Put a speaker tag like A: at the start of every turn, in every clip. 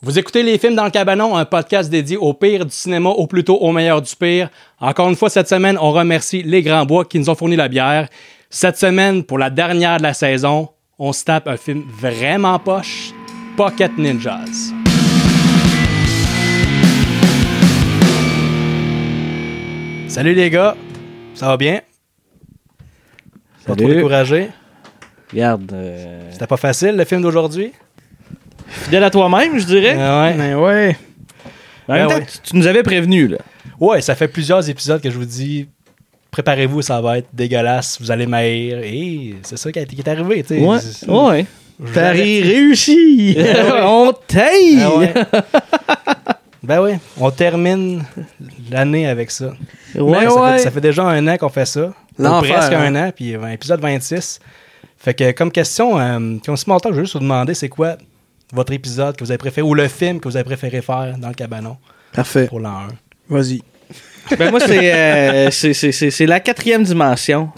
A: Vous écoutez Les Films dans le Cabanon, un podcast dédié au pire du cinéma, ou plutôt au meilleur du pire. Encore une fois, cette semaine, on remercie les Grands Bois qui nous ont fourni la bière. Cette semaine, pour la dernière de la saison, on se tape un film vraiment poche, Pocket Ninjas. Salut les gars, ça va bien? Pas trop
B: Salut.
A: découragé?
B: Regarde. euh,
A: C'était pas facile le film d'aujourd'hui?
C: Fidèle à toi-même, je dirais.
A: Ah ouais.
C: Mais Eh, ouais. En même
A: Ben
C: temps,
A: ouais.
C: tu, tu nous avais prévenu, là.
A: Ouais, ça fait plusieurs épisodes que je vous dis préparez-vous, ça va être dégueulasse, vous allez maïr. Et c'est ça qui, a- qui est arrivé, tu sais.
C: Ouais.
A: C'est-
C: Ouais.
A: je
B: T'as
A: l'avais-
B: ri- réussi! On taille!
A: Ah ouais. ben oui, on termine l'année avec ça.
B: Ouais,
A: Man, ça,
B: ouais.
A: Fait, ça fait déjà un an qu'on fait ça. Ou
B: L'enfer,
A: Presque
B: hein.
A: un an, puis euh, épisode 26. Fait que comme question, euh, comme si mon temps, je vais juste vous demander c'est quoi votre épisode que vous avez préféré ou le film que vous avez préféré faire dans le cabanon
D: Parfait.
A: pour l'an 1.
D: Vas-y.
C: Ben moi, c'est, euh, c'est, c'est, c'est, c'est la quatrième dimension.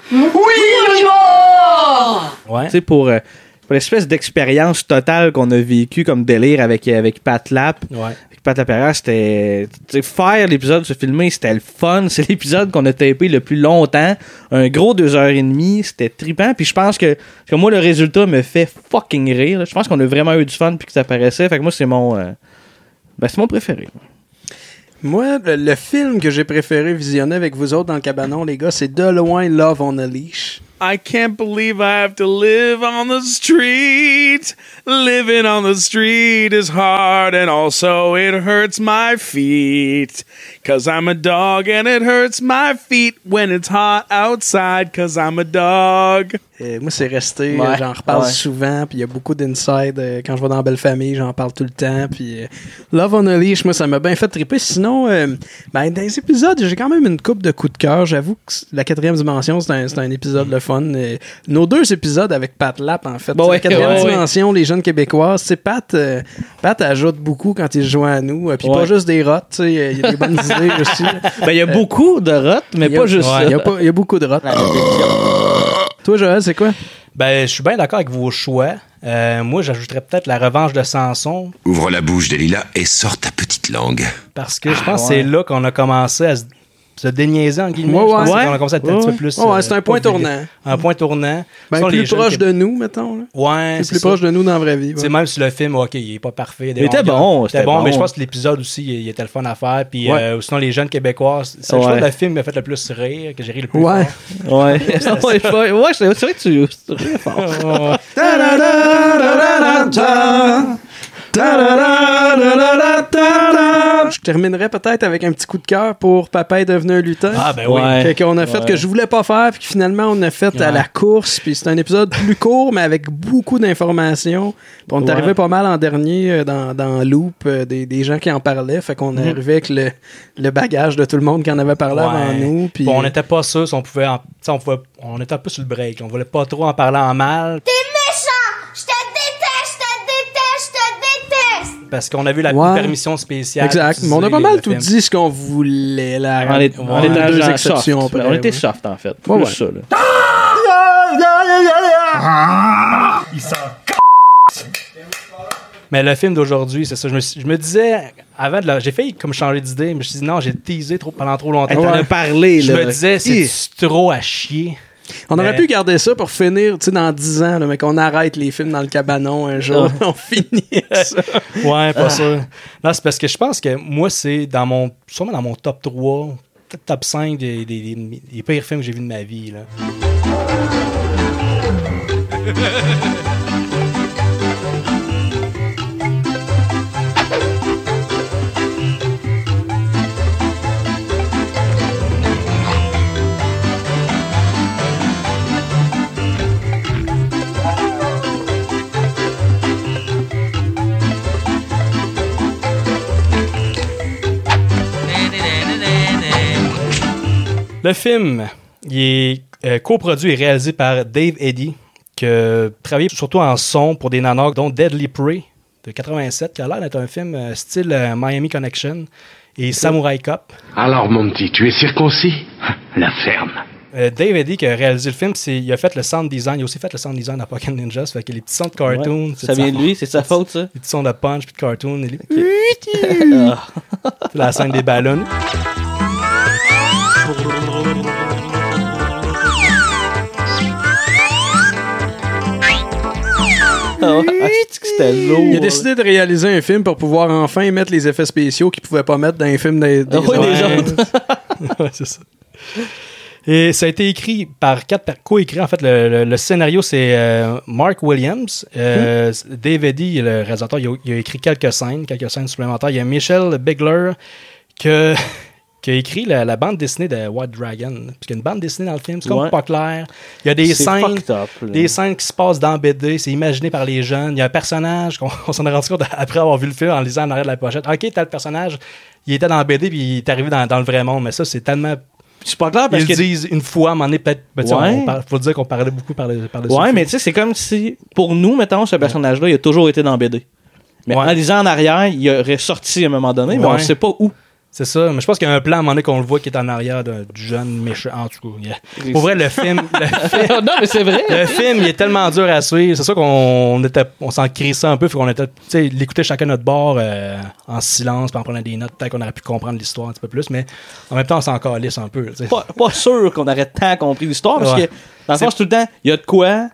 A: Ouais.
C: Tu sais, pour, euh, pour l'espèce d'expérience totale qu'on a vécue comme délire avec, avec Pat Lap.
A: Ouais.
C: Avec Pat Lapera, c'était. tu sais, Faire l'épisode, se filmer, c'était le fun. C'est l'épisode qu'on a tapé le plus longtemps. Un gros deux heures et demie. C'était trippant. Puis je pense que, parce que moi, le résultat me fait fucking rire. là. Je pense qu'on a vraiment eu du fun puis que ça paraissait. Fait que moi, c'est mon. euh, ben, c'est mon préféré.
D: Moi, le, le film que j'ai préféré visionner avec vous autres dans le cabanon, les gars, c'est de loin Love on a Leash.
E: I can't believe I have to live on the street. Living on the street is hard and also it hurts my feet. Cause I'm a dog and it hurts my feet when it's hot outside. Cause I'm a dog.
D: Euh, moi, c'est resté,
C: Ouais,
D: euh, j'en reparle
C: ouais.
D: souvent, puis il y a beaucoup d'inside. euh, quand je vais dans Belle Famille, j'en parle tout le temps. Puis euh, Love on a Leash, moi, ça m'a bien fait triper. Sinon, euh, ben, dans les épisodes, j'ai quand même une coupe de coups de cœur. J'avoue que c- la quatrième dimension, c'est un, c'est un épisode le fun. Euh, nos deux épisodes avec Pat Lap, en fait.
C: Bah
D: La
C: ouais,
D: quatrième
C: ouais, ouais.
D: dimension, les jeunes québécois, c'est Pat. euh, Pat ajoute beaucoup quand il se joint à nous. euh, puis
C: Ouais.
D: pas juste des rottes, tu sais, euh, il y a des bonnes idées aussi.
C: Ben, il y a beaucoup de rotes, mais
D: Il y a-
C: pas juste
D: ouais,
C: ça.
D: Il y, a pas- il y a beaucoup de rottes. Toi, Joël, c'est quoi?
A: Ben, je suis bien d'accord avec vos choix. Euh, moi, j'ajouterais peut-être la revanche de Samson
F: Ouvre la bouche, Delilah, et sors ta petite langue.
A: parce que
D: Ah,
A: je pense que c'est là qu'on a commencé à se, se déniaiser, en guillemets.
D: Ouais,
A: Je pense
D: ouais.
A: qu'on a commencé à être un
D: Ouais,
A: petit peu
D: ouais.
A: plus.
D: Ouais, ouais, c'est un point
A: pas vulgaire.
D: tournant.
A: Un point tournant.
D: Ben,
A: Ça, les
D: plus
A: jeunes
D: proche
A: Québé-
D: de nous, mettons. Là.
A: Ouais,
D: C'est
A: c'est
D: plus
A: ça.
D: proche de nous dans la vraie vie.
A: Tu sais,
D: ouais.
A: même si le film, ok, il est pas parfait. des
C: Il était
A: longueurs.
C: bon,
A: Il était
C: c'était
A: bon,
C: bon.
A: mais je pense que l'épisode aussi, il, il était le fun à faire. Puis
C: Ouais.
A: euh, sinon, les jeunes québécois, c'est le
C: Ouais.
A: choix de film qui m'a fait le plus rire, que j'ai ri le plus.
D: Ouais.
A: fort.
C: Ouais. ouais, je- ouais, c'est c'est vrai que tu. c'est très fort.
D: Je terminerai peut-être avec un petit coup de cœur pour Papa est devenu un lutin.
A: Ah, ben oui.
C: Ouais.
D: Fait qu'on a fait
C: Ouais.
D: que je voulais pas faire, puis que finalement on a fait à la course. Puis c'est un épisode plus court, mais avec beaucoup d'informations. Puis on est
C: Ouais.
D: arrivé pas mal en dernier euh, dans, dans Loop, euh, des, des gens qui en parlaient. Fait qu'on est
A: Mhm.
D: arrivé avec le, le bagage de tout le monde qui en avait parlé avant
A: Ouais.
D: nous. Puis
A: Bon, on n'était pas sûr si on pouvait. en- tu sais, on, pouvait on était un peu sur le break. On voulait pas trop en parler en
G: Je
A: mal.
G: te déteste, je te déteste, je te déteste.
A: Parce qu'on a vu la
D: Ouais.
A: permission spéciale.
D: Exact. Mais on a pas
A: Les-
D: mal
A: le
D: tout
A: film.
D: dit ce qu'on voulait. Là,
C: On est- on
D: Ouais,
C: était
D: deux
C: genre
D: exceptions
C: soft.
D: près,
C: On était
D: ouais.
C: soft, en fait.
D: Ouais,
C: Plus
D: ouais.
C: ça, là.
A: Mais le film d'aujourd'hui, c'est ça. Je me, suis- je me disais, avant de la- J'ai failli comme changer d'idée, mais je me suis dit non, j'ai teasé trop, pendant trop longtemps.
C: Hey, T'en as parlé,
A: Je
C: là.
A: me disais, c'est
C: Hi.
A: trop à chier.
D: On aurait
A: Mais-
D: pu garder ça pour finir, tu sais, dans 10 ans, là, mais qu'on arrête les films dans le cabanon un jour. on finit avec ça.
A: Ouais, pas sûr. Non, c'est parce que je pense que moi, c'est dans mon. sûrement dans mon top 3, peut-être top 5 des, des- des- des pires films que j'ai vus de ma vie. Là. Le film, il est euh, coproduit et réalisé par Dave Eddy, qui a travaillé surtout en son pour des nanars, dont Deadly Prey de 87, qui a l'air d'être un film euh, style euh, Miami Connection et Samurai Cop.
H: Alors, mon petit, tu es circoncis La ferme.
A: euh, Dave a dit qu'il a réalisé le film, c'est, il a fait le sound design. Il a aussi fait le sound design dans Pocket Ninjas. Fait que les petits sons de cartoon, c'est
C: Ça
A: de sa
C: vient de lui, c'est de sa faute, ça.
A: Les petits sons de punch puis de cartoon. et les- la scène des ballons.
C: Ah ouais, ah, c'est que c'était lourd.
D: Il a décidé de réaliser un film pour pouvoir enfin mettre les effets spéciaux qu'il pouvait pas mettre dans les films des, des
C: Ah ouais, des
D: autres.
C: autres.
A: ouais, c'est ça. Et ça a été écrit par quatre per- co-écrits. En fait, le, le- le scénario, c'est euh, Mark Williams. Euh, Dave Eddy, le réalisateur, il a, il a écrit quelques scènes, quelques scènes supplémentaires. Il y a Michel Bigler que, qui a écrit la, la bande dessinée de White Dragon. Parce qu'il y a une bande dessinée dans le film, c'est comme
C: Ouais.
A: pas clair. Il y a des
C: C'est
A: scènes.
C: fucked up, là.
A: Des scènes qui se passent dans BD, c'est imaginé par les jeunes. Il y a un personnage qu'on on s'en est rendu compte après avoir vu le film en lisant en arrière de la pochette. Ok, tel personnage, il était dans BD puis il est arrivé dans, dans le vrai monde, mais ça, c'est tellement.
C: C'est pas clair parce
A: Ils
C: que
A: le disent une fois, à un moment donné, peut-être. ben, tu sais,
C: Ouais.
A: on par- faut dire qu'on parlait beaucoup par le par le
C: Ouais,
A: sous-film.
C: mais tu sais, c'est comme si, pour nous, mettons, ce personnage-là, il a toujours été dans BD. Mais
A: Ouais.
C: en lisant en arrière, il aurait sorti à un moment donné, mais on
A: Ouais.
C: sait pas où.
A: C'est ça, mais je pense qu'il y a un plan à un moment donné qu'on le voit qui est en arrière d'un- du jeune méchant. En tout cas, il y a- pour vrai, le film, le
B: non, mais c'est vrai.
A: le film, il est tellement dur à suivre. C'est sûr qu'on était, on s'en crissait un peu, fait qu'on était, tu sais, l'écoutait chacun notre bord euh, en silence, puis en prenant des notes. Peut-être qu'on aurait pu comprendre l'histoire un petit peu plus, mais en même temps, on s'en calisse un peu. tu sais.
C: Pas, pas sûr qu'on aurait tant compris l'histoire parce
A: Ouais.
C: que, dans le fond, c'est tout le temps, il y a de quoi,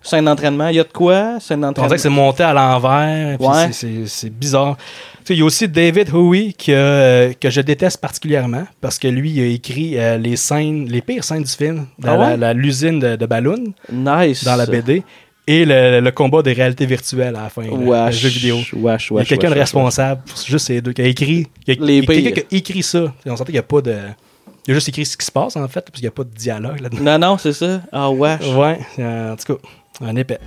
C: scène d'entraînement, il y a de quoi, scène
A: On dirait que c'est
C: d'entraînement.
A: monté à l'envers. puis
C: Ouais.
A: c'est- c'est- C'est bizarre. Tu sais, Il y a aussi David Huey que, euh, que je déteste particulièrement parce que lui, il a écrit euh, les scènes, les pires scènes du film, dans
C: Ah
A: la-
C: ouais?
A: la- l'usine de, de Balloon,
C: Nice.
A: dans la BD, et le, le combat des réalités virtuelles à la fin, le- le
C: Wesh,
A: jeu vidéo.
C: Wesh,
A: Il y a
C: wesh,
A: quelqu'un de
C: wesh, wesh,
A: responsable pour juste ces deux qui a écrit. Il y a,
C: Les
A: il y a quelqu'un
C: pires.
A: qui a écrit ça. On sentait qu'il n'y a pas de. Il a juste écrit ce qui se passe en fait, parce qu'il n'y a pas de dialogue
C: wesh.
A: là-dedans.
C: Non, non, c'est ça. Ah, wesh.
A: Ouais, euh, en tout cas, un épais.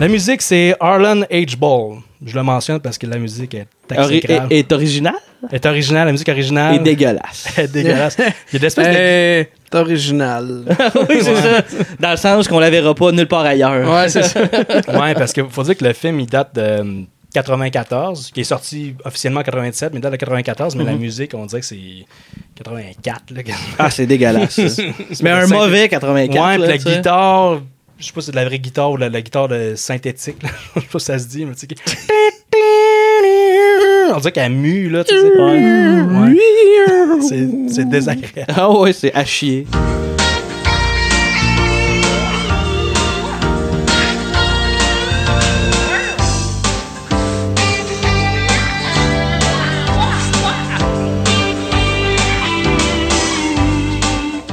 A: La musique, c'est Harlan H. Ball. Je le mentionne parce que la musique est
C: Ori-
A: exécrable.
C: est, est original
A: est originale, la musique originale.
C: et Euh, dégueulasse.
A: est dégueulasse. Il y a de l'espèce de
D: Eh, C'est original.
C: oui, c'est ça. Dans le sens qu'on la verra pas nulle part ailleurs.
D: ouais, c'est ça.
A: ouais, parce qu'il faut dire que le film, il date de euh, 94, qui est sorti officiellement en 97, mais il date de 94,
C: Mhm.
A: mais la musique, on dirait que c'est 84. Là,
C: Ah, c'est dégueulasse. ça. Mais un mauvais 84.
A: ouais, puis
C: là,
A: la
C: tu sais.
A: guitare, je sais pas si c'est de la vraie guitare ou de la, la guitare de synthétique, là. je sais pas si ça se dit, mais tu sais. que- On dirait qu'elle mue, là, tu sais. Ouais. C'est- C'est désagréable.
C: Ah ouais, c'est à chier.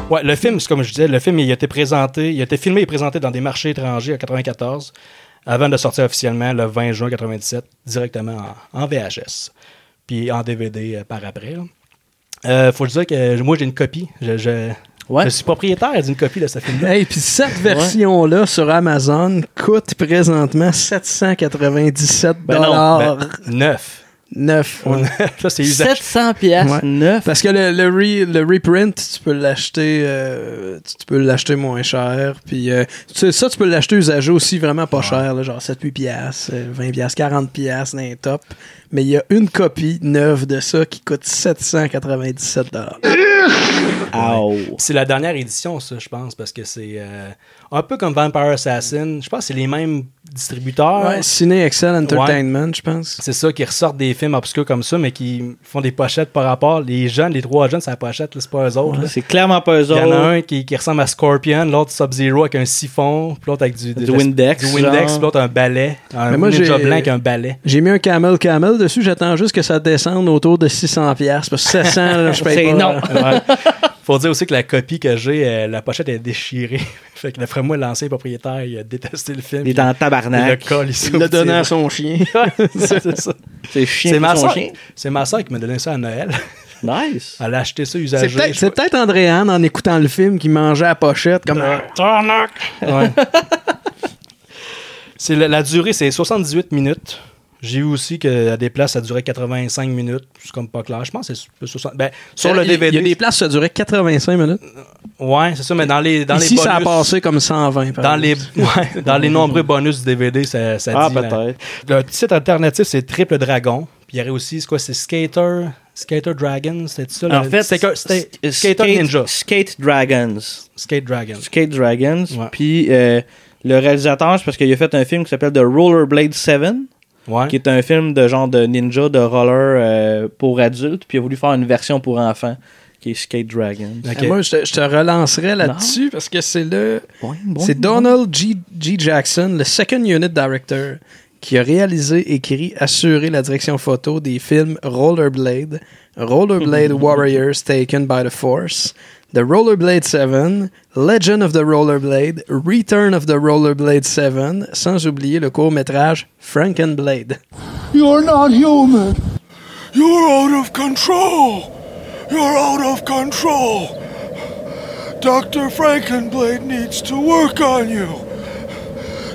A: Ouais, le film, c'est comme je disais, le film, il a été présenté, il a été filmé et présenté dans des marchés étrangers en 94, avant de sortir officiellement le 20 juin 97, directement en, en VHS, puis en DVD euh, par après. là. Euh, faut dire que moi, j'ai une copie. Je, je,
C: Ouais.
A: je suis propriétaire d'une copie de ce film-là.
D: Hey, puis cette version-là sur Amazon coûte présentement 797
C: Ben non,
D: dollars
A: Ben, neuf.
D: neuf. ouais.
A: Ça, c'est usage.
C: 700 pièces
D: Ouais.
C: neuf.
D: Parce que le, le, re- le reprint, tu peux l'acheter euh, tu, tu peux l'acheter moins cher. Puis euh, tu sais, ça, tu peux l'acheter usagé aussi vraiment pas cher, là, genre 7-8 piastres, euh, 20 piastres, 40 piastres, d'un top. Mais il y a une copie neuve de ça qui coûte 797 dollars.
C: Au.
A: C'est la dernière édition, ça, je pense, parce que c'est euh, un peu comme Vampire Assassin. Je pense que c'est les mêmes distributeurs.
D: Ouais, Ciné Excel Entertainment, je pense.
A: C'est ça, qui ressortent des films obscurs comme ça, mais qui font des pochettes par rapport. Les jeunes, les trois jeunes, ça pochette, là, c'est pas eux autres. là.
C: C'est clairement pas eux
A: Il y en a
C: autres.
A: un qui, qui ressemble à Scorpion, l'autre Sub-Zero avec un siphon, puis l'autre avec du,
C: Du Windex,
A: du Windex,
C: genre.
A: puis l'autre un balai. Un
D: Mais moi,
A: ninja
D: j'ai-
A: blanc avec un balai.
D: J'ai mis un Camel Camel dessus, j'attends juste que ça descende autour de 600 piastres. Parce que 700, là, je paye
C: C'est
D: pas.
C: non.
A: Ouais. Faut dire aussi que la copie que j'ai, euh, la pochette est déchirée. fait que d'après moi, l'ancien propriétaire, il a détesté le film.
C: Il est dans le
A: le
C: tabarnak.
A: col, ici.
D: Il l'a donné à son chien.
A: c'est ça.
C: C'est chien.
A: C'est ma,
C: son
A: soeur-
C: chien.
A: c'est ma soeur qui m'a donné ça à Noël.
C: Nice.
A: Elle a acheté ça
D: C'est
A: usagé.
D: peut-être,
A: je
D: c'est peut-être Andréane, en écoutant le film, qui mangeait à pochette comme.
A: Ouais. C'est la, la durée, c'est 78 minutes. J'ai eu aussi qu'à des places, ça durait 85 minutes. C'est comme pas clair. Je pense que c'est 60. Ben, sur le
D: Euh, Il y a-
A: DVD.
D: Il y a des places, ça durait 85 minutes.
A: Ouais, c'est ça, mais dans les, dans
D: Ici,
A: les bonus.
D: ça a passé Euh. comme 120. par
A: Dans les,
D: exemple.
A: ouais, dans les nombreux bonus du DVD, ça, ça
H: Ah,
A: dit. la-
H: peut-être.
A: Le titre alternatif, c'est Triple Dragon. Puis il y aurait aussi, c'est quoi, c'est Skater. Skater Dragon, c'était ça?
C: En
A: le-
C: fait,
A: Skater, c'était-
C: Sk-
A: Skater
C: Skate-
A: Ninja.
C: Skate Dragons.
A: Skate Dragon.
C: Skate Dragons.
A: Ouais.
C: Puis euh, le réalisateur, c'est parce qu'il a fait un film qui s'appelle The Rollerblade 7,
A: Ouais.
C: qui est un film de genre de ninja, de roller euh, pour adultes, puis il a voulu faire une version pour enfants qui est Skate Dragons.
A: Ok.
D: Et Moi, je te, je te relancerai là-dessus parce que c'est le.
C: Boing, boing,
D: C'est
C: boing.
D: Donald G. G. Jackson, le second unit director, qui a réalisé, écrit, assuré la direction photo des films Rollerblade, Rollerblade Warriors Taken by the Force, The Rollerblade 7, Legend of the Rollerblade, Return of the Rollerblade 7, sans oublier le court-métrage Frankenblade.
I: You're not human.
E: You're out of control! You're out of control! Dr. Frankenblade needs to work on you!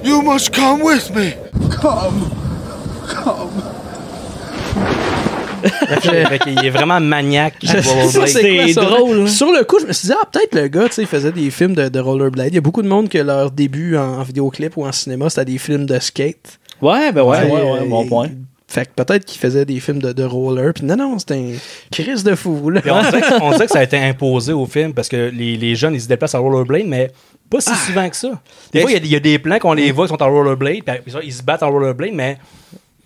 E: You must come with me!
I: Come. Come.
A: Fait qu'il est vraiment maniaque.
D: Ça,
A: Rollerblade.
D: quoi,
C: C'est
D: ça?
C: drôle, hein?
D: Sur le coup, je me suis dit, ah, peut-être le gars, tu sais, il faisait des films de, de rollerblade. Il y a beaucoup de monde que leur début en, en vidéoclip ou en cinéma, c'était des films de skate.
C: Ouais, ben ouais,
D: Tu sais,
C: ouais, ouais,
D: euh,
C: bon
D: il-
C: point.
D: Fait que peut-être qu'il faisait des films de, de roller. Puis non, non, c'était un crise de fou, là.
A: Puis on dirait, que- on dirait que ça a été imposé au film parce que les, les jeunes, ils se déplacent en rollerblade, mais pas
C: Ah.
A: si souvent que ça. Des fois, il y a- il y, a des plans qu'on
C: Mm.
A: les voit qui sont en rollerblade, puis ils sont- ils se battent en rollerblade, mais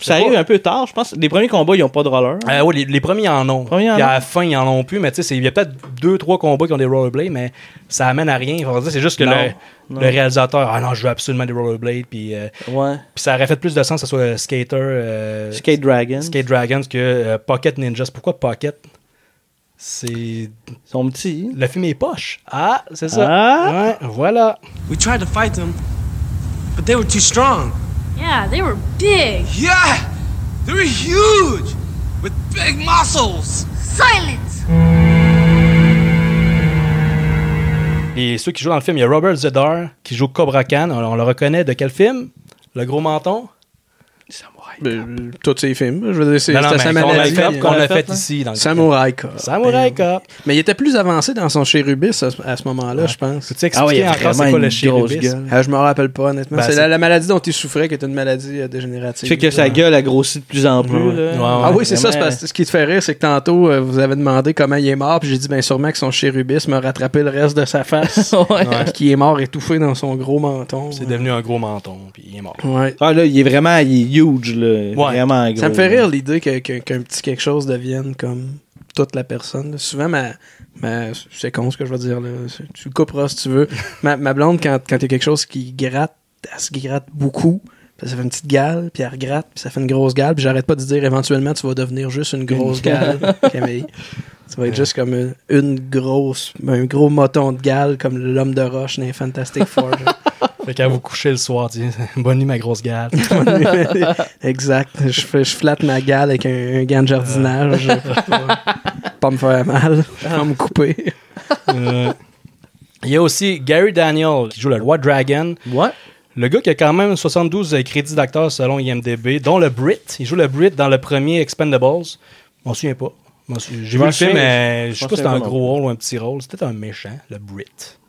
C: Ça arrive un peu tard, je pense. Les premiers combats, ils n'ont pas de roller.
A: euh, ouais, les, les premiers ils en ont.
C: Premiers en
A: Puis à
C: ont.
A: la fin, ils en ont plus, mais tu sais, c'est- il y a peut-être deux, trois combats qui ont des rollerblades, mais ça amène à rien. Faut dire, C'est juste que
C: Non.
A: le,
C: Non.
A: le réalisateur, ah non, je veux absolument des rollerblades, puis, euh,
C: Ouais.
A: puis ça aurait fait plus de sens que ce soit euh, Skater, euh,
C: Skate Dragons.
A: Skate Dragons que euh, Pocket Ninjas. Pourquoi Pocket C'est
C: Ils sont
D: hein.
C: petits.
A: Le film est poche. Ah, c'est ça.
C: Ah.
A: Ouais, voilà.
J: We tried to fight them, but they were too strong.
K: Yeah, they were big.
J: Yeah, they were huge with big muscles.
G: Silence
A: Et ceux qui jouent dans le film, il y a Robert Zedar qui joue Cobra Khan. On, on le reconnaît de quel film Le gros menton
D: Ben, euh, tous ces films, je veux dire, c'est
A: Non, non,
D: c'était
A: mais
D: sa
A: qu'on a
D: maladie.
A: fait, qu'on a
C: l'a
A: fait
C: fait,
A: ici. Dans le
D: hein? Samurai Cop. Ah,
A: Samurai Cop.
D: Mais il était plus avancé dans son chérubis à, ce- à ce moment-là, je pense.
A: Peux-tu
C: Ah oui, il y
A: expliquer
C: a
A: encore
C: vraiment
A: c'est quoi le
C: une grosse
A: chérubis
C: gueule.
D: Ah, je me rappelle pas, honnêtement.
A: Ben,
D: c'est
A: c'est-
D: la, la maladie dont il souffrait, qui était une maladie euh, dégénérative.
C: Tu sais que sa
D: Ouais.
C: gueule a grossi de plus en plus. là.
D: Ah oui, c'est ça. c'est
C: Vraiment.
D: parce que ce qui te fait rire, c'est que tantôt, euh, vous avez demandé comment il est mort, puis j'ai dit, ben sûrement que son chérubisme a rattrapé le reste de sa face, puis qu'il est mort étouffé dans son gros menton.
A: C'est devenu un gros menton, puis il est mort.
D: Ouais.
C: Ah là, il est vraiment il est huge, là. Vraiment gros.
D: Ça me fait rire l'idée que- que- qu'un petit quelque chose devienne comme toute la personne. là. Souvent, ma, ma- c'est con ce que je veux dire, là. C'est- tu le couperas si tu veux. ma, ma blonde, quand, quand il y a quelque chose qui gratte, elle se gratte beaucoup. Puis ça fait une petite gale, puis elle regratte, puis ça fait une grosse gale. Puis j'arrête pas de dire éventuellement, tu vas devenir juste une grosse gale, Camille. Tu vas être juste comme une, une grosse, un gros moton de gale, comme l'homme de roche dans les Fantastic Four. là.
A: Fait qu'à vous coucher le soir, dis bonne nuit, ma grosse gale.
D: exact. Je, fais- je flatte ma gale avec un, un gant de jardinage
A: Euh.
D: pour pas, pas me faire mal, pas me couper.
A: Euh, Il y a aussi Gary Daniel qui joue le roi Dragon.
C: Ouais.
A: Le gars qui a quand même 72 crédits d'acteur selon IMDb, dont le Brit. Il joue le Brit dans le premier Expendables. Je m'en souviens pas. Je m'en sou- J'ai vu
C: m'en
A: le film,
C: souviens-
A: mais je sais
C: m'en
A: pas si c'était un
C: souviens pas
A: gros rôle ou un petit rôle. C'était un méchant, le Brit.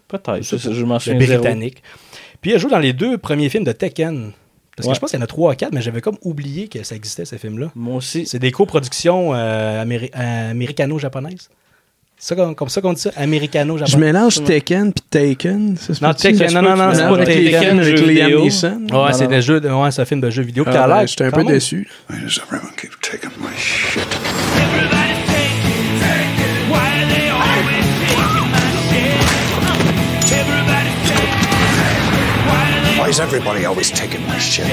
C: Peut-être. Je, je m'en
A: Le
C: souviens zéro.
A: Britannique. Puis il a joué dans les deux premiers films de Tekken. Parce que
C: Ouais.
A: je pense qu'il y en a trois à quatre, mais j'avais comme oublié que ça existait, ces films-là.
C: Moi aussi.
A: C'est des coproductions euh, améri- euh, américano-japonaises. C'est ça qu'on- comme ça qu'on dit ça?
D: Je
A: Américano-japonais.
D: mélange Tekken puis Taken. ça se
A: Ah. Non,
D: peut-tu? Ah,
A: Tekken,
D: Ça se
A: non,
D: peut-tu?
A: non, non, c'est pas
D: avec les
A: Tekken,
D: films avec
C: jeu
D: Liam
C: vidéo.
D: Neeson.
A: Ouais, c'est des jeux de- ouais, c'est un film de jeux vidéo. Puis t'as
D: Ah,
A: l'air
D: ben, J'étais un
A: quand
D: peu
A: même-
D: déçu.
E: Why does everyone keep taking my shit?
F: Why is everybody always taking my shit?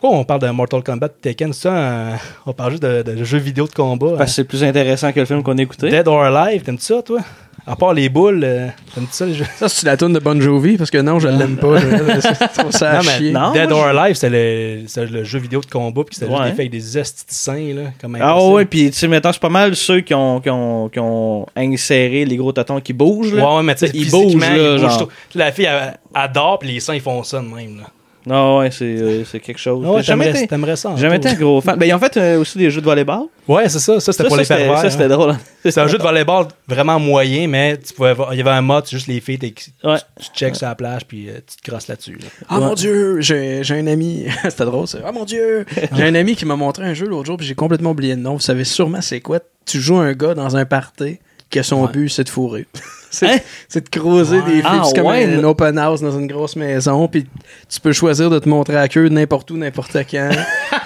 A: Pourquoi on parle de Mortal Kombat et Tekken? C'est ça, euh, on parle juste de, de jeux vidéo de combat.
C: Parce que c'est plus intéressant que le film qu'on a
A: hein.
C: écouté.
A: Dead or Alive, t'aimes-tu ça, toi? À part les boules, euh, t'aimes-tu ça, les jeux?
D: Ça, c'est la tune de Bon Jovi, parce que non, je l'aime pas. je- Je trouve ça à
C: Non, mais
D: chier.
C: Ah, non. moi,
A: Dead
C: je-
A: or Alive, c'est le, c'est le jeu vidéo de combat, puis c'était
C: Ouais.
A: juste des faits des esthéticiens, là, comme
C: Ah
A: impossible.
C: ouais, puis tu sais, maintenant, c'est pas mal ceux qui ont, qui, ont, qui ont inséré les gros tatons qui bougent.
A: Ouais,
C: Là.
A: ouais, mais tu sais,
C: Ils
A: physiquement,
C: bougent, là,
A: ils bougent
C: genre.
A: tout. Puis La fille, elle adore, puis les seins, ils font ça de même, là.
C: Non, ouais, c'est euh, c'est quelque chose.
A: Ah ouais,
C: J'ai jamais
A: t'aimerais
C: été,
A: t'aimerais ça. en
C: jamais été
A: tout.
C: un gros fan. Ben, ils ont fait euh, aussi des jeux de volleyball.
A: Ouais, c'est ça. Ça, c'était
C: Ça,
A: pour
C: ça,
A: les pervers.
C: Ça, c'était
A: hein.
C: drôle.
A: C'était un jeu de volleyball vraiment moyen, mais tu pouvais avoir- il y avait un mode, c'est juste les filles, t'es- tu,
C: Ouais.
A: tu checks sur la plage, puis euh, tu te crosses là-dessus. là.
D: Ah mon dieu, j'ai j'ai un ami, c'était drôle ça. Ah mon dieu, j'ai un ami qui m'a montré un jeu l'autre jour puis j'ai complètement oublié le nom. Vous savez sûrement c'est quoi Tu joues un gars dans un party que son but c'est de fourrer. c'est
C: Hein?
D: c'est de croiser des filles,
C: Ah,
D: c'est comme
C: ouais,
D: un,
C: le-
D: open house dans une grosse maison puis tu peux choisir de te montrer à queue n'importe où n'importe quand.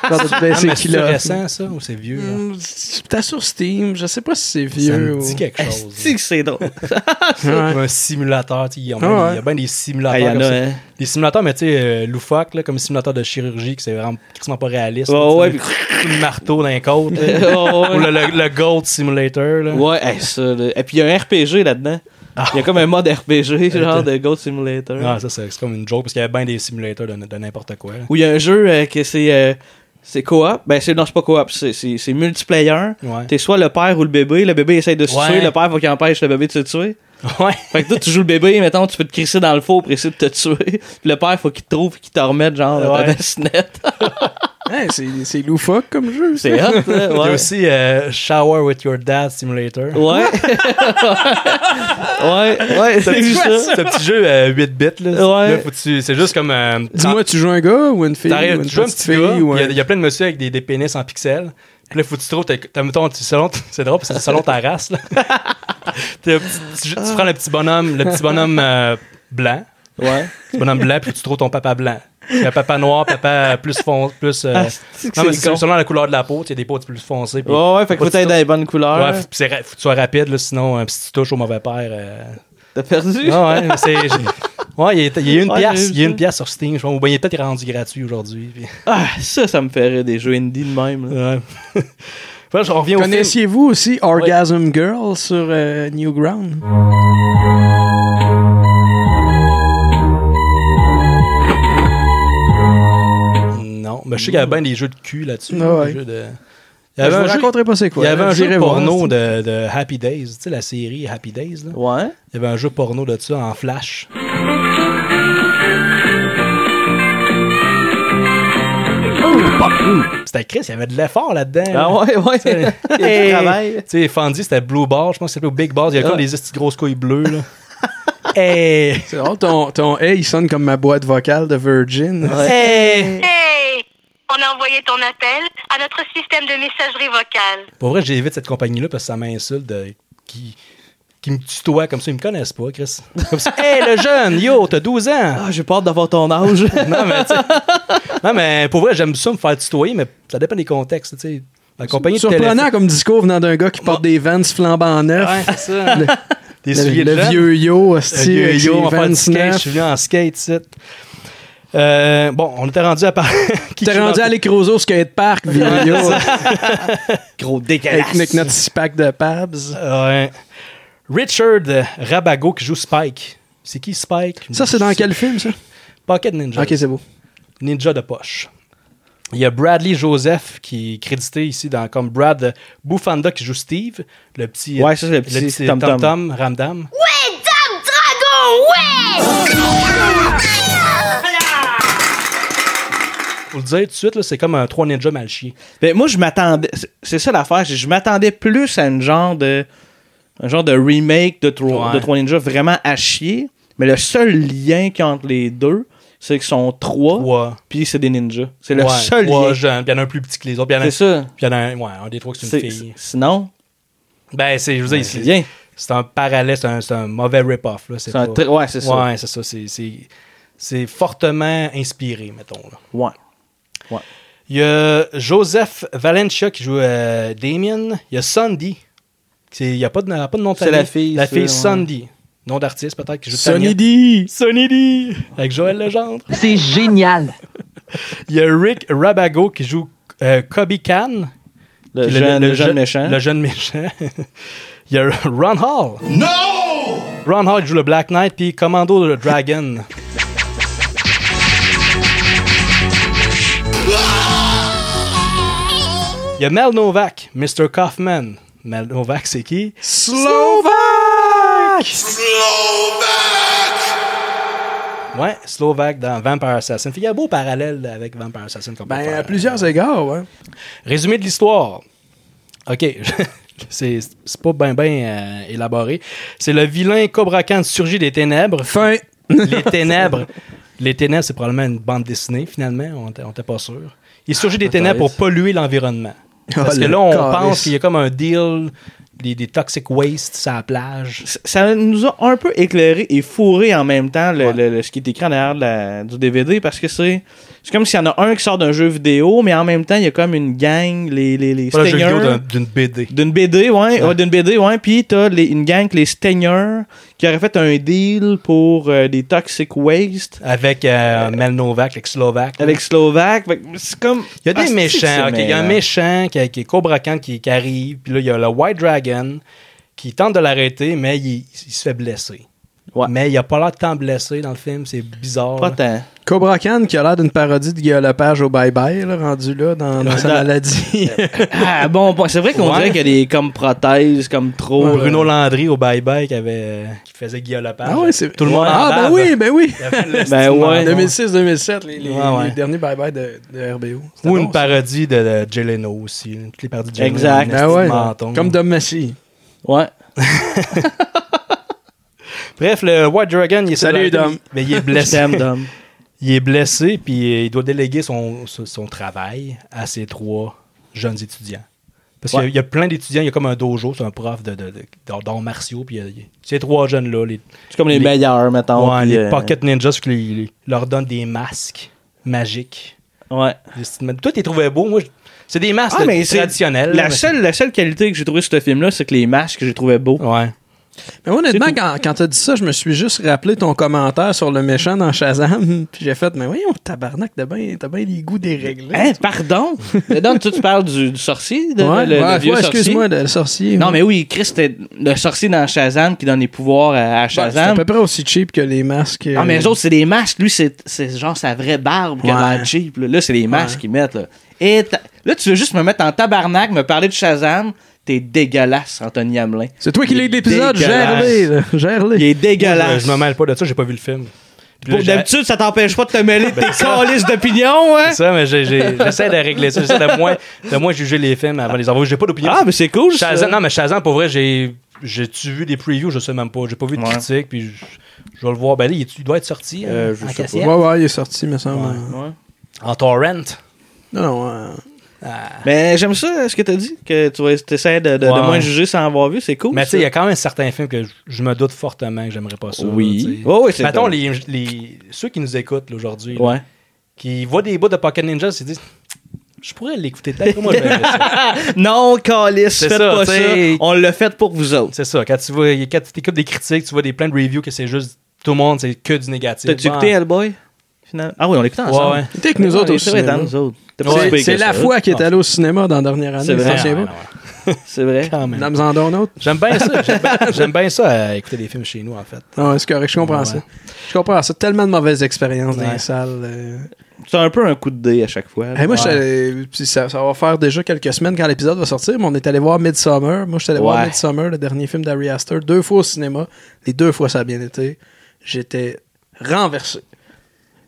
D: Quand tu te
A: Ah,
D: baisses
A: mais
D: les
A: C'est
D: culottes.
A: récent, ça, ou c'est vieux? là?
D: Hmm, T'as sur Steam, je sais pas si c'est
A: Ça
D: vieux.
A: me
D: ou-
A: dit quelque chose.
C: Esti que c'est drôle.
D: Ouais.
A: Ou Un simulateur, tu sais, il y a
D: Ah
A: bien- il y
D: ouais.
A: a bien des
C: Ah, il y
A: simulateurs.
C: en
A: comme
C: a,
A: ça.
C: hein.
A: Des simulateurs, mais tu sais, euh, loufoques, là, comme simulateur de chirurgie, que c'est vraiment quasiment pas réaliste.
C: Ouais,
A: là, tu sais,
C: ouais,
A: le- le marteau d'un côte. là. Ou le, le- le Gold Simulator. Là.
C: Ouais, hey, ça, là. Et puis il y a un RPG là-dedans. Il y a comme un mode RPG, genre de Goat Simulator.
A: Ah, ça, c'est c'est comme une joke, parce qu'il y avait bien des simulateurs de, de n'importe quoi. là.
C: Où il y a un jeu euh, que c'est euh, c'est co-op. Ben, c'est, non, c'est pas co-op, c'est, c'est, c'est multiplayer.
A: Ouais.
C: T'es soit le père ou le bébé. Le bébé essaie de se
A: Ouais.
C: tuer. Le père, faut qu'il empêche le bébé de se tuer.
A: Ouais.
C: Fait que toi, tu joues le bébé, mettons, tu peux te crisser dans le faux pour essayer de te tuer. Puis le père, faut qu'il te trouve et qu'il te remette, genre, dans
A: Ouais.
C: ta bassinette.
D: Hey, c'est- c'est loufoque comme jeu. ça.
C: C'est hot, là,
A: Il y a
C: ouais.
A: aussi euh, Shower with Your Dad Simulator.
C: Ouais. ouais, ouais,
A: C'est
C: c'est juste ça.
A: C'est un petit jeu euh, 8 bits. Là.
C: Ouais.
A: Là, faut que tu- c'est juste comme. euh,
D: Dis-moi, tu joues un gars ou une fille
A: T'arrives,
D: ou une
A: tu joues un
D: petite
A: petit
D: fille
A: gars,
D: ou
A: il y a-
D: un-
A: il y, a plein de monsieur avec des, des pénis en pixels. Puis là, faut que tu trouves, t'as- t'as- mettons, tu- selon, c'est drôle parce que c'est selon ta race. Là. T'as un petit- tu, tu prends le petit bonhomme, le petit bonhomme euh, blanc,
C: Ouais.
A: le petit bonhomme blanc, puis tu trouves ton papa blanc. Il y a papa noir, papa plus foncé, plus. euh,
C: Ah, c'est que
A: non, mais
C: c'est
A: c'est
C: con.
A: selon la couleur de la peau, il y a des peaux plus foncées. puis-
C: Ouais, ouais, fait que
A: Faut
C: faut
A: que tu
C: être dans les bonnes couleurs.
A: Ouais, faut, c'est ra- faut que tu sois rapide, là, sinon, euh, si tu touches au mauvais père. euh,
C: T'as perdu?
A: Ah ouais, mais c'est. j'ai- Ouais, il y a- il y a une
C: Ouais, j'ai
A: pièce,
C: vu
A: il y a une
C: ça.
A: pièce sur Steam, je pense. Ou bien il est peut-être rendu gratuit aujourd'hui. puis-
C: Ah, ça, ça me ferait des jeux indie de même. là.
A: Ouais. Enfin, je reviens au film.
D: Connaissiez-vous aussi Orgasm Girl sur euh, Newground?
A: Non, mais je sais qu'il y avait bien des jeux de cul là-dessus.
D: Ah
A: là, des
D: ouais.
A: jeux de- Il y
D: Je
A: avait
D: vous
A: un jeu,
D: raconterai pas c'est
A: il
D: quoi.
A: y avait
D: là,
A: un
D: vous
A: jeu
D: irez voir,
A: porno
D: c'est-
A: de, de Happy Days, tu sais, la série Happy Days. Là.
C: Ouais.
A: Il y avait un jeu porno de ça en flash. C'était Chris, il y avait de l'effort là-dedans. là.
C: Ah ouais, ouais. Il y a du travail.
A: Tu sais, Fendi, c'était Blue Bar, je pense que c'était au Big Bar. Il y a
C: Ah.
A: comme des petites grosses couilles bleues. Là. hey!
D: C'est drôle, ton, ton Hey, il sonne comme ma boîte vocale de Virgin.
G: Hey On a envoyé ton appel à notre système de messagerie vocale.
A: Pour vrai, j'évite cette compagnie-là parce que ça m'insulte de- qui, qui me tutoie comme ça. Ils me connaissent pas, Chris. Comme ça, hey, le jeune, yo, t'as 12 ans.
C: Ah, j'ai peur d'avoir ton âge.
A: Non, mais, tu sais, non, mais pour vrai, j'aime ça me faire tutoyer, mais ça dépend des contextes. tu sais. La compagnie de
D: Surprenant
A: téléphone-
D: comme discours venant d'un gars qui porte des Vans flambant neufs.
A: Ouais, c'est ça. Des
D: Le,
A: souliers de
D: le
A: jeune.
D: vieux yo, hostie,
A: Yo,
D: avec
A: yo,
D: les
A: on fait
D: Vans
A: du skate, je
D: neufs.
A: suis venu en skate, ici. Euh, bon, on était rendu à par... qui
D: T'es
A: qui
D: rendu
A: dans-
D: à l'Écroso Skate Park, vieux yo,
C: Gros
D: avec
C: dégueulasse.
D: avec notre six pack de Pabs.
A: Ouais. Richard euh, Rabago qui joue Spike. C'est qui Spike?
D: Ça, c'est dans quel film, ça?
A: Pocket Ninja.
D: Ok, c'est beau.
A: Ninja de poche. Il y a Bradley Joseph qui est crédité ici dans, comme Brad Bufanda qui joue Steve, le petit
C: Ouais, ça, c'est le petit
A: Tom,
C: Tom
A: Tom
C: Tom.
A: Ramdam.
G: Ouais, Dame Dragon, ouais
A: Pour le dire tout de suite, là, c'est comme un trois ninjas mal chiés.
C: Ben, moi, je m'attendais. c'est- C'est ça l'affaire. c'est que Je m'attendais plus à une genre de. Un genre de remake de, Tro-
A: Ouais.
C: de Trois Ninjas vraiment à chier. Mais le seul lien qu'il y a entre les deux, c'est qu'ils sont
D: Oh!
C: trois.
A: Trois,
C: Puis c'est des ninjas. C'est le
A: ouais,
C: seul
A: trois
C: lien.
A: jeunes, puis il y en a un plus petit que les autres, puis il y en a,
C: C'est ça.
A: puis il y en a un, ouais, un des trois que c'est
C: C'est-
A: une fille.
C: Sinon,
A: Ben, c'est, je veux dire,
C: c'est
A: c'est-
C: bien.
A: c'est un parallèle, c'est un, c'est un mauvais rip-off. là,
C: C'est un
A: pas-
C: très- ouais, c'est ça.
A: Ouais, c'est ça. C'est, c'est- c'est fortement inspiré, mettons. là.
C: Ouais.
A: Il y a Joseph Valencia qui joue euh, Damien. Il y a Sandy. C'est- Il n'y a pas de, pas de nom de
C: C'est
A: famille.
C: la fille,
A: La
C: ça,
A: fille
C: ouais.
A: Sandy. Nom d'artiste peut-être qui joue Tania.
D: Sonny D!
A: Sonny D. Avec Joël Legendre.
H: C'est génial.
A: Il y a Rick Rabago qui joue euh, Kobe Khan.
C: Le,
A: Puis
C: jeune, le jeune
A: je-
C: méchant.
A: Le jeune méchant. Il y a Ron Hall.
F: No!
A: Ron Hall joue le Black Knight puis Commando le Dragon.
D: Ah!
A: Il y a Mel Novak, Mr. Kaufman. Mel Novak, c'est qui?
D: Slovaque!
F: Slovak!
A: Ouais, Slovaque dans Vampire Assassin. Fait qu'il y a un beau parallèle avec Vampire Assassin. qu'on peut
D: Ben,
A: faire.
D: à plusieurs égards, ouais.
A: Résumé de l'histoire. OK. C'est c'est pas bien ben, euh, élaboré. C'est le vilain Cobra Khan surgit des ténèbres. Fin. Les ténèbres. Les ténèbres, c'est probablement une bande dessinée, finalement. On était- on était pas sûr. Il surgit des ténèbres pour polluer l'environnement. Parce
D: Ah,
A: que
D: le
A: là, on
D: calice.
A: pense qu'il y a comme un deal des, des toxic wastes à la plage.
C: ça nous a un peu éclairé et fourré en même temps le, le- le- ce qui est écrit en arrière de la- du DVD parce que c'est c'est comme s'il y en a un qui sort d'un jeu vidéo mais en même temps il y a comme une gang les les les
A: Pas le jeu
C: stingers.
A: vidéo d'un- d'une BD.
C: d'une BD ouais, ouais, d'une BD ouais puis t'as les- une gang les Stingers qui aurait fait un deal pour euh, des toxic waste
A: Avec euh, Mel Novak, avec Slovac.
C: avec Slovac Fait que c'est comme
A: Il y a des
C: Ah, c'est-
A: méchants.
C: c'est
A: ok. Il y a un
C: mêlant.
A: méchant qui, qui est Cobra Khan qui, qui arrive. Puis là, il y a le White Dragon qui tente de l'arrêter, mais il, il se fait blesser.
C: Ouais.
A: Mais il a pas l'air tant blessé dans le film. C'est bizarre.
C: pas tant
D: Cobra Khan qui a l'air d'une parodie de Guy Lepage au Bye Bye, là, rendu là dans, dans sa
C: Dans-
D: maladie.
C: ah bon bon, c'est vrai qu'on
A: Ouais.
C: dirait qu'il y a des comme prothèses comme trop euh,
A: Ou Bruno Landry au Bye Bye qui, avait, qui faisait Guillaume Lepage.
D: ah ouais, c'est.
A: Tout le monde en
D: Ah,
A: bave.
D: ben oui, ben oui.
A: Il avait le
C: Ben
A: style
C: ouais.
A: marron.
D: 2006-2007, les, les-
A: Ouais, ouais.
D: les derniers Bye Bye de, de RBO. C'était
A: Ou
D: bon,
A: une
D: ça.
A: parodie de, de Jay Leno aussi. là. Toutes les parodies de Jay Leno,
C: Exact.
A: le
D: Ben
A: style
D: ouais,
A: menton.
D: comme Dom Messi.
C: ouais
A: Bref, le White Dragon, il est
D: Salut,
A: sur la-
D: Dom.
A: Mais il est
C: Je
A: blessé.
C: t'aime, Dom.
A: Il est blessé, puis euh, il doit déléguer son, son- son travail à ses trois jeunes étudiants. Parce qu'il y a- il y a plein d'étudiants, il y a comme un dojo, c'est un prof de, de, de- d'arts- d'arts martiaux, puis il y a- il y a ces trois jeunes-là, les,
C: c'est comme les,
A: Les-
C: meilleurs mettons
A: ouais,
C: puis,
A: les
C: euh,
A: pocket ninjas, qui les- les- leur donnent des masques magiques.
C: ouais
D: Ah,
A: Des petites ma- Toi, t'es trouvé beau, moi, je- c'est des masques
C: Ah,
A: là,
C: mais c'est-
A: traditionnels. là,
C: La
A: mais-
C: seule, la seule qualité que j'ai trouvée sur ce film-là, c'est que les masques, que j'ai trouvé beaux.
A: Ouais.
D: Mais honnêtement, quand, quand t'as dit ça, je me suis juste rappelé ton commentaire sur le méchant dans Shazam. Puis j'ai fait, mais voyons, tabarnak, t'as bien ben les goûts déréglés.
C: Hein, pardon? Mais donc, tu, tu parles du, du sorcier, de-
D: Ouais,
C: le, le
D: ouais,
C: vieux
D: ouais,
C: sorcier?
D: excuse-moi, le sorcier.
C: Non,
D: ouais.
C: mais oui, Chris, c'était le sorcier dans Shazam qui donne les pouvoirs à, à
D: Ouais, Ben, c'est à
C: Shazam.
D: peu près aussi cheap que les masques. euh,
C: non, mais les autres, c'est des masques. Lui, c'est c'est genre sa vraie barbe que
D: Ouais.
C: dans Jeep. Là, Là, c'est les masques qu'ils mettent. Là. Et ta- là, tu veux juste me mettre en tabarnak, me parler de Shazam. T'es dégueulasse, Anthony Hamelin.
D: C'est toi qui l'as eu de l'épisode,
C: Dégueulasse.
D: gère-les, là, gère-les.
C: Il est
A: Euh,
C: dégueulasse.
A: je me mêle pas de ça, j'ai pas vu le film. Puis là,
C: Pour
A: j'ai-
C: d'habitude, ça t'empêche pas de te mêler de tes calices d'opinion, hein?
A: C'est ça, mais j'ai- j'ai- j'essaie de régler ça. J'essaie de moins, de moins juger les films avant de les envoyer. J'ai pas d'opinion.
C: Ah, mais c'est cool, ça.
A: Shazam, non, mais Shazam, pour vrai, j'ai. J'ai-tu vu des previews? Je sais même pas. J'ai pas vu de
C: Ouais.
A: critiques, puis je, je vais le voir. Ben là, il, est- il doit être sorti
C: Euh,
A: hein,
C: je
A: en
C: sais
A: cassette.
D: Ouais, ouais, il est sorti, me semble.
A: En torrent.
D: Non, non, euh,
C: Mais j'aime ça, ce que t'as dit, que tu vas essayer de, de, de
A: Ouais,
C: moins
A: ouais.
C: juger sans avoir vu, c'est cool.
A: Mais tu sais, il y
C: ça.
A: a quand même certains films que je, je me doute fortement que j'aimerais pas ça.
C: Oui.
A: tu sais.
C: Ouais, ouais, c'est
A: Mettons,
C: vrai.
A: les, les- ceux qui nous écoutent là, aujourd'hui, là,
C: Ouais.
A: qui voient des bouts de Pocket Ninja, ils se disent Je pourrais l'écouter peut-être. Moi, je verrais ça.
C: Non, Calis,
A: C'est
C: faites
A: ça,
C: pas
A: t'sais.
C: ça. On l'a fait pour vous autres.
A: C'est ça. Quand tu vois, quand tu écoutes des critiques, tu vois des plein de reviews que c'est juste tout le monde, c'est que du négatif.
C: T'as-tu
A: Bon,
C: écouté hein, Hellboy finalement? Ah oui, on l'écoute ensemble.
A: Ouais, ouais.
D: Il était avec nous autres
C: Ouais,
D: au
C: C'est vrai,
D: cinéma.
C: dans nous autres. T'as pas
D: C'est-
C: si pire
D: C'est
C: que
D: la
C: ça.
D: fois qui est allée au cinéma dans la dernière année.
C: C'est vrai.
D: t'en
A: Ouais,
D: souviens
A: ouais,
D: pas?
A: ouais.
C: C'est vrai.
A: Quand même.
D: Dans en d'autres.
A: J'aime bien ça. J'aime bien, j'aime bien ça, euh, écouter des films chez nous, en fait.
D: Non, c'est correct, je comprends
A: Ouais.
D: ça. Je comprends ça. Tellement de mauvaises expériences dans
A: Ouais.
D: les salles. euh.
C: C'est un peu un coup de dé à chaque fois.
D: Hey, moi, j'étais- puis ça, ça va faire déjà quelques semaines quand l'épisode va sortir, mais on est allé voir Midsummer. Moi, je suis allé voir
C: Ouais.
D: Midsummer, le dernier film d'Harry Astor, deux fois au cinéma. Les deux fois, ça a bien été. J'étais renversé.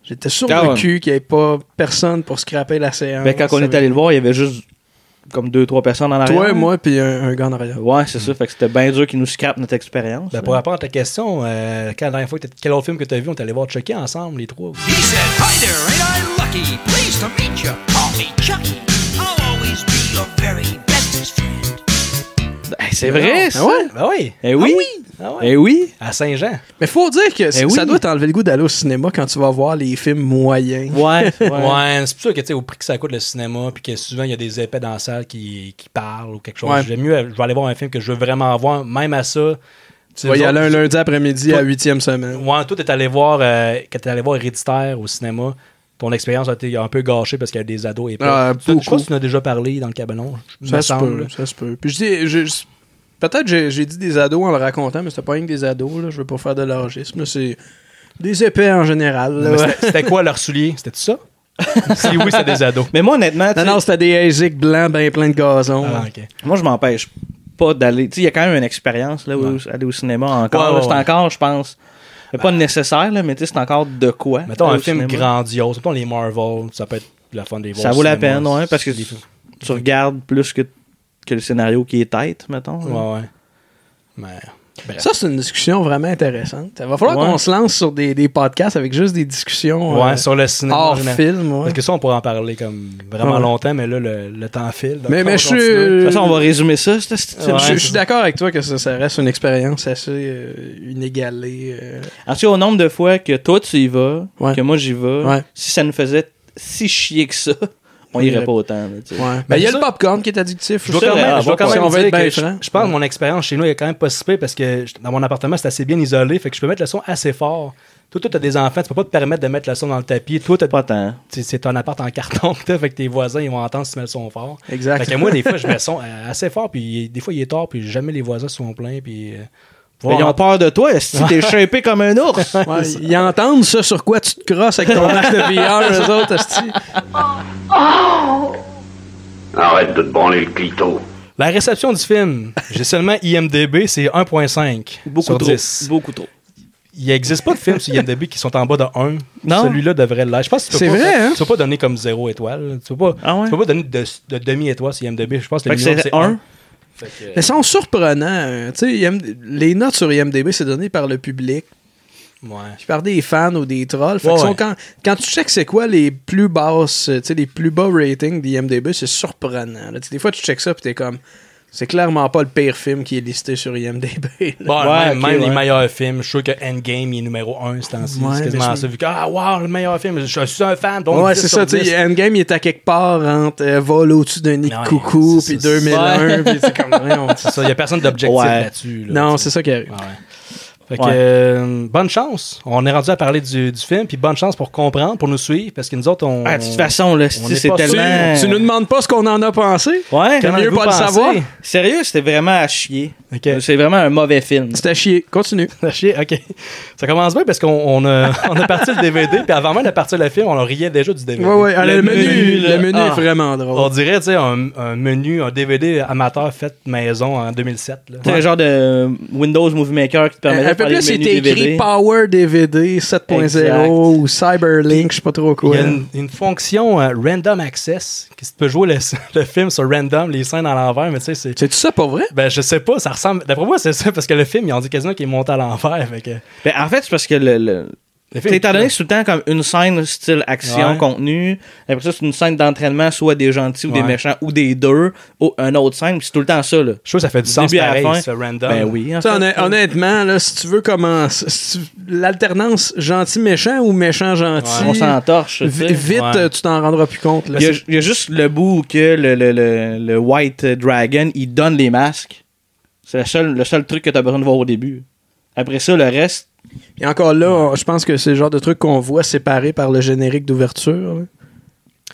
D: J'étais sur
C: Quand
D: le
C: même.
D: cul qu'il n'y ait pas personne pour scraper la séance.
C: Mais Ben, quand on est allé le voir, il y avait juste comme deux, trois personnes en arrière.
D: Toi, moi, puis un, un gars en arrière.
C: Ouais, c'est ça. Fait que c'était bien dur qu'ils nous scrapent notre expérience.
A: Ben, pour répondre à ta question, euh, quand la dernière fois, que t'as- quel autre film que t'as vu, on est allé voir checker ensemble, les trois. aussi.
J: He said, Hi there, ain't I lucky? Pleased to meet you. Call me Chucky. I'll always be your very bestest friend.
C: Hey, c'est vrai, ça.
D: Ah ouais?
A: Ben oui.
C: Eh oui.
A: Ah ouais.
C: Eh oui.
A: À Saint-Jean.
D: Mais faut dire que c-
C: Eh oui.
D: ça doit t'enlever le goût d'aller au cinéma quand tu vas voir les films moyens.
C: Ouais.
A: Ouais, c'est pour ça que, tu sais, au prix que ça coûte le cinéma, puis que souvent, il y a des épais dans la salle qui, qui parlent ou quelque chose.
D: Ouais.
A: J'aime mieux, euh, je vais aller voir un film que je veux vraiment voir, même à ça.
D: Tu vas y aller un lundi après-midi
A: Toi-
D: à huitième semaine.
A: Ouais, toi, t'es allé voir, euh, quand t'es allé voir Héréditaire au cinéma, ton expérience a été un peu gâchée parce qu'il y a des ados et
D: Ah,
A: Je
D: beaucoup.
A: crois que tu en as déjà parlé dans le cabanon. je- me
D: Ça se
A: semble.
D: peut, ça se peut. Puis je dis, je- je- peut-être j'ai, j'ai dit des ados en le racontant, mais c'était pas rien que des ados, là. je veux pas faire de l'orgisme. là. C'est des épais en général. là.
A: Mais c'était- C'était quoi leur soulier C'était tout ça Si oui, c'était des ados.
C: Mais moi, honnêtement, tu
D: Non,
C: sais,
D: non, c'était des Asics blancs ben plein de gazon.
A: Ah, ok.
C: Moi, je m'empêche pas d'aller. Tu sais, il y a quand même une expérience, là, où- aller au cinéma encore.
A: Ouais,
C: là,
A: ouais,
C: c'est
A: ouais.
C: encore, je pense, Mais pas nécessaire, là, mais tu sais, c'est encore de quoi.
A: Mettons
C: euh,
A: un
C: au
A: film
C: cinéma.
A: grandiose, mettons les Marvel, ça peut être la fun des voir
C: Ça
A: au
C: vaut la
A: cinéma.
C: peine, ouais, parce que
A: Des-
C: tu, tu regardes plus que, que le scénario qui est tête, mettons. là.
A: Ouais, ouais. Mais. bref.
D: Ça, c'est une discussion vraiment intéressante. Il va falloir
C: Ouais.
D: qu'on se lance sur des, des podcasts avec juste des discussions
A: Ouais,
D: euh,
A: sur le cinéma. en
D: hors
A: général.
D: film. ouais.
A: Parce que ça, on pourrait en parler comme vraiment
D: Ouais.
A: longtemps, mais là, le, le temps file. donc
D: Mais,
A: on
D: mais
A: va
D: je
A: continuer.
C: De
D: suis.
C: toute façon, on va résumer ça, ce petit film.
A: Ouais.
D: je, je suis d'accord avec toi que ça, ça reste une expérience assez euh, inégalée. euh.
C: En tout cas, au nombre de fois que toi tu y vas,
D: Ouais.
C: que moi j'y vais,
D: Ouais.
C: si ça nous faisait si chier que ça, on
D: On
C: irait
D: irait-
C: pas autant. là, tu sais.
D: Ouais. Ben, il y a
A: ça-
D: le popcorn qui est addictif.
A: Je dois
C: Ça,
A: quand
C: euh,
A: même, je dois
C: bon,
A: quand
D: si
A: même
D: on veut
A: dire
D: être bien
A: que je,
D: franc.
A: je pense que mon expérience chez nous est quand même pas si pire parce que je- dans mon appartement, c'est assez bien isolé, fait que je peux mettre le son assez fort. Toi, toi, t'as des enfants, tu peux pas te permettre de mettre le son dans le tapis. Toi, t'as-
C: Pas tant.
A: t'sais, c'est ton appart en carton, que t'as, fait que tes voisins, ils vont entendre si tu mets le son fort.
D: Exact.
A: Fait que moi, des fois, je mets le son euh, assez fort, puis des fois, il est tard, puis jamais les voisins se sont plaints, puis... euh,
C: Mais ils ont
A: voir-
C: peur de toi, si t'es chapé comme un ours.
D: Ouais, ils entendent ça sur quoi tu te crosses avec ton arc de VR, eux autres. esti.
F: Arrête de te branler le clito.
A: La réception du film, j'ai seulement IMDB, c'est 1.5
C: Beaucoup
A: sur
C: trop.
A: 10.
C: Beaucoup trop.
A: Il n'existe pas de films sur IMDB qui sont en bas de 1.
C: Non.
A: Celui-là devrait l'être. Je pense que tu peux
D: C'est
A: pas,
D: vrai, hein?
A: tu peux pas donner comme 0 étoile. Tu peux pas,
C: Ah ouais?
A: tu peux pas donner de, de demi-étoile sur IMDB. Je pense que
C: Fait
A: le
C: que
A: minimum,
C: c'est
A: c'est
C: un.
A: 1.
D: Mais sont surprenants. hein. Tu sais, IMD les notes sur IMDb, c'est donné par le public, puis par des fans ou des trolls. Fait que
A: Ouais,
D: sont
A: ouais.
D: quand, quand tu checks c'est quoi les plus basses, euh, tu sais, les plus bas ratings d'IMDb, c'est surprenant. là. Tu sais, Des fois, tu checks ça, puis t'es comme... C'est clairement pas le pire film qui est listé sur IMDb. là.
A: Bon,
C: Ouais,
A: Bah, même
C: ok,
A: même les
C: ouais.
A: meilleurs films, je suis sûr que Endgame il est numéro 1 c'est temps-ci.
D: Ouais,
A: c'est
D: mais
A: quasiment
D: je-
A: ça. Vu que, ah, wow, le meilleur film, je, suis un fan. Donc
D: ouais,
A: 10
D: c'est
A: sur
D: ça. tu
A: 10.
D: sais, Endgame, il est à quelque part entre euh, Vol au-dessus d'un nid de
A: Ouais,
D: coucou,
A: c'est
D: puis
A: ça,
D: 2001, puis c'est comme... voyons,
A: C'est ça, il n'y a personne d'objectif
C: Ouais.
A: là-dessus. là,
D: Non,
A: tu sais.
D: c'est ça qui arrive.
A: Ah ouais. Fait que,
C: Ouais.
A: euh, bonne chance. On est rendu à parler du, du film, puis bonne chance pour comprendre, pour nous suivre, parce que nous autres, on.
C: Ah, de toute façon, là,
A: On est
C: c'est c'est
A: pas
C: tellement.
D: Tu, tu nous demandes pas ce qu'on en a pensé?
C: Ouais,
D: T'es
A: Comment
D: mieux
A: vous
D: pas le
A: pensez?
D: savoir.
C: Sérieux, c'était vraiment à chier.
A: Ok.
C: C'est vraiment un mauvais film.
D: C'était à chier. Continue.
A: Ah, chier, ok. Ça commence bien parce qu'on on a, on a parti le DVD, puis avant même de partir le film, on en riait déjà du DVD.
D: Ouais, ouais. ah,
A: Le
D: le, menu,
A: menu, là.
D: le menu
A: Ah.
D: est vraiment
A: On
C: Oh.
D: drôle.
A: dirait, tu sais, un, un menu, un DVD amateur fait maison en 2007. Là.
C: C'est un genre de euh, Windows Movie Maker qui te permet
D: Euh,
C: de
D: Un peu
C: faire les
D: plus,
C: menus
D: c'était écrit
C: DVD.
D: Power DVD 7.0 ou Cyberlink, je sais pas trop
A: Il
D: quoi.
A: y a une, une fonction euh, Random Access qui peut jouer le, le film sur Random, les scènes à l'envers, mais tu sais, c'est.
D: C'est tout ça pas vrai?
A: Ben, je sais pas, ça ressemble. D'après moi, c'est ça, parce que le film, ils ont dit quasiment qu'il est monté à l'envers. fait que-
C: Ben, en fait, c'est parce que le. le...
A: Le film-
C: Étant donné que c'est tout le temps comme une scène style action,
A: Ouais.
C: contenu, après ça c'est une scène d'entraînement, soit des gentils ou des
A: Ouais.
C: méchants ou des deux, ou un autre scène, puis c'est tout le temps ça. Là.
A: Je trouve que ça fait du
C: Du
A: sens
C: début à la
A: pareil,
C: fin.
A: ce random.
C: Ben oui. en
D: Tu
C: fait.
D: sais, honn- honnêtement, là, si tu veux commencer, si tu- l'alternance gentil-méchant ou méchant-gentil,
C: on s'en torche. tu sais.
D: vite,
A: Ouais.
D: euh, tu t'en rendras plus compte. là.
C: Il y, a, il y a juste le bout où que le, le, le, le White Dragon, il donne les masques. C'est le seul, le seul truc que t'as besoin de voir au début. Après ça, le reste,
D: Et encore là, on- je pense que c'est le genre de truc qu'on voit séparé par le générique d'ouverture. là.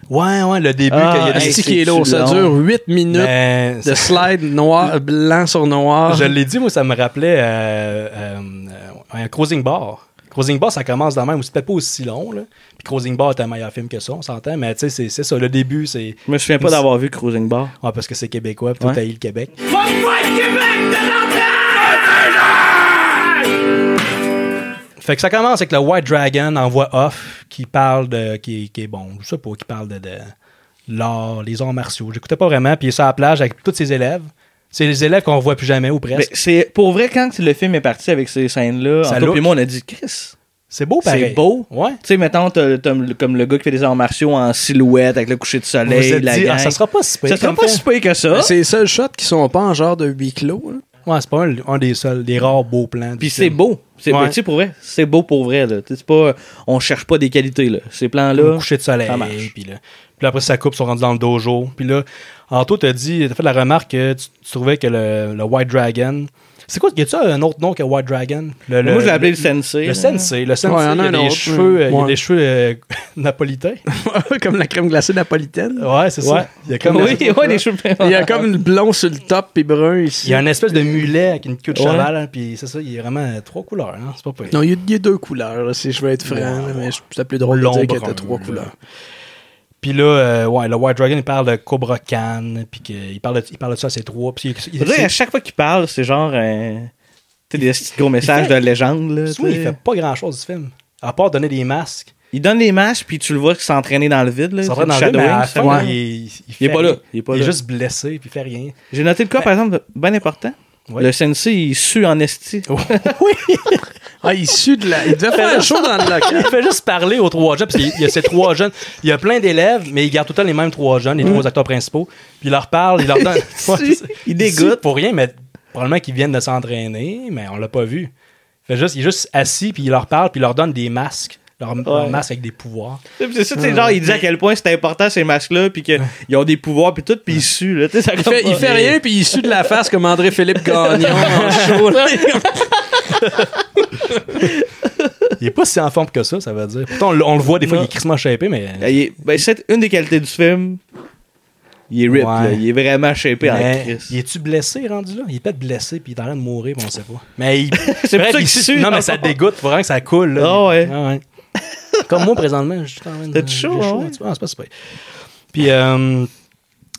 A: Ouais, ouais, le début,
C: Ah,
A: qu'il y a des-
C: hey,
D: Esti
C: c'est
D: qui est
C: du
D: lourd. Ça
C: long.
D: dure 8 minutes
A: Mais
D: de slide noir, blanc sur noir.
A: Ben, Je l'ai dit, moi, ça me rappelait euh, euh, euh, un Cruising Bar. Cruising Bar, ça commence dans le même, ou c'est peut-être pas aussi long. Là. Puis Cruising Bar est un meilleur film que ça, on s'entend, mais tu sais, c'est- c'est ça. Le début, c'est.
C: je me souviens pas d'avoir vu Cruising Bar.
A: Ouais, parce que c'est québécois, puis
C: Ouais.
A: tout haït le Québec. Fait que ça commence avec le White Dragon en voix off qui parle de. qui, qui est bon, je sais pas, qui parle de, de l'art, les arts martiaux. J'écoutais pas vraiment, puis il est sur la plage avec tous ses élèves. C'est les élèves qu'on voit plus jamais ou
C: Ben,
A: presque.
C: c'est pour vrai quand le film est parti avec ces scènes là,
A: Ça
C: en tout
A: look.
C: et moi on a dit Chris.
A: C'est beau pareil.
C: C'est beau.
A: Ouais.
C: Tu sais mettons t'as- t'as le- comme le gars qui fait des arts martiaux en silhouette avec le coucher de
A: Vous vous
C: soleil,
A: êtes
C: la
A: dit,
C: gang.
A: ah, ça sera pas si pire
C: Ça sera
A: comme
C: pas
A: film.
C: si pire que ça.
D: Ben, C'est les seuls shots qui sont pas en genre de huis clos. là.
A: Ouais, c'est pas un, un des seuls, des rares beaux plans. du
C: Puis
A: film.
C: c'est beau. C'est
A: Ouais.
C: ben, tu sais, pour vrai, c'est beau pour vrai là. Tu sais, C'est pas on cherche pas des qualités là. Ces plans
A: Le
C: là.
A: coucher de soleil.
C: ça marche.
A: Puis là, puis là, après, ça coupe, ils sont rendus dans le dojo. Puis là, Anto t'a dit, t'as fait la remarque que tu, tu trouvais que le, le White Dragon. C'est quoi, y a-tu un autre nom que White Dragon Le- le-
C: moi je l'ai appelé le,
A: le-
C: sensei.
A: Le
C: là.
A: sensei, le sensei,
D: Ouais, il y en a
A: il, y a
D: un
A: des
D: autre,
A: cheveux,
D: ouais.
A: euh, il y a
D: Ouais.
A: des cheveux euh, napolitains.
D: comme la crème glacée napolitaine.
A: Ouais, c'est
C: Ouais.
A: ça. Il y a comme
C: oui, ouais, les cheveux.
D: Il y a comme le blond sur le top puis brun ici.
A: il y a une espèce de mulet avec une queue de
C: Ouais.
A: cheval, hein, puis c'est ça, il y a vraiment euh, trois couleurs, hein, c'est pas possible.
D: Non, il y a, il y a deux couleurs, là, si je veux être franc,
A: Ouais,
D: là,
A: ouais.
D: mais je- c'était plus drôle de
A: Blond,
D: dire qu'il y
A: brun,
D: avait trois
A: là.
D: couleurs.
A: Puis là, euh, ouais, le White Dragon, il parle de Cobra Khan, puis qu'il parle, de- il parle de ça à ses trois. Puis il- il-
C: Je veux dire,
A: c'est-
C: à chaque fois qu'il parle, c'est genre un, euh, Tu sais, des petits gros messages
A: fait-
C: de légende. Là, tu
A: Sweeney, il
C: sais.
A: fait pas grand-chose du film. À part donner des masques.
C: Il donne les matchs, puis tu le vois s'entraîner dans le vide. Là,
A: Ça
C: tu
A: va
C: sais,
A: dans le jeu,
C: shadowing,
A: mais à la
C: ça.
A: fin,
C: Ouais.
A: il, il
C: Il
A: fait
C: est pas là.
A: rien.
C: Il est pas là.
A: juste blessé, puis il fait rien.
C: J'ai noté le cas, par exemple, bien important.
A: Ouais.
C: Le sensei, il sue en esti.
D: Ah, issu de la. Il devait faire chaud dans le
A: Il
D: local.
A: fait juste parler aux trois jeunes, parce qu'il il y a ces trois jeunes. Il y a plein d'élèves, mais il garde tout le temps les mêmes trois jeunes, les trois acteurs principaux. Puis il leur parle, il leur donne.
C: Il
A: Ouais,
C: suit, il dégoûte.
A: suit Pour rien, mais probablement qu'ils viennent de s'entraîner, mais on l'a pas vu. Il, fait juste, il est juste assis, puis il leur parle, puis il leur donne des masques. Leur, leur masque avec des pouvoirs.
C: C'est ça, tu sais, genre, il dit à quel point c'était important ces masques-là, puis qu'ils ont des pouvoirs, puis tout, puis il sue. Là, tu sais, ça
D: Il fait, il fait rien, puis il issu de la face comme André-Philippe Gagnon en show. là.
A: Il est pas si en forme que ça, ça veut dire. Pourtant, on, le- on le voit des fois,
C: Non.
A: il est crissement shapé, mais.
C: Ben, il est- ben, c'est une des qualités du film. Il est
A: Ouais.
C: rip, là. il est vraiment shapé en
A: Mais
C: Christ.
A: il est-tu blessé rendu là? Il est peut-être blessé puis il est en train de mourir, puis on sait pas. Mais il.
C: C'est pour
A: Bref,
C: ça qu'il
A: il-
C: sue,
A: Non,
C: dans
A: mais
C: le
A: ça
C: fond.
A: dégoûte, faut vraiment que ça coule. Là.
C: Ah ouais.
A: Ah ouais. Comme moi présentement, je suis en train de.
C: T'as-tu chaud, hein?
A: j'ai
C: ouais?
A: un petit peu. Ah, c'est pas super. Puis, euh,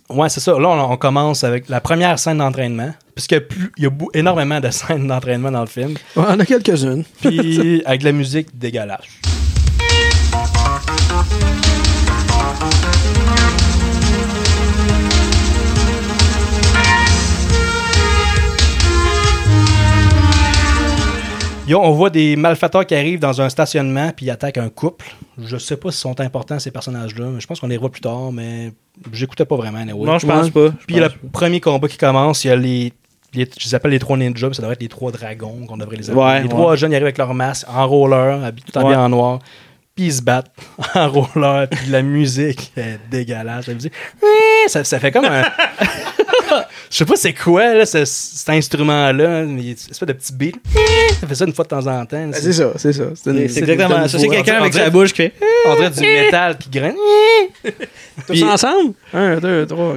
A: ouais, c'est ça. Là, on, on commence avec la première scène d'entraînement. Puisqu'il y a, plus- il y a bou- énormément de scènes d'entraînement dans le film.
D: On en a quelques-unes.
A: Puis, avec de la musique dégueulasse. Yo, on voit des malfaiteurs qui arrivent dans un stationnement puis ils attaquent un couple. Je sais pas s'ils sont importants ces personnages-là, mais je pense qu'on les revoit plus tard, mais j'écoutais pas vraiment. anyway.
C: Non, je pense
D: Ouais.
C: pas. Je
A: Puis le
C: pense
A: premier combat qui commence, il y a les. les- je les appelle les trois ninjas, mais ça devrait être les trois dragons qu'on devrait les appeler.
C: Ouais,
A: les
C: ouais.
A: trois jeunes, ils arrivent avec leur masque en roller, habi- tout habillés
C: Ouais.
A: en noir. Puis ils se battent en roller, puis la musique est dégueulasse. La musique, oui, ça, ça fait comme un. Je sais pas c'est quoi, là, ce- cet instrument-là, mais une espèce de petit beat. Ça fait ça une fois de temps en temps.
D: Ben, C'est ça, c'est ça. C'est
C: pas.
D: une-
C: C'est exactement
D: une-
C: ça. C'est quelqu'un
A: on
C: avec
A: dirait-
C: sa bouche qui fait.
A: On dirait du métal qui grince.
D: Tous ensemble? Un, deux, trois.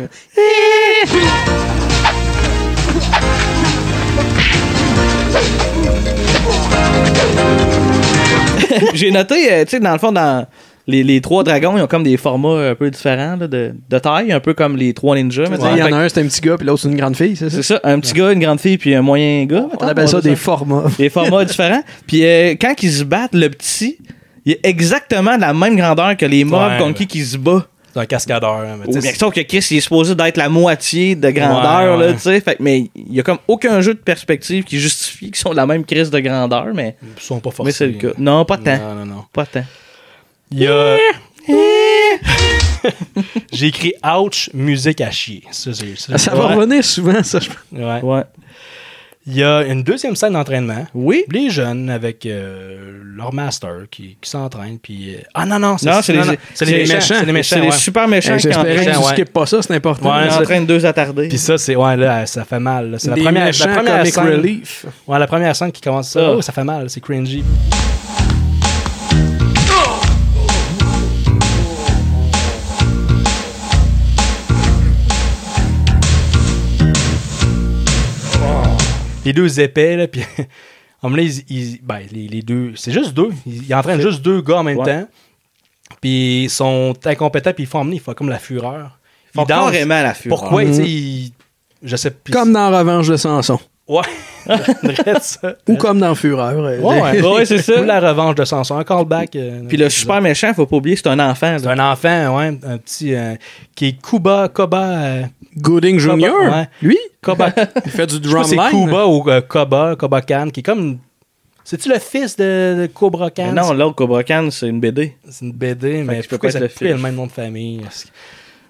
C: J'ai noté, euh, tu sais, dans le fond, dans les, les trois dragons, ils ont comme des formats un peu différents là, de, de taille, un peu comme les trois ninjas.
D: Il
C: mettons.
D: y
C: Fait
D: en
C: que
D: a un, c'est un petit gars, puis l'autre, c'est une grande fille, c'est ça?
C: C'est ça, un petit gars, une grande fille, puis un moyen gars.
D: On
C: mettons,
D: appelle ça
C: va
D: des
C: dire
D: formats.
C: Des formats différents. Puis euh, quand ils se battent, le petit, il est exactement de la même grandeur que les mobs
A: Ouais,
C: contre
A: ouais.
C: qui qu'il se bat.
A: C'est un cascadeur. hein, mais tu
C: Ou
A: sais,
C: bien sauf que Chris, il est supposé d'être la moitié de grandeur,
A: Ouais,
C: là,
A: ouais.
C: tu sais. Fait que, mais il y a comme aucun jeu de perspective qui justifie qu'ils sont de la même crise de grandeur, mais,
A: Ils sont pas forcés.
C: mais c'est le cas. Non, pas tant.
A: Non, non, non.
C: Pas tant.
A: Il y a. J'ai écrit ouch, musique à chier. Ça, c'est- ça,
D: Ça
A: c'est-
D: va revenir souvent, ça, je pense.
A: Ouais.
C: Ouais.
A: Il y a une deuxième scène d'entraînement.
C: Oui.
A: Les jeunes avec euh, leur master qui, qui s'entraînent. Puis. euh, Ah non, non,
C: Non, c'est les,
A: c'est les méchants. C'est les méchants.
C: C'est les
A: ouais.
C: super méchants
D: Hey,
C: qui en-
D: J'espérais que
A: méchant,
D: tu
A: ouais.
D: skippes pas ça, c'est important.
A: Ouais,
C: qui
A: ça.
C: entraînent deux attardés.
A: Puis ça, c'est. Ouais, là, ça fait mal. là. C'est la
D: Des
A: première,
D: méchants
A: la première
D: comic
A: scène.
D: relief.
A: Ouais, la première scène qui commence ça.
C: Ah.
A: Oh, ça fait mal, c'est cringy. Les deux épais, là, puis. En même temps, ils- ils- ben, les, les deux. C'est juste deux. Ils, ils entraînent juste deux gars en même
C: Ouais.
A: temps. Puis ils sont incompétents, puis ils font emmener. Ils font comme la fureur.
C: Ils font
A: dansent.
C: carrément la fureur.
A: Pourquoi, tu sais, ils- Je sais pas.
D: Comme dans Revanche de Samson.
A: Ouais. Drette ça.
D: Ou comme dans Fureur. euh,
A: Ouais, ouais.
C: Ouais, c'est ça.
A: Ou la revanche de Samson, un callback. euh,
C: Puis le super méchant, faut pas oublier, c'est un enfant.
A: C'est
C: là.
A: un enfant, ouais, un petit. euh, qui est Kuba, Koba. euh,
D: Gooding Jr.,
A: Ouais.
D: lui,
A: Koba.
D: il fait du
A: Je sais pas si c'est
D: drumline.
A: Kuba ou euh, Koba, Koba Khan, qui est comme. C'est-tu le fils de, de Cobra
C: Mais
A: Khan?
C: Non, l'autre Cobra Khan, c'est une BD.
A: C'est une BD, mais
C: qu'il peut
A: pourquoi
C: pas
A: ça
C: être le
A: fait
C: fils.
A: le même nom de famille? Parce que-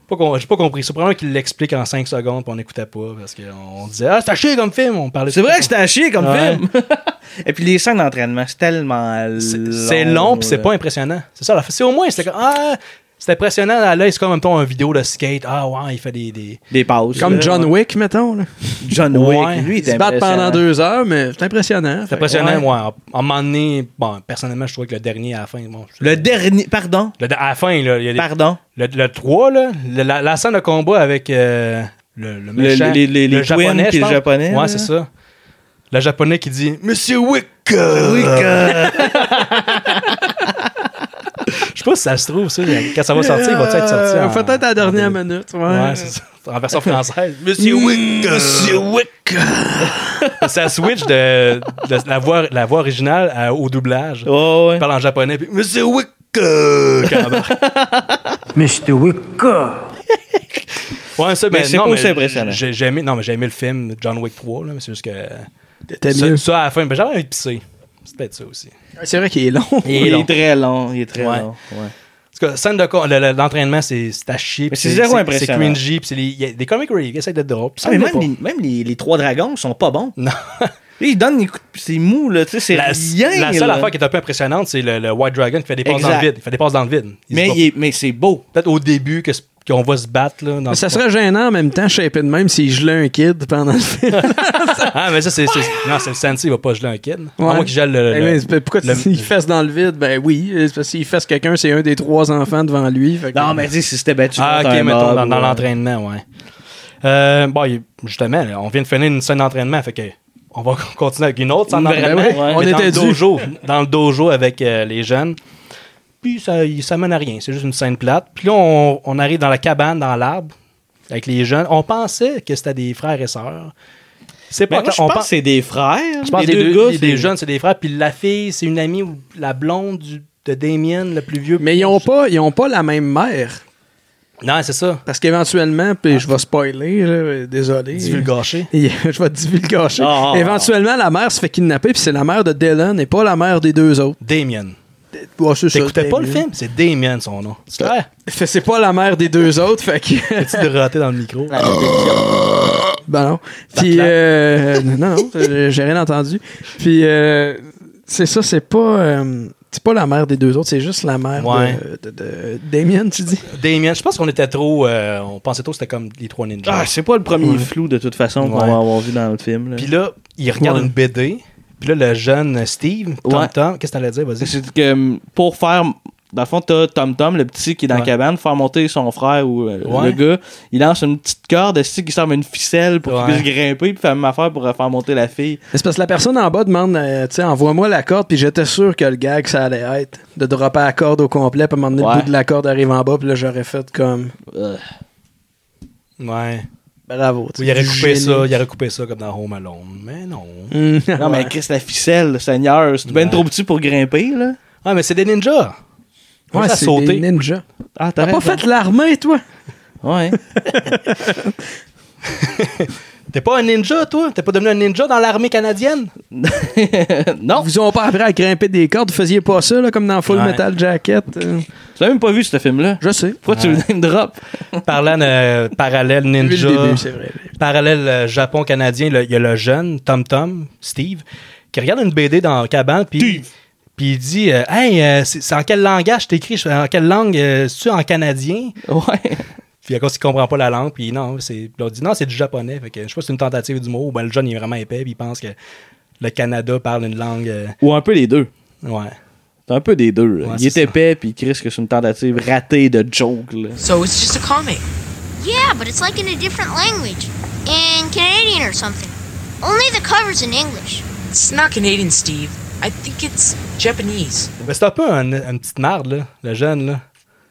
A: Pas qu'on- J'ai pas compris. C'est probablement qu'il l'explique en 5 secondes, puis on n'écoutait pas, parce qu'on disait, ah, c'est à chier comme film, on parlait
C: C'est
A: tout
C: vrai
A: le
C: que c'était à chier comme
A: Ouais.
C: film. Et puis les scènes d'entraînement, c'est tellement long.
A: C'est- C'est long, pis c'est
C: là.
A: pas impressionnant. C'est ça. la- C'est au moins, c'est comme, ah, c'est impressionnant. À l'œil, c'est comme, mettons, une vidéo de skate. Ah, ouais, il fait des. des...
C: Des pauses. là.
D: Comme John Wick, mettons. Là.
C: John
A: Ouais.
C: Wick. Lui,
D: Il se bat pendant deux heures, mais c'est impressionnant.
A: C'est impressionnant, moi. À un moment donné, bon, personnellement, je trouvais que le dernier à la fin, bon. je-
C: Le dernier. Pardon.
A: le de- à la fin, là, il y a des-
C: Pardon.
A: le, le 3, là, le- la, la scène de combat avec euh, le, le méchant.
C: Le- les- les- les twins puis
A: je
C: le
A: pense.
C: japonais, là.
A: Ouais, c'est ça. Le japonais qui dit Monsieur Wick!
D: Euh,
A: Je sais pas si ça se trouve, ça. Quand ça va sortir, il va être sorti.
D: Euh,
A: en-
D: Peut-être à la dernière minute. Ouais.
A: Ouais, c'est ça. En version française. Monsieur Wick! Monsieur Wick! ça switch de, de la, voix, la voix originale à- au doublage.
C: Ouais, ouais.
A: Il parle en japonais, puis mm. Monsieur Wick! Mr.
H: Wicca!
A: Ouais, ça,
C: Mais
A: ben,
C: c'est
A: non,
C: pas
A: mais
C: aussi impressionnant.
A: J'ai j'ai aimé, non, mais j'ai aimé le film de John Wick 3, là, mais c'est juste que.
D: T'étais
A: ça,
D: mieux.
A: ça, à la fin, ben, j'avais envie de pisser. C'est peut-être ça aussi.
D: C'est vrai qu'il est long.
A: Il est
C: Il
A: long.
C: est très long. Il est très
A: Ouais.
C: long. Ouais.
A: En tout cas, scène de con- le- le- l'entraînement, c'est c'est à chier. puis
C: c'est zéro
A: C'est
C: impressionnant.
A: cringy. Puis c'est les- il y a des comic relief qui essaient d'être drôles. puis ça
C: Ah, mais
A: l'est
C: même,
A: pas.
C: les, même les, les trois dragons sont pas bons.
A: Non.
C: Ils donnent des coups de- C'est mou, là. Tu sais, c'est
A: La,
C: rien.
A: la seule
C: là.
A: affaire qui est un peu impressionnante, c'est le, le White Dragon qui fait des passes dans le
C: Exact.
A: vide. Il fait des passes dans le vide. Il se
C: Mais,
A: bat.
C: il est- mais c'est beau.
A: Peut-être au début que c'est- qu'on va se battre. Là, dans
D: Ça
A: le-
D: serait gênant en même temps, shapé de même, s'il gelait un kid pendant le film.
A: Ah, mais ça, c'est. c'est- Non, c'est le Santi, il va pas geler un kid. À moins qu'il gèle le.
D: Eh
A: le-
D: oui, c'est- pourquoi
A: le-
D: s'il fesse dans le vide? Ben oui, c'est parce qu'il fesse quelqu'un, c'est un des trois enfants devant lui. fait que-
C: Non, mais dis, si c'était battu.
A: Ah,
C: contre
A: ok,
C: un
A: mettons,
C: mob,
A: dans, dans
C: ouais.
A: l'entraînement, ouais. Euh, bon, il- justement, là, on vient de finir une scène d'entraînement, fait que on va continuer avec une autre scène
C: Ben
A: d'entraînement.
C: ouais, ouais.
A: mais
C: On
A: dans
D: était
A: le
D: dû.
A: dojo, dans le dojo avec euh, les jeunes. Puis ça, il- ça mène à rien, c'est juste une scène plate. Puis là, on, on arrive dans la cabane, dans l'arbre, avec les jeunes. On pensait que c'était des frères et sœurs. C'est pas
C: Ben, moi,
A: clair.
C: je
A: on
C: pense que
A: pense-
C: c'est des frères.
A: je pense
C: les
A: que les deux,
C: gars,
A: les-
C: c'est-
A: les jeunes, c'est des frères. Puis la fille, c'est une amie ou la blonde du- de Damien, le plus vieux.
D: Mais ils ont pas, ils ont pas la même mère.
A: Non, c'est ça.
D: Parce qu'éventuellement, puis je vais spoiler, là, euh, désolé.
A: Divulgaché.
D: Et- je vais divulgacher.
C: Ah, ah,
D: Éventuellement, la mère se fait kidnapper, puis c'est la mère de Dylan et pas la mère des deux autres.
A: Damien.
D: Ouais, c'est ça,
A: T'écoutais pas le
D: Damien.
A: film? C'est Damien son nom. C'est clair.
D: Fait, c'est pas la mère des deux autres, fait que.
A: Petit de rater dans le micro.
D: Ben non. Puis, euh, non, non, euh, j'ai rien entendu. Puis, euh, c'est ça, c'est pas. euh, c'est pas la mère des deux autres, c'est juste la mère
A: Ouais.
D: de, de- de- Damien, tu dis.
A: Damien, je pense qu'on était trop. euh, on pensait trop que c'était comme les trois ninjas.
C: Ah, c'est pas le premier flou, de toute façon, qu'on
A: Ouais.
C: va avoir vu dans le film. là.
A: puis là, il regarde
D: Ouais.
A: une BD. Puis là, le jeune Steve, Tom
C: Ouais.
A: Tom, qu'est-ce que t'allais dire? Vas-y.
C: C'est que hum, pour faire. Dans le fond, t'as Tom Tom, le petit qui est dans
A: Ouais.
C: la cabane, faire monter son frère ou euh,
A: Ouais.
C: le gars. Il lance une petite corde esti, qui semble une ficelle pour
A: Ouais.
C: qu'il puisse grimper puis faire la même affaire pour euh, faire monter la fille.
D: Mais C'est parce que la personne en bas demande, euh, tu sais, envoie-moi la corde, puis j'étais sûr que le gag, ça allait être de dropper la corde au complet, puis à un moment donné, le
C: Ouais.
D: bout de la corde arrive en bas, puis là, j'aurais fait comme
C: Euh,
A: Ouais.
D: bravo. tu
A: Il aurait
D: du
A: coupé
D: génie.
A: ça, il aurait coupé ça comme dans Home Alone. Mais non.
D: Hum,
C: Non, mais Chris, la ficelle, Seigneur, c'est bien
A: Ouais.
C: trop petit pour grimper, là.
A: Ah, mais c'est des ninjas.
D: ouais,
A: ça
D: c'est
A: sauter.
D: des ninjas.
C: Ah,
D: T'as pas fait l'armée, toi?
C: Ouais.
A: T'es pas un ninja, toi? T'es pas devenu un ninja dans l'armée canadienne?
D: Ils
C: non,
D: Vous ont pas appris à grimper des cordes, vous faisiez pas ça, là, comme dans Full
A: Ouais.
D: Metal Jacket. euh,
C: tu l'as même pas vu, ce film-là.
D: je sais.
C: Pourquoi tu le name drop?
A: Parlant de euh, parallèle
D: Depuis
A: ninja.
D: le début, c'est vrai.
A: parallèle euh, Japon-Canadien, le- il y a le jeune Tom Tom, Steve, qui regarde une BD dans la cabane, puis puis il dit euh, Hey, euh, c'est c'est en quel langage t'écris Je fais, En quelle langue euh, C'est-tu en canadien
C: Ouais.
A: Puis à cause qu'il comprend pas la langue, puis non, c'est. puis on dit Non, c'est du japonais. Fait que, je sais pas si c'est une tentative du mot. Ben, le jeune, il est vraiment épais, puis il pense que le Canada parle une langue. euh,
C: Ou un peu les deux.
A: ouais.
C: C'est un peu des deux. là.
A: Ouais,
C: il est
A: c'est
C: épais, puis Chris, que c'est une tentative ratée de joke, là.
L: So it's just a comic.
K: Yeah, but it's like in a different language. In Canadian or something. Only the cover's in English.
L: It's not Canadian, Steve. I think it's Japanese.
A: Ben, c'est un peu un- une petite marde, là, le jeune, là.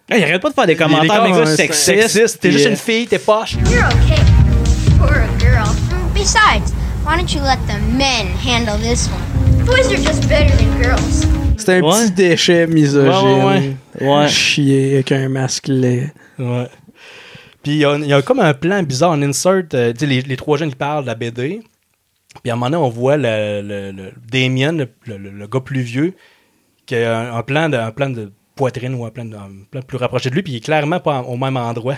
C: Hey, il arrête pas de faire des
A: Il est
C: commentaires,
A: comme
C: les gars,
A: un
C: sexistes.
A: sexiste, T'es
C: puis,
A: juste
C: euh,
A: une fille, t'es poche.
K: You're okay. Poor girl. Mm, Besides, why don't you let the men handle this one? Boys are just better than girls.
D: C'était un
C: Ouais.
D: petit déchet misogyne.
C: Ouais, ouais, ouais. Ouais.
D: Chier avec un masque laid.
A: Ouais. Puis il y, a- il y a comme un plan bizarre en insert. euh, tu sais, les, les trois jeunes qui parlent de la BD. Puis à un moment donné, on voit le, le, le Damien, le, le- le gars plus vieux, qui a un, un plan, de, un plan de poitrine ou un plan, de- un plan plus rapproché de lui. Puis il est clairement pas en- au même endroit.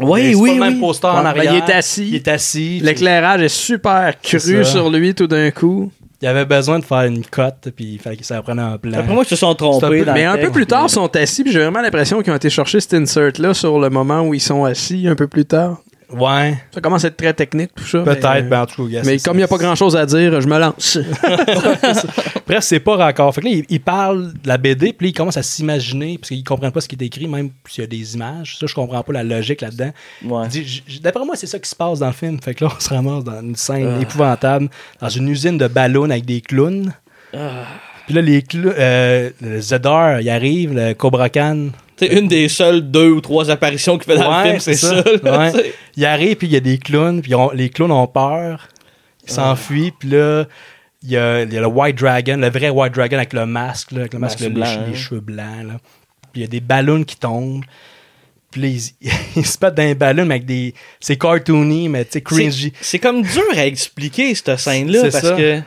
C: Oui,
A: C'est
C: oui,
A: pas le même
C: oui.
A: poster
D: Ouais,
A: en
D: ben,
A: arrière.
D: il est assis.
A: Il est assis.
D: L'éclairage est super cru
A: ça.
D: sur lui tout d'un coup.
A: Il avait besoin de faire une cote. Puis il fallait que ça prenne un plan.
C: Après moi, ils se sont
A: C'est un
C: trompés.
A: peu-
C: dans
D: Mais
C: le
D: un peu
C: texte.
D: plus tard, ils sont assis, puis j'ai vraiment l'impression qu'ils ont été chercher cet insert-là sur le moment où ils sont assis, un peu plus tard.
A: Ouais.
D: Ça commence à être très technique, tout ça.
A: Peut-être.
D: Mais,
A: ben, en tout cas, gars,
D: euh, mais
A: c'est-
D: comme il n'y a pas grand-chose à dire, je me lance.
A: Bref, c'est pas raccord. Fait que là, il, il parle de la BD, puis là, il commence à s'imaginer, parce qu'ils comprennent pas ce qui est écrit, même s'il y a des images. Ça, je comprends pas la logique là-dedans.
C: Ouais.
A: Il dit, j- j- D'après moi, c'est ça qui se passe dans le film. Fait que là, on se ramasse dans une scène épouvantable, dans une usine de ballons avec des clowns. Puis là, les clowns, euh, le Zedar, il arrive, le Cobra Khan.
C: C'est une des seules deux ou trois apparitions qu'il fait dans
A: Ouais,
C: le film, c'est ça. là,
A: Ouais.
C: tu sais.
A: Il arrive, puis il y a des clowns, puis on- les clowns ont peur. qui s'enfuit. Puis là, il y, a, il y a le White Dragon, le vrai White Dragon avec le masque, là, avec le masque,
C: Masque
A: le-
C: blanc,
A: les, che-
C: hein.
A: les cheveux blancs. là. Puis il y a des ballons qui tombent. Puis là, ils, ils se battent dans les ballons, mais avec des. C'est cartoony, mais tu sais, cringy.
C: C'est comme dur à expliquer, cette scène-là,
A: C'est
C: parce
A: ça.
C: que.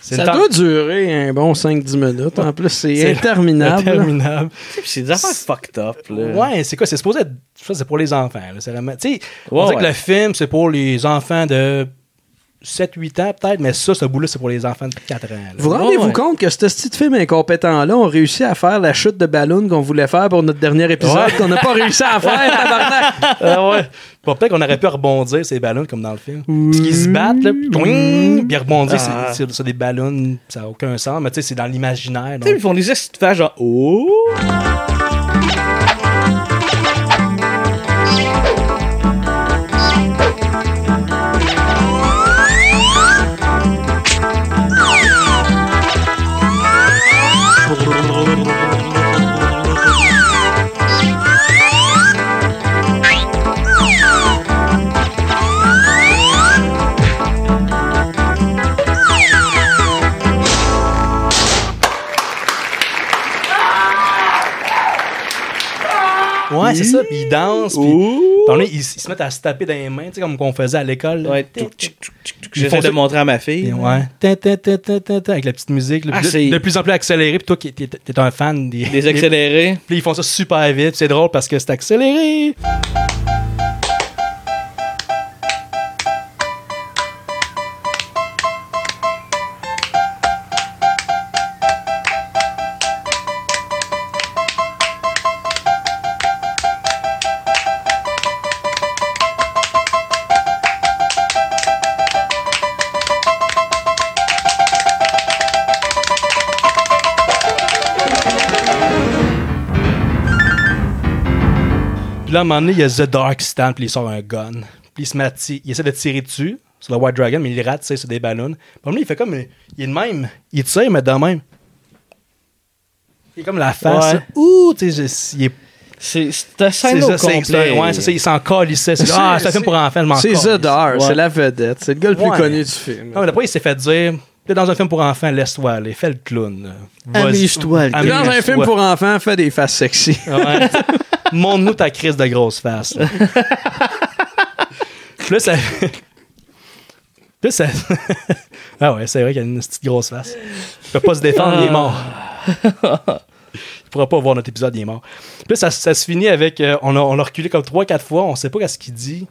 A: C'est
D: Ça
A: le temps-
D: doit durer un bon 5-10 minutes. En plus, c'est
A: C'est
D: interminable.
A: interminable.
C: Tu sais, puis C'est des affaires fucked up, là.
A: Ouais, c'est quoi? C'est supposé être. Je pense que c'est pour les enfants. là. C'est vraiment. Tu sais, on
C: Ouais,
A: dirait que
C: ouais.
A: le film, c'est pour les enfants de 7-8 ans, peut-être, mais ça, ce bout-là, c'est pour les enfants de 4 ans. là.
D: Vous rendez-vous
C: Ouais, ouais.
D: compte que ce petit film incompétent-là, on réussit à faire la chute de ballon qu'on voulait faire pour notre dernier épisode, qu'on n'a pas réussi à faire, tabarnak!
A: Ah ouais. Bon, peut-être qu'on aurait pu rebondir ces ballons comme dans le film. Parce qu'ils se battent, là, puis twing, puis rebondir c'est-
C: Ah.
A: c'est- sur des ballons, ça n'a aucun sens, mais tu sais, c'est dans l'imaginaire.
C: Tu sais,
A: donc-
C: ils font des gestes, tu fais genre. Oh!
A: Ouais, c'est ça. Puis ils dansent, puis puis on est- ils, ils se mettent à se taper dans les mains, tu sais, comme qu'on faisait à l'école. là.
C: Ouais,
A: Tin, tin,
C: J'essaie de
A: ça.
C: montrer à ma
A: tin,
C: fille.
A: ouais. Tin, tin, tin, tin, tin, tin, avec la petite musique. là,
C: Ah,
A: puis de,
C: c'est-
A: de plus en plus accéléré. Puis toi, qui t'es, t'es un fan des.
C: Des accélérés.
A: Puis ils font ça super vite. puis C'est drôle parce que c'est accéléré. Puis là, à un moment donné, il y a The Dark Stand, puis il sort un gun. Puis il se met à ti- il essaie de tirer dessus, sur le White Dragon, mais il rate, tu sais, sur des ballons. Puis à un moment donné, il fait comme. Il est de même. Il tire, mais de même. Il est comme la face.
C: Ouais.
A: là. Ouh, tu sais, je- il est.
C: C'est cette
A: C'est
C: scène-là
A: ça,
C: au
A: c'est
C: complet.
A: c'est- ouais, c'est ça, il s'en calissait. C'est- Ah, c'est un film pour enfants, je m'en
D: C'est
A: calisse.
D: Zadar,
C: Ouais.
D: c'est la vedette. C'est le gars le plus
A: Ouais.
D: connu du film.
A: Non, mais après, il s'est fait dire T'es dans un film pour enfants, laisse-toi aller, fais le clown. là. Vas-y.
B: Amuse-toi, le
D: T'es dans un
A: Amuse-toi.
D: film pour enfants, fais des faces sexy.
A: Ouais. Montre-nous ta crise de grosse face. là. Puis là, ça. Puis là, ça. ah ouais, c'est vrai qu'il a une petite grosse face. Il peut pas se défendre, il est mort. Il pourra pas voir notre épisode, il est mort. Puis là, ça, ça se finit avec. euh, on, a, on l'a reculé comme 3-4 fois, on sait pas ce qu'il dit.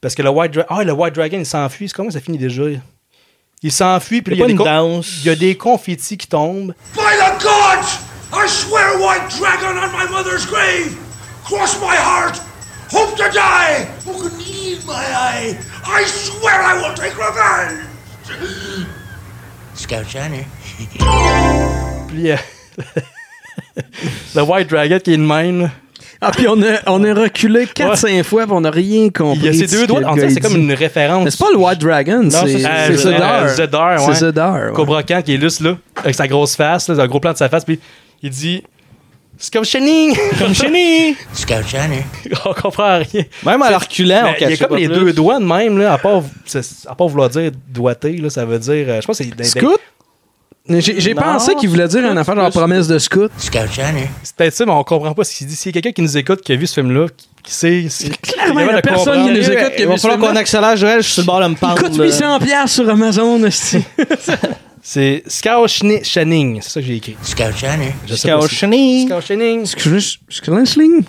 A: Parce que le White Dragon. Ah, le White Dragon, il s'enfuit. C'est comment ça finit déjà Il s'enfuit, puis il
C: Il
A: y,
C: y
A: a
C: a pas
A: des
C: une
A: con-
C: danse.
A: il y a des confettis qui tombent.
J: By the gods! I swear white dragon on my mother's grave! Cross my heart! Hope to die! Who could need my eye? I swear I will take revenge! Scout's honor.
A: Puis euh, le White Dragon qui est le même.
D: Ah, puis on a, on a reculé 4-5 fois, puis on n'a rien compris.
A: Il y a ces
D: de ce
A: deux
D: que
A: doigts.
D: le
A: On dirait
D: gars
A: que c'est
D: dit.
A: comme une référence.
D: Mais c'est pas le White Dragon, c'est
A: Euh,
D: c'est
A: euh,
D: Zadar.
A: Zadar, ouais.
D: C'est Zadar. ouais.
A: Cobra Khan qui est juste là, avec sa grosse face, là, un gros plan de sa face, puis il dit C'est comme Shining Comme Shining
J: Scout's honor.
A: On comprend rien.
C: Même à
D: Ben,
C: l'arculant, on
A: Mais il y a
C: cachait
A: comme
C: pas
A: les
C: plus.
A: deux doigts de même, là, à, part, c'est- à part vouloir dire doigté, là, ça veut dire. euh, je pense que c'est.
D: Scout? J'ai j'ai
C: Non,
D: pensé qu'il voulait dire une affaire genre promesse de scout.
J: Scout's honor.
A: C'est peut-être ça, mais on comprend pas ce qu'il dit. S'il y a quelqu'un qui nous écoute, qui a vu ce film-là, qui, qui sait. c'est-
D: Clairement,
A: capable
D: il y a
A: de
D: personne
A: comprendre.
D: qui nous écoute.
C: Il va falloir qu'on accélère, Joël. Je suis sur le bord de me
D: Il
C: parler.
D: coûte 800 piastres sur Amazon, hostie.
A: C'est Scout Shining, c'est ça que j'ai écrit.
J: Scout's honor.
A: Je sais pas si- Scout Shining.
D: Excuse-moi,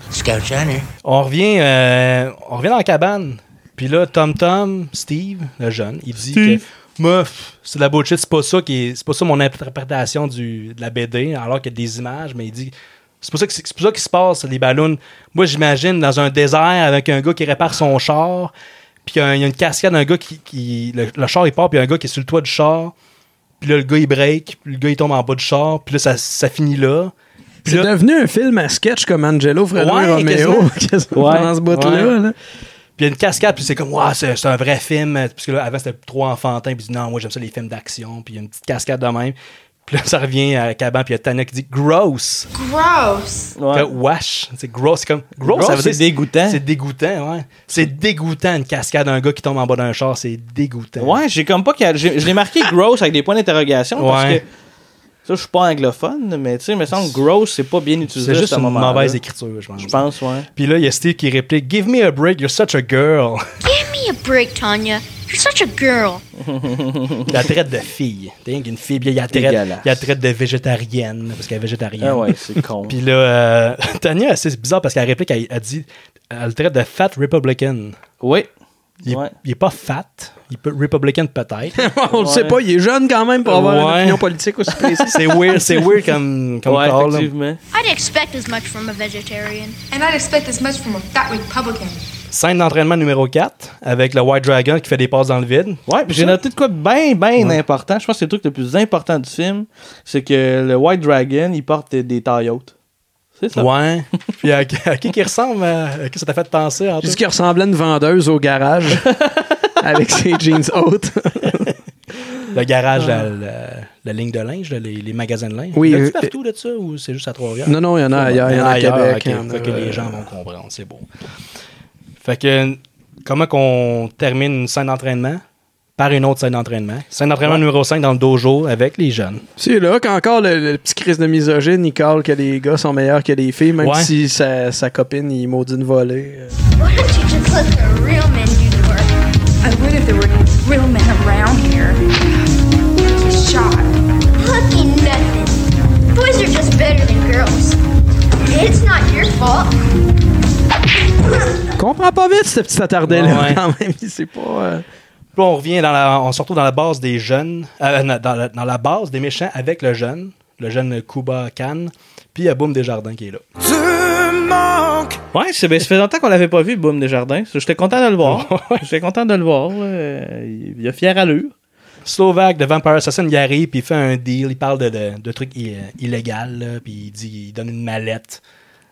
J: Scout's honor.
A: On revient, euh, on revient dans la cabane. Puis là, Tom Tom, Steve, le jeune, il dit que meuf, c'est de la bullshit, c'est pas ça qui est- c'est pas ça mon interprétation du, de la BD, alors qu'il y a des images, mais il dit c'est pas ça que c'est c'est pas ça qui se passe les ballons. Moi, j'imagine dans un désert avec un gars qui répare son char, puis un- il y a une cascade d'un gars qui, qui- le, le char il part, puis il y a un gars qui est sur le toit du char. Puis là, le gars, il break, puis le gars, il tombe en bas du char, puis là, ça, ça finit là. Puis
D: C'est
A: là-
D: devenu un film à sketch comme Angelo, Fredo
A: Ouais,
D: et Romeo. quasiment,
C: Ouais,
D: Dans ce bout-là.
C: ouais.
D: là.
A: Puis il y a une cascade, puis c'est comme, waouh, c'est c'est un vrai film. Parce que là, avant, c'était trop enfantin, puis il dit, non, moi, j'aime ça, les films d'action. Puis il y a une petite cascade de même. Puis là, ça revient à Caban, puis il y a Tana qui dit gross.
H: Gross.
A: Fait que Wash. C'est gross. C'est comme gross,
C: Gross,
A: ça veut dire.
C: c'est dégoûtant.
A: C'est dégoûtant, ouais. C'est dégoûtant une cascade d'un gars qui tombe en bas d'un char. C'est dégoûtant.
C: Ouais, j'ai comme pas. qu'il- j'ai- Je l'ai marqué gross avec des points d'interrogation parce
A: Ouais.
C: que. Ça, je suis pas anglophone, mais tu sais, il me semble que gross, c'est pas bien utilisé.
A: C'est juste
C: à ce
A: une
C: moment-là.
A: mauvaise écriture, je pense.
C: Je pense, ouais.
A: Puis là, il y a Steve qui réplique Give me a break, you're such a girl.
K: Give me a break, Tanya. You're such a girl.
A: la traite de fille. T'es rien qu'une fille, puis il y a la traite,
C: Dégueulasse.
A: il y a la traite de végétarienne, parce qu'elle est végétarienne.
C: Ah ouais, c'est con.
A: Puis là, euh, Tania, c'est bizarre parce qu'elle réplique, elle, elle dit, elle le traite de fat Republican.
C: Oui.
A: Il, il est pas fat, il peut Republican peut-être.
D: On le sait pas, il est jeune quand même pour avoir
A: Ouais.
D: une opinion politique aussi précise.
A: C'est weird, c'est weird comme, comme
C: Ouais,
A: call, là.
C: effectivement.
H: I'd expect as much from a vegetarian. And I'd expect as much from a fat Republican.
A: Scène d'entraînement numéro 4 avec le White Dragon qui fait des passes dans le vide.
C: Ouais, puis j'ai noté de quoi de bien, bien important. Je pense que c'est le truc le plus important du film. C'est que le White Dragon, il porte des tailles hautes. C'est ça.
A: Ouais. Puis à, à qui qui ressemble à, à qui ça t'a fait penser en
D: J'ai dit qu'il ressemblait à une vendeuse au garage avec ses jeans hautes.
A: Le garage, la, la- la ligne de linge, là, les, les magasins de linge.
D: Oui,
A: Y en a-tu
D: euh,
A: partout de ça ou c'est juste à Trois-Rivières?
D: Non, non, il y en a ailleurs, il y en a à Québec,
A: ok.
D: il y en a,
A: Fait que
D: euh,
A: les gens vont comprendre, c'est beau. Fait que, comment qu'on termine une scène d'entraînement? Par une autre scène d'entraînement. Scène d'entraînement numéro 5 dans le dojo avec les jeunes.
D: C'est là qu'encore le, le petit crise de misogyne, il colle que les gars sont meilleurs que les filles, même
A: Ouais.
D: si sa, sa copine, il maudit une volée. euh.
K: Why don't you just let the real men do the work?
H: I would if there were real men around here.
K: Shot. Lucky nothing. Boys are just better than girls. It's not your fault.
D: Comprends pas vite, ce petit attardé-là,
A: Ouais.
D: quand même. C'est pas. euh,
A: Puis on revient dans la, on se retrouve dans la base des jeunes, euh, non, dans, la, dans la base des méchants avec le jeune, le jeune Kuba Khan, puis il y a Boom Desjardins qui est là.
C: Ouais, c'est, ben, ça fait longtemps qu'on l'avait pas vu, Boom Desjardins. J'étais content de le voir. J'étais content de le voir. euh, il il a fière allure.
A: Slovak de Vampire Assassin, il arrive, puis il fait un deal, il parle de, de- de trucs i- euh, illégaux, là, puis il dit, il donne une mallette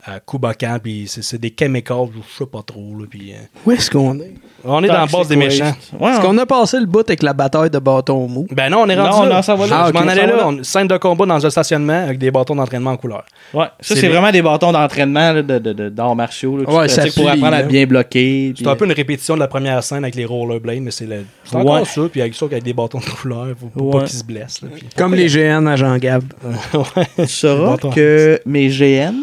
A: à Kubakan, puis c'est c'est des chemicals, je sais pas trop, là, puis... euh,
D: Où est-ce qu'on est?
A: on est dans la base des
C: Toxic
A: méchants.
C: waste. Ouais,
D: Est-ce
C: on-
D: qu'on a passé le bout avec la bataille de bâton mou?
A: Ben non, on est
C: Non,
A: rendu là.
C: non, ça va là.
A: Ah, je
C: ok,
A: m'en allais
C: ça va
A: là,
C: là.
A: on- scène de combat dans un stationnement avec des bâtons d'entraînement en couleur.
C: Ouais, ça
A: C'est
C: c'est,
A: les-
C: vraiment des bâtons d'entraînement là, de, de, de- d'arts martiaux. Là, que tu
D: Ouais, ça
C: pratiques pour
D: plie,
C: apprendre à
D: là.
C: bien bloquer.
A: C'est
C: puis- euh,
A: un peu une répétition de la première scène avec les rollerblades, mais c'est le... C'est encore
C: Ouais.
A: ça, puis avec ça, avec des bâtons de couleur, faut, faut
C: Ouais.
A: pas qu'ils se blessent, là, puis-
D: Comme les GN à Jean-Gab.
A: Ouais.
C: Tu sauras
A: Bâton.
C: que mes GN,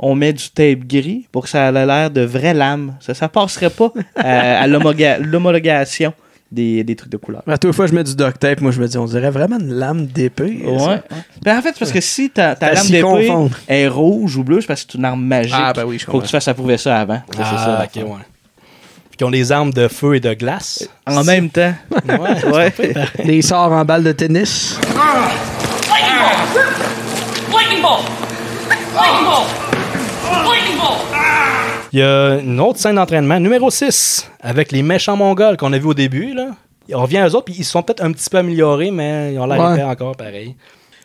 C: on met du tape gris pour que ça ait l'air de vraies lames. Ça, ça passerait pas euh, à, à l'homoga- l'homologation des, des trucs de couleur.
D: À toutes les fois, je mets du duct tape. Moi, je me dis, on dirait vraiment une lame d'épée.
C: Ouais.
D: ça.
C: Ben, en fait, c'est parce que si ta, ta
D: T'as
C: lame
D: s'y
C: d'épée
D: confondre.
C: est rouge ou bleue, c'est parce que c'est une arme magique.
D: Ah, ben oui, je
C: Faut que
D: comprends.
C: tu fasses approuver ça avant. Ça, c'est ça,
A: Ah,
C: la
A: ok,
C: fin.
A: ouais. Puis qui ont des armes de feu et de glace.
C: En même temps.
A: Ouais.
C: Ouais.
D: Des sorts en balle de tennis.
L: Lightning bolt! Lightning bolt! Lightning bolt! Lightning bolt!
A: Il y a une autre scène d'entraînement, numéro 6, avec les méchants mongols qu'on a vu au début. Là. On revient à eux autres, puis ils se sont peut-être un petit peu améliorés, mais ils ont l'air
D: Ouais.
A: épais encore pareil.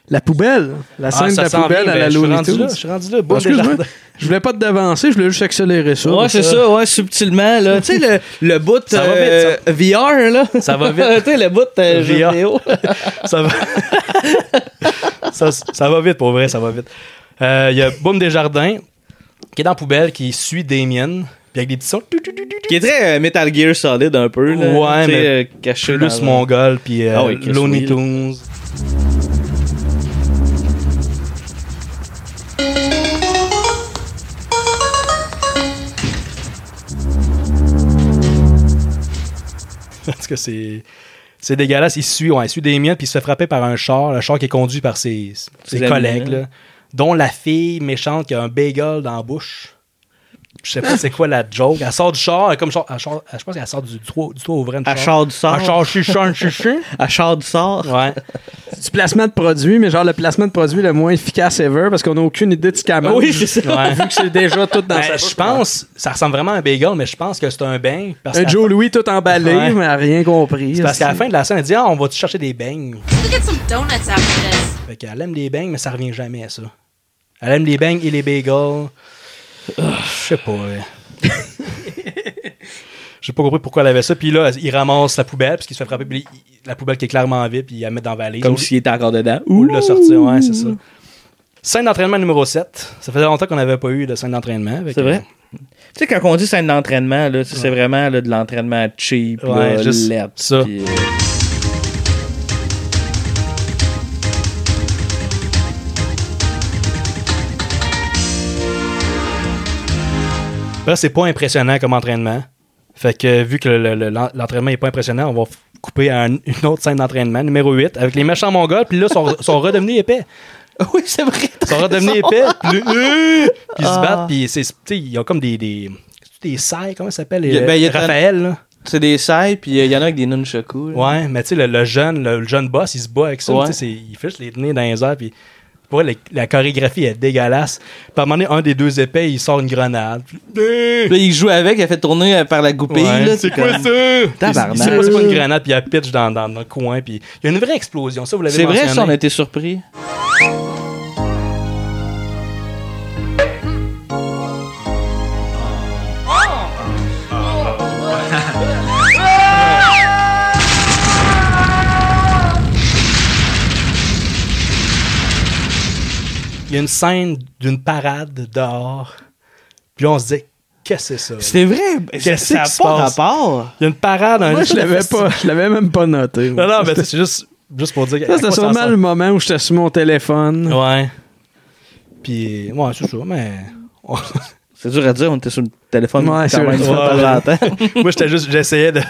D: La poubelle. La
A: Ah,
D: scène
A: ça
D: de la
A: s'en
D: poubelle
A: vient,
D: à
A: ben,
D: la
A: je suis
D: Looney
A: rendu
D: Tunes.
A: là, Je suis rendu là,
D: Ah,
A: boum des
D: Excuse-moi,
A: jardins.
D: je voulais pas te devancer, je voulais juste accélérer ça.
C: Ouais, c'est ça, ouais, subtilement, là. Tu sais, le, le bout
A: Ça va
C: euh,
A: vite,
C: VR, là.
A: Ça va vite.
C: tu sais, le bout euh, jeu
A: VR.
C: vidéo.
A: ça, va... ça, ça va vite, pour vrai, ça va vite. Euh, Il y a Boum Desjardins, qui est dans la poubelle, qui suit Damien, puis avec des petits sons. tu, tu, tu, tu, tu,
C: Qui est très euh, Metal Gear solide un peu, là.
A: Ouais,
C: Tu sais,
A: mais
C: euh, caché
A: Plus
C: dans-
A: mongol, puis euh,
C: Ah oui, Chris
A: Looney
C: Wheel.
A: Tunes. Parce que c'est. C'est dégueulasse. Il suit, ouais, il suit des miennes, puis il se fait frapper par un char, le char qui est conduit par ses, ses hein.
C: Ses amis,
A: collègues,
C: là.
A: là, dont la fille méchante qui a un bagel dans la bouche. Je sais pas c'est quoi la joke. Elle sort du char, elle, est comme, char- elle sort- elle- je pense qu'elle sort du, toit- du toit ouvrant. du
C: Elle sort du sort.
A: Elle sort chichon, chichon.
C: À char du sort.
A: Ouais.
D: C'est du placement de produit, mais genre le placement de produit le moins efficace ever parce qu'on a aucune idée de ce qu'elle
A: Ben
D: mange.
C: Oui, c'est ça.
A: Ouais.
D: Vu que c'est déjà tout dans
A: Ben,
D: sa
A: je pense, ça ressemble vraiment à un bagel, mais je pense que c'est un bain. Parce
D: Un
A: qu'à-
D: Joe Louis tout emballé,
A: Ouais.
D: mais elle a rien compris.
A: Parce qu'à la
D: C'est-
A: fin de la scène, elle dit Ah, on va-tu chercher des beignes
L: We'll get some donuts after this.
A: Fait qu'elle aime les beignes, mais ça revient jamais à ça. Elle aime les beignes et les bagels. Ah, Je sais pas. ouais. J'ai pas compris pourquoi elle avait ça. Puis là, il ramasse la poubelle, parce qu'il se fait frapper. Puis il- la poubelle qui est clairement vide, puis il la met dans la valise.
C: Comme s'il était encore dedans.
A: Ou de le sortir, ouais, c'est ça. Scène d'entraînement numéro 7. Ça faisait longtemps qu'on n'avait pas eu de scène d'entraînement. avec-
C: C'est vrai. Tu sais, quand on dit scène d'entraînement, là, tu sais, c'est vraiment là, de l'entraînement cheap,
A: Ouais,
C: là,
A: juste
C: laid,
A: ça.
C: puis, euh,
A: Là, c'est pas impressionnant comme entraînement. Fait que vu que le- le- l'en- l'entraînement est pas impressionnant, on va f- couper à un- une autre scène d'entraînement, numéro 8, avec les méchants mongols, puis là, sont, sont redevenus épais.
C: Ah Oui, c'est vrai.
A: Ils sont redevenus épais, puis là, euh, puis ils se
B: Ah.
A: battent, puis c'est- tu sais, ils ont comme des. des c'est-tu des sailles, comment ça s'appelle les-
C: Ben, il y a-
A: Raphaël, là.
C: C'est des sailles, puis euh, il y en a avec des nunchakus. là.
A: Ouais, mais tu sais, le, le jeune, le, le jeune boss, il se bat avec ça.
C: Ouais.
A: tu sais, c'est- Il fiche les nez dans les airs. Puis, pour vrai, la, la chorégraphie est dégueulasse. Puis, à un moment donné, un des deux épais, il sort une grenade. Puis,
C: Puis Là, il joue avec, il a fait tourner euh, par la goupille.
A: Ouais,
C: là,
A: c'est
C: t'es
A: quoi
C: comme-
A: ça? Il-
C: Tabarnak.
A: Il sait pas c'est quoi une grenade, puis il la pitch dans, dans, dans le coin. Puis, il y a une vraie explosion. Ça, vous l'avez
C: C'est vrai,
A: mentionné.
C: ça, on a été surpris.
A: Il y a une scène d'une parade dehors. Puis, là, on se dit, qu'est-ce que c'est ça?
C: C'est vrai,
A: Qu'est-ce
C: ça a
A: qui se
C: pas
A: passe?
C: rapport.
A: Il y a une parade. un-
D: Moi, je l'avais pas, je l'avais même pas noté.
A: Non, non, mais tu sais, c'est juste, juste pour dire. à
D: Ça,
A: quoi
D: c'était
A: ça
D: sûrement
A: ressemble.
D: le moment où j'étais sur mon téléphone.
A: Ouais. Puis, ouais, c'est ça, mais.
C: C'est dur à dire, on était sur le téléphone
D: Ouais, c'est
C: quand même,
D: vrai.
C: de temps
A: Ouais,
C: en temps.
A: Moi, j'étais juste, j'essayais de,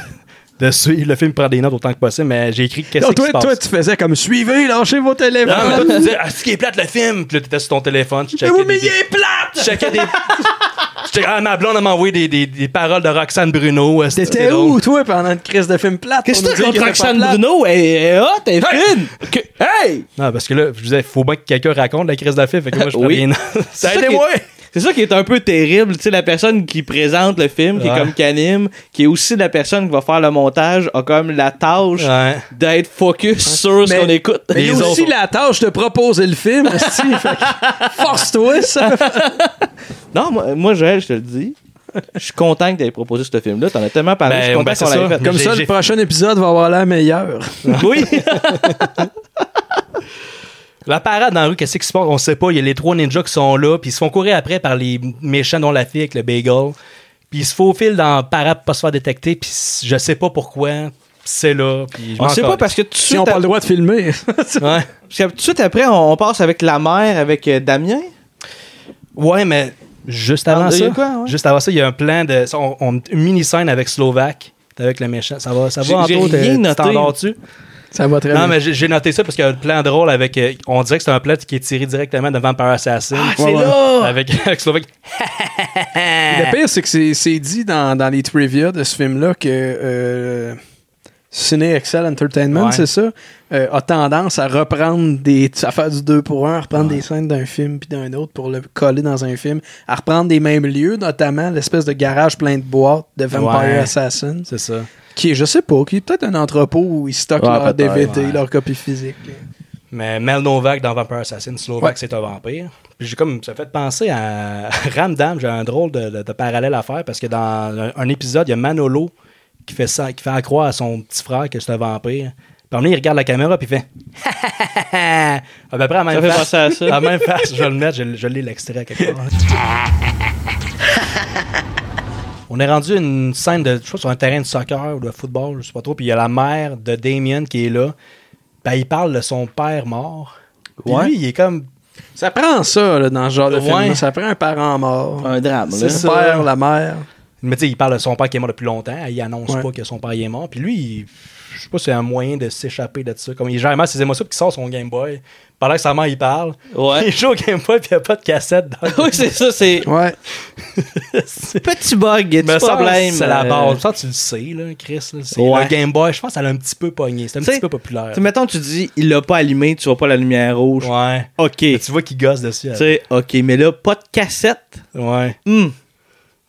A: de suivre le film, prendre des notes autant que possible, mais j'ai écrit qu'est-ce
D: Non,
A: qui se
D: toi,
A: passe.
D: toi, tu faisais comme suivez, lâchez vos
A: Non, mais
D: téléphones.
A: toi, tu disais, ah, ce qui est plate, le film. Puis là, t'étais sur ton téléphone, tu
D: Mais
A: checkais
D: oui,
A: des-
D: mais il
A: des-
D: est
A: tu checkais des... tu checkais- ah, ma blonde elle m'a envoyé des, des, des paroles de Roxane Bruno. euh, c'était
D: T'étais
A: drôle.
D: où, toi, pendant une crise de film plate?
C: Qu'est-ce
D: pour
C: que
D: nous
C: t'as
D: dire
C: contre
D: qu'il était pas
C: Roxane
D: plate?
C: Bruno? Elle est hot, elle est fine! Que- Hey!
A: Non, parce que là, je disais, faut bien que quelqu'un raconte la crise de la fille. Fait que moi, je prends
C: Oui.
A: des notes.
C: C'est
A: Ça
C: ça
A: a été
C: qui est-
A: moi!
C: C'est ça qui est un peu terrible, tu sais, la personne qui présente le film, qui
A: Ouais.
C: est comme Canim, qui est aussi la personne qui va faire le montage, a comme la tâche
A: Ouais.
C: d'être focus sur ce
D: Mais-
C: qu'on écoute.
D: Mais il y a
A: Les
D: aussi
A: autres-
D: la tâche de proposer le film. esti, fait que Force-toi, ça.
C: Non, moi, euh, moi, Joël, je te le dis, je suis content que tu aies proposé ce film-là. T'en as tellement parlé,
A: Ben,
C: je suis content
A: ben, c'est
C: qu'on l'ait
A: ça.
C: fait.
D: Comme
A: J'ai-
D: ça,
A: j'ai-
D: le prochain épisode va avoir l'air meilleur.
C: Oui!
A: La parade dans la rue, qu'est-ce qui se passe? On sait pas. Il y a les trois ninjas qui sont là, puis ils se font courir après par les méchants dont la fille avec le bagel. Puis ils se faufilent dans la parade pour pas se faire détecter, puis je sais pas pourquoi. C'est là. Puis je
C: on
A: m'en
C: sait pas
A: calisse.
C: parce que tout de
D: Si on
C: suite,
D: pas le droit de filmer.
A: Ouais.
C: parce que tout de suite après, on, on passe avec la mère, avec euh, Damien.
A: Ouais, mais juste
C: Ah,
A: avant
C: il y a
A: ça,
C: quoi, ouais?
A: juste avant ça, il y a un plan de ça, on, on- une mini scène avec Slovac, avec le méchant. Ça va, ça
C: J'ai-
A: va
C: j'ai
A: Anto, t'es-
C: rien
A: tu
C: noté.
A: t'en vas-tu?
D: Ça va très
A: Non,
D: bien.
A: mais j'ai j'ai noté ça parce qu'il y a un plan drôle avec. euh, On dirait que c'est un plan qui est tiré directement de Vampire Assassin.
C: Ah, c'est là!
A: Avec, avec Slovac.
C: Ah.
D: Le pire, c'est que c'est- c'est dit dans, dans les trivia de ce film-là que euh, Ciné Excel Entertainment,
A: Ouais.
D: c'est ça, euh, a tendance à reprendre des. à faire du 2 pour 1, à reprendre des scènes d'un film puis d'un autre pour le coller dans un film, à reprendre des mêmes lieux, notamment l'espèce de garage plein de boîtes de Vampire
A: Ouais.
D: Assassin,
A: C'est ça.
D: qui est, je sais pas, qui est peut-être un entrepôt où ils stockent
C: Ouais,
D: leurs
C: peut-être,
D: DVD,
A: ouais.
D: leurs copies physiques.
A: Mais Mel Novak dans Vampire Assassin, Slovak,
D: Ouais.
A: c'est un vampire. Puis j'ai comme, ça fait penser à Ramdam, j'ai un drôle de, de- de parallèle à faire parce que dans un, un épisode, il y a Manolo qui fait ça, qui fait accroire à son petit frère que c'est un vampire. Puis à un moment donné, il regarde la caméra puis il fait à peu près à la même
C: Ça fait
A: face.
C: penser à ça.
A: la même face, je vais le mettre, je, je lis l'extrait quelque part. On est rendu à une scène de, je crois, sur un terrain de soccer ou de football, je sais pas trop. Puis il y a la mère de Damien qui est là. Ben, il parle de son père mort. Puis
C: Ouais.
A: lui, il est comme.
D: Ça prend ça là, dans ce genre de film.
A: Ouais.
D: là. Ça prend un parent mort,
C: Un drame, là.
D: le père, la mère.
A: Mais tu sais, il parle de son père qui est mort depuis longtemps. Il annonce
D: Ouais.
A: pas que son père il est mort. Puis lui, il- je sais pas si c'est un moyen de s'échapper de ça. Comme il gère mal ses émotions, puis il sort son Game Boy. Pendant que sa mère, il parle.
C: Ouais.
A: Il joue au Game Boy, puis il n'y a pas de cassette dans
C: oui, c'est ça, c'est.
D: Ouais.
C: Petit bug,
A: Mais
C: petit
A: ça,
C: problème.
A: c'est la
C: euh,
A: base. Ça, tu le sais, là, Chris. là. C'est
C: Ouais.
A: Le Game Boy, je pense, elle a un petit peu pogné. C'est un
C: Tu sais,
A: petit peu populaire.
C: Tu sais, mettons, tu dis, il l'a pas allumé, tu vois pas la lumière rouge.
A: Ouais.
C: Ok.
A: Mais
C: Tu
A: Tu vois qu'il gosse dessus. elle.
C: sais, ok, mais là, pas de cassette.
A: Ouais.
C: Hmm.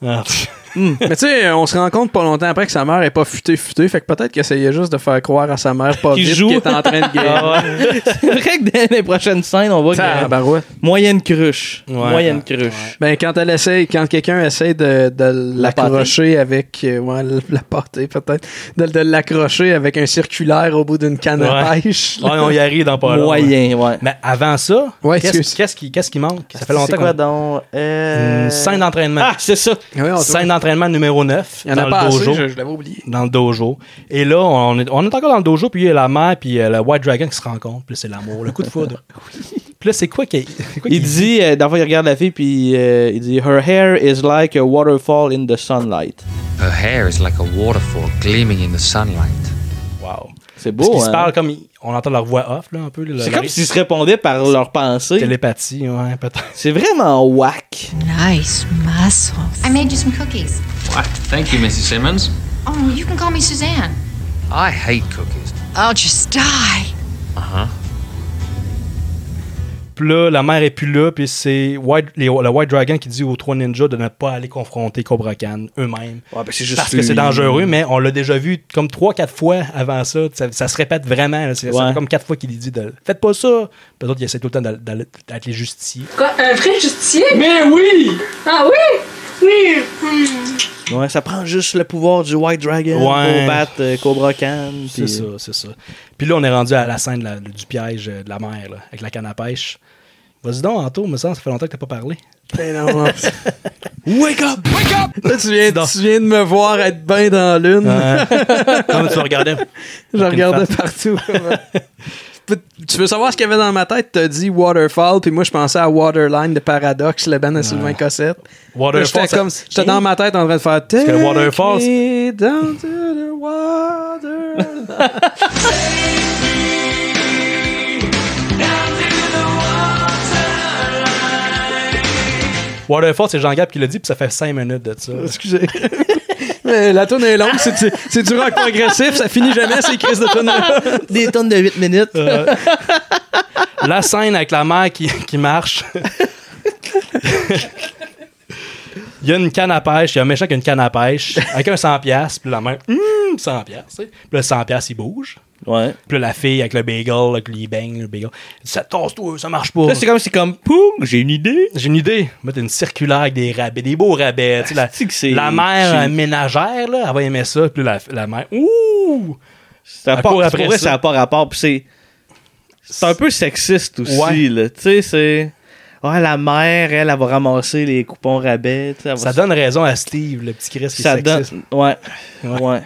A: Ah, pff.
D: Mais tu sais, on se rend compte pas longtemps après que sa mère est pas futée futée, fait que peut-être qu'il essayait juste de faire croire à sa mère pas
C: Qu'il
D: vite
C: joue.
D: qu'il est en train de
C: Ah
D: gagner.
C: ouais. C'est vrai que dans les prochaines scènes, on voit que.
D: Tabarouette.
C: Moyenne cruche. Moyenne cruche.
D: Ah, Ben, quand elle essaye, quand quelqu'un essaie de, de l'accrocher avec, euh, ouais, l- la portée peut-être, de, de l'accrocher avec un circulaire au bout d'une canne à
A: Ouais.
D: pêche.
A: Ah non, il arrive dans pas long, hein.
C: Moyen, ouais.
A: Mais avant ça,
D: Ouais,
A: qu'est-ce
D: excuse.
A: qu'est-ce qui, qu'est-ce qui manque? Ça fait
B: C'est
A: longtemps
B: quoi
A: qu'on...
B: donc? Euh...
A: Une scène d'entraînement.
C: Ah, c'est ça.
A: scène d'entraînement numéro 9
D: Il y en
A: dans
D: a
A: le
D: pas assez,
A: dojo.
D: je, je l'avais oublié.
A: dans le dojo. Et là, on est, on est encore dans le dojo, puis il y a la mère, puis euh, le White Dragon qui se rencontre. Puis là, c'est l'amour, le coup de foudre. Puis là, c'est quoi qui. c'est quoi
C: Il
A: qui-
C: dit, euh, d'abord, il regarde la fille, puis euh, il dit Her hair is like a waterfall in the sunlight.
M: Her hair is like a waterfall gleaming in the sunlight.
A: Wow.
C: C'est
A: Parce
C: beau,
A: qu'ils se
C: hein?
A: parlent comme. ils- On entend leur voix off, là, un peu. là,
C: C'est
A: leur-
C: comme s'ils se répondaient par leurs pensées.
A: Télépathie, ouais, peut-être.
C: C'est vraiment whack.
L: Nice muscles.
H: I made you some cookies.
M: What? Thank you, Mrs. Simmons.
H: Oh, you can call me Suzanne.
M: I hate cookies.
L: I'll Oh, just die.
M: Uh huh.
A: Puis là, la mère est plus là, puis c'est White, les- le White Dragon qui dit aux trois ninjas de ne pas aller confronter Cobra Khan eux-mêmes.
C: Ouais, ben, c'est juste
A: Parce que c'est
C: lui.
A: dangereux, mais on l'a déjà vu comme trois, quatre fois avant ça. Ça, ça se répète vraiment. là. C'est ça
C: Ouais.
A: fait comme quatre fois qu'il lui dit de, Faites pas ça. Puis d'autres, il essaie tout le temps d'aller- d'aller- d'être les justiciers.
N: Quoi, un vrai justicier? Mais oui! Ah oui? Oui!
C: Ouais, ça prend juste le pouvoir du White Dragon
A: Ouais.
C: pour battre euh, Cobra Khan.
A: C'est
C: puis-
A: ça, c'est ça. Puis là, on est rendu à la scène de la- du piège euh, de la mer, là, avec la canne à pêche. Vas-y donc, Anto, me semble, ça fait longtemps que t'as pas parlé.
D: Ben non, non.
A: Wake up! Wake up!
D: Là, tu viens, tu viens de me voir être bien dans la lune.
A: Comme tu regardais.
D: Je
A: Avec une
D: regardais
A: face.
D: partout. Pe- tu veux savoir ce qu'il y avait dans ma tête? T'as dit Waterfall, puis moi je pensais à Waterline de Paradox, le band à Sylvain Cossette.
A: Waterfall,
D: Là, J'étais
A: ça-
D: comme, j'étais dans ma tête en train de faire. Parce
A: que Waterfall,
D: down to the water.
A: Waterfall, c'est Jean-Gab qui l'a dit, puis ça fait 5 minutes de ça.
D: Excusez. Mais la tune est longue, c'est, du- c'est du rock progressif, ça finit jamais ces crises de tune
C: Des tonnes de 8 minutes.
A: Euh, la scène avec la mère qui, qui marche. il y a une canne à pêche, il y a un méchant qui a une canne à pêche avec un 100$, piastres, puis la mère, hum, 100$, piastres, tu sais. Puis le 100$, piastres, il bouge.
C: Ouais.
A: Puis là, la fille avec le bagel, avec le bang, le bagel, elle dit, ça tasse-toi, ça marche pas.
C: Là, c'est comme, c'est comme, poum, j'ai une idée.
A: J'ai une idée. Mettre une circulaire avec des rabais, des beaux rabais. tu sais, la,
C: C'est que c'est-
A: la mère
C: c'est-
A: euh, ménagère, là, elle va aimer ça. Puis là, la, la mère, ouh!
C: Ça
A: Elle
C: a pas,
A: court
C: c'est
A: après
C: pour vrai,
A: ça.
C: ça n'a pas rapport. Puis c'est. C'est un peu sexiste aussi,
A: Ouais.
C: là. Tu sais, c'est. Ouais, la mère, elle, elle va ramasser les coupons rabais. tu sais, elle va
A: Ça
C: se-
A: donne raison à Steve, le petit Chris qui
C: Ça
A: est sexiste.
C: donne. Ouais.
A: Ouais.
C: Ouais.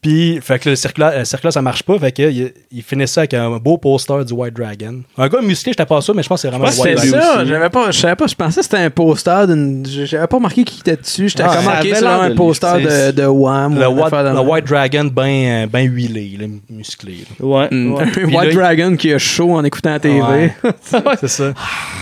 A: Puis, fait que le circulaire, le circulaire, ça marche pas. Fait que, il, il finissait ça avec un beau poster du White Dragon. Un gars musclé, j'étais pas sûr, mais je pense que c'est vraiment
D: Moi,
A: le White
D: Ah, c'était
A: Dragon.
D: ça. J'avais pas, je savais pas, je pensais que c'était un poster d'une. J'avais pas marqué qui était dessus. J'étais
C: Ah,
D: comme,
C: ça
D: ok,
C: avait
D: c'est
C: l'air
D: un
C: de
D: poster
C: lui, tu
D: de,
C: sais.
D: de Wham. ou
A: Le,
D: une
A: White,
D: affaire de
A: le
D: même.
A: White Dragon, ben, euh, ben huilé, là, musclé. là.
C: Ouais. ouais.
D: Un
A: Puis là,
D: White
A: il-
D: Dragon qui a chaud en écoutant la TV.
A: Ouais. c'est ça.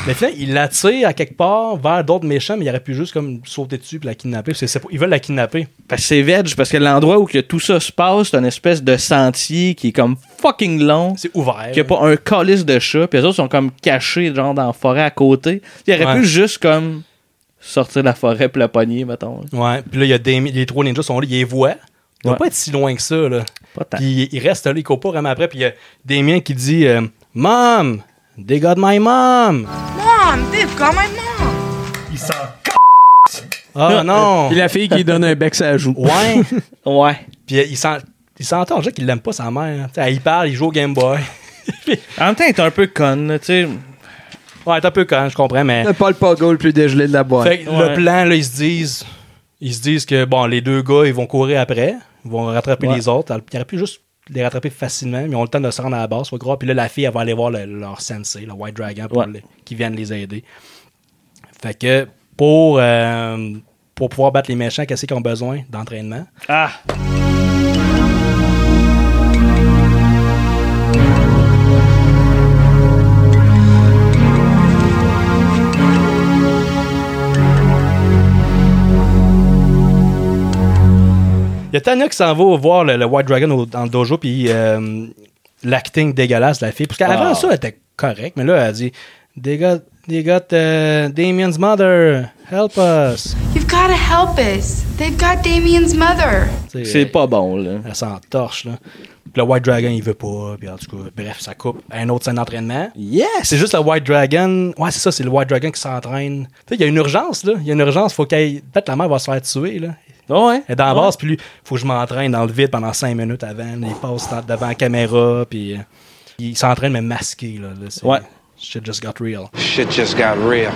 A: Mais finalement, il l'attire à quelque part vers d'autres méchants, mais il aurait pu juste comme sauter dessus et la kidnapper. Parce que c'est pas- ils veulent la kidnapper.
C: Parce que c'est veg, parce que l'endroit où que tout ça se passe, c'est une espèce de sentier qui est comme fucking long.
A: C'est ouvert.
C: Qu'il n'y a pas un calice de chat, puis les autres sont comme cachés, genre, dans la forêt à côté. Il aurait
A: Ouais.
C: pu juste, comme, sortir de la forêt pour le pogner, mettons. là.
A: Ouais. Puis là, il y a des, les trois ninjas sont là, ils les voient. Ils doivent
C: Ouais.
A: pas être si loin que ça, là.
C: Pas tant.
A: Puis il reste là, il court pas vraiment après. Puis il y a Damien qui dit euh, Mom, they got my mom.
G: Mom, they've got my mom.
A: Il s'en Ah non.
D: Puis la fille qui lui donne un bec, ça joue.
A: Ouais.
C: Ouais.
A: Puis euh, il s'en- il s'entend déjà qu'il l'aime pas sa mère. T'sais, il parle, il joue au Game Boy.
C: En même temps, il est un peu con, là, tu sais.
A: Ouais, t'es un peu con, je comprends, mais.
D: C'est pas le pogo le plus dégelé de la boîte.
A: Fait que
C: Ouais.
A: le plan, là, ils se disent. Ils se disent que bon, les deux gars, ils vont courir après. Ils vont rattraper
C: Ouais.
A: les autres. Alors, Ils auraient pu juste les rattraper facilement, mais ils ont le temps de se rendre à la base, soit gros. Puis là, la fille, elle va aller voir le- leur sensei, le White Dragon, pour
C: Ouais.
A: le- qui viennent les aider. Fait que pour, euh, pour pouvoir battre les méchants, qu'est-ce qu'ils ont besoin d'entraînement?
C: Ah!
A: Il y a Tanya qui s'en va voir le, le White Dragon au- dans le dojo, puis euh, l'acting dégueulasse de la fille. Parce qu'avant
C: Ah.
A: ça, elle était correcte, mais là, elle dit They got, they got euh, Damien's mother, help us.
H: You've You've got to help us. They've got Damien's mother.
C: C'est pas bon, là.
A: Elle s'entorche, là. Puis le White Dragon, il veut pas. Puis en tout cas, bref, ça coupe un autre scène d'entraînement.
C: Yes!
A: C'est juste le White Dragon. Ouais, c'est ça, c'est le White Dragon qui s'entraîne. Tu sais, il y a une urgence, là. Il y a une urgence. Faut qu'elle. Peut-être la mère va se faire tuer, là.
C: Ouais.
A: Elle est dans la base, puis lui, faut que je m'entraîne dans le vide pendant cinq minutes avant. Il passe dans- devant la caméra, puis euh, il s'entraîne, mais masqué, là. là, c'est-
C: Ouais.
A: Shit just got real.
J: Shit just got real.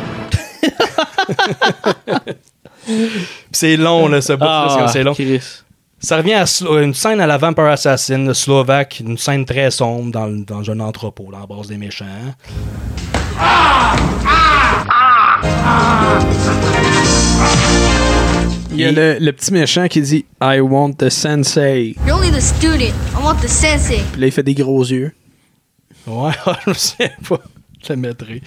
A: Puis c'est long, là, ce bout
C: Ah,
A: c'est long.
C: Chris.
A: Ça revient à Slo- une scène à la Vampire Assassin, le Slovaque, une scène très sombre dans, le- dans un entrepôt, dans la base des méchants.
D: Il y a le, le petit méchant qui dit I want the sensei.
K: You're only the student. I want the sensei.
D: Puis là, il fait des gros yeux.
A: Ouais, je sais pas, je le mettrai.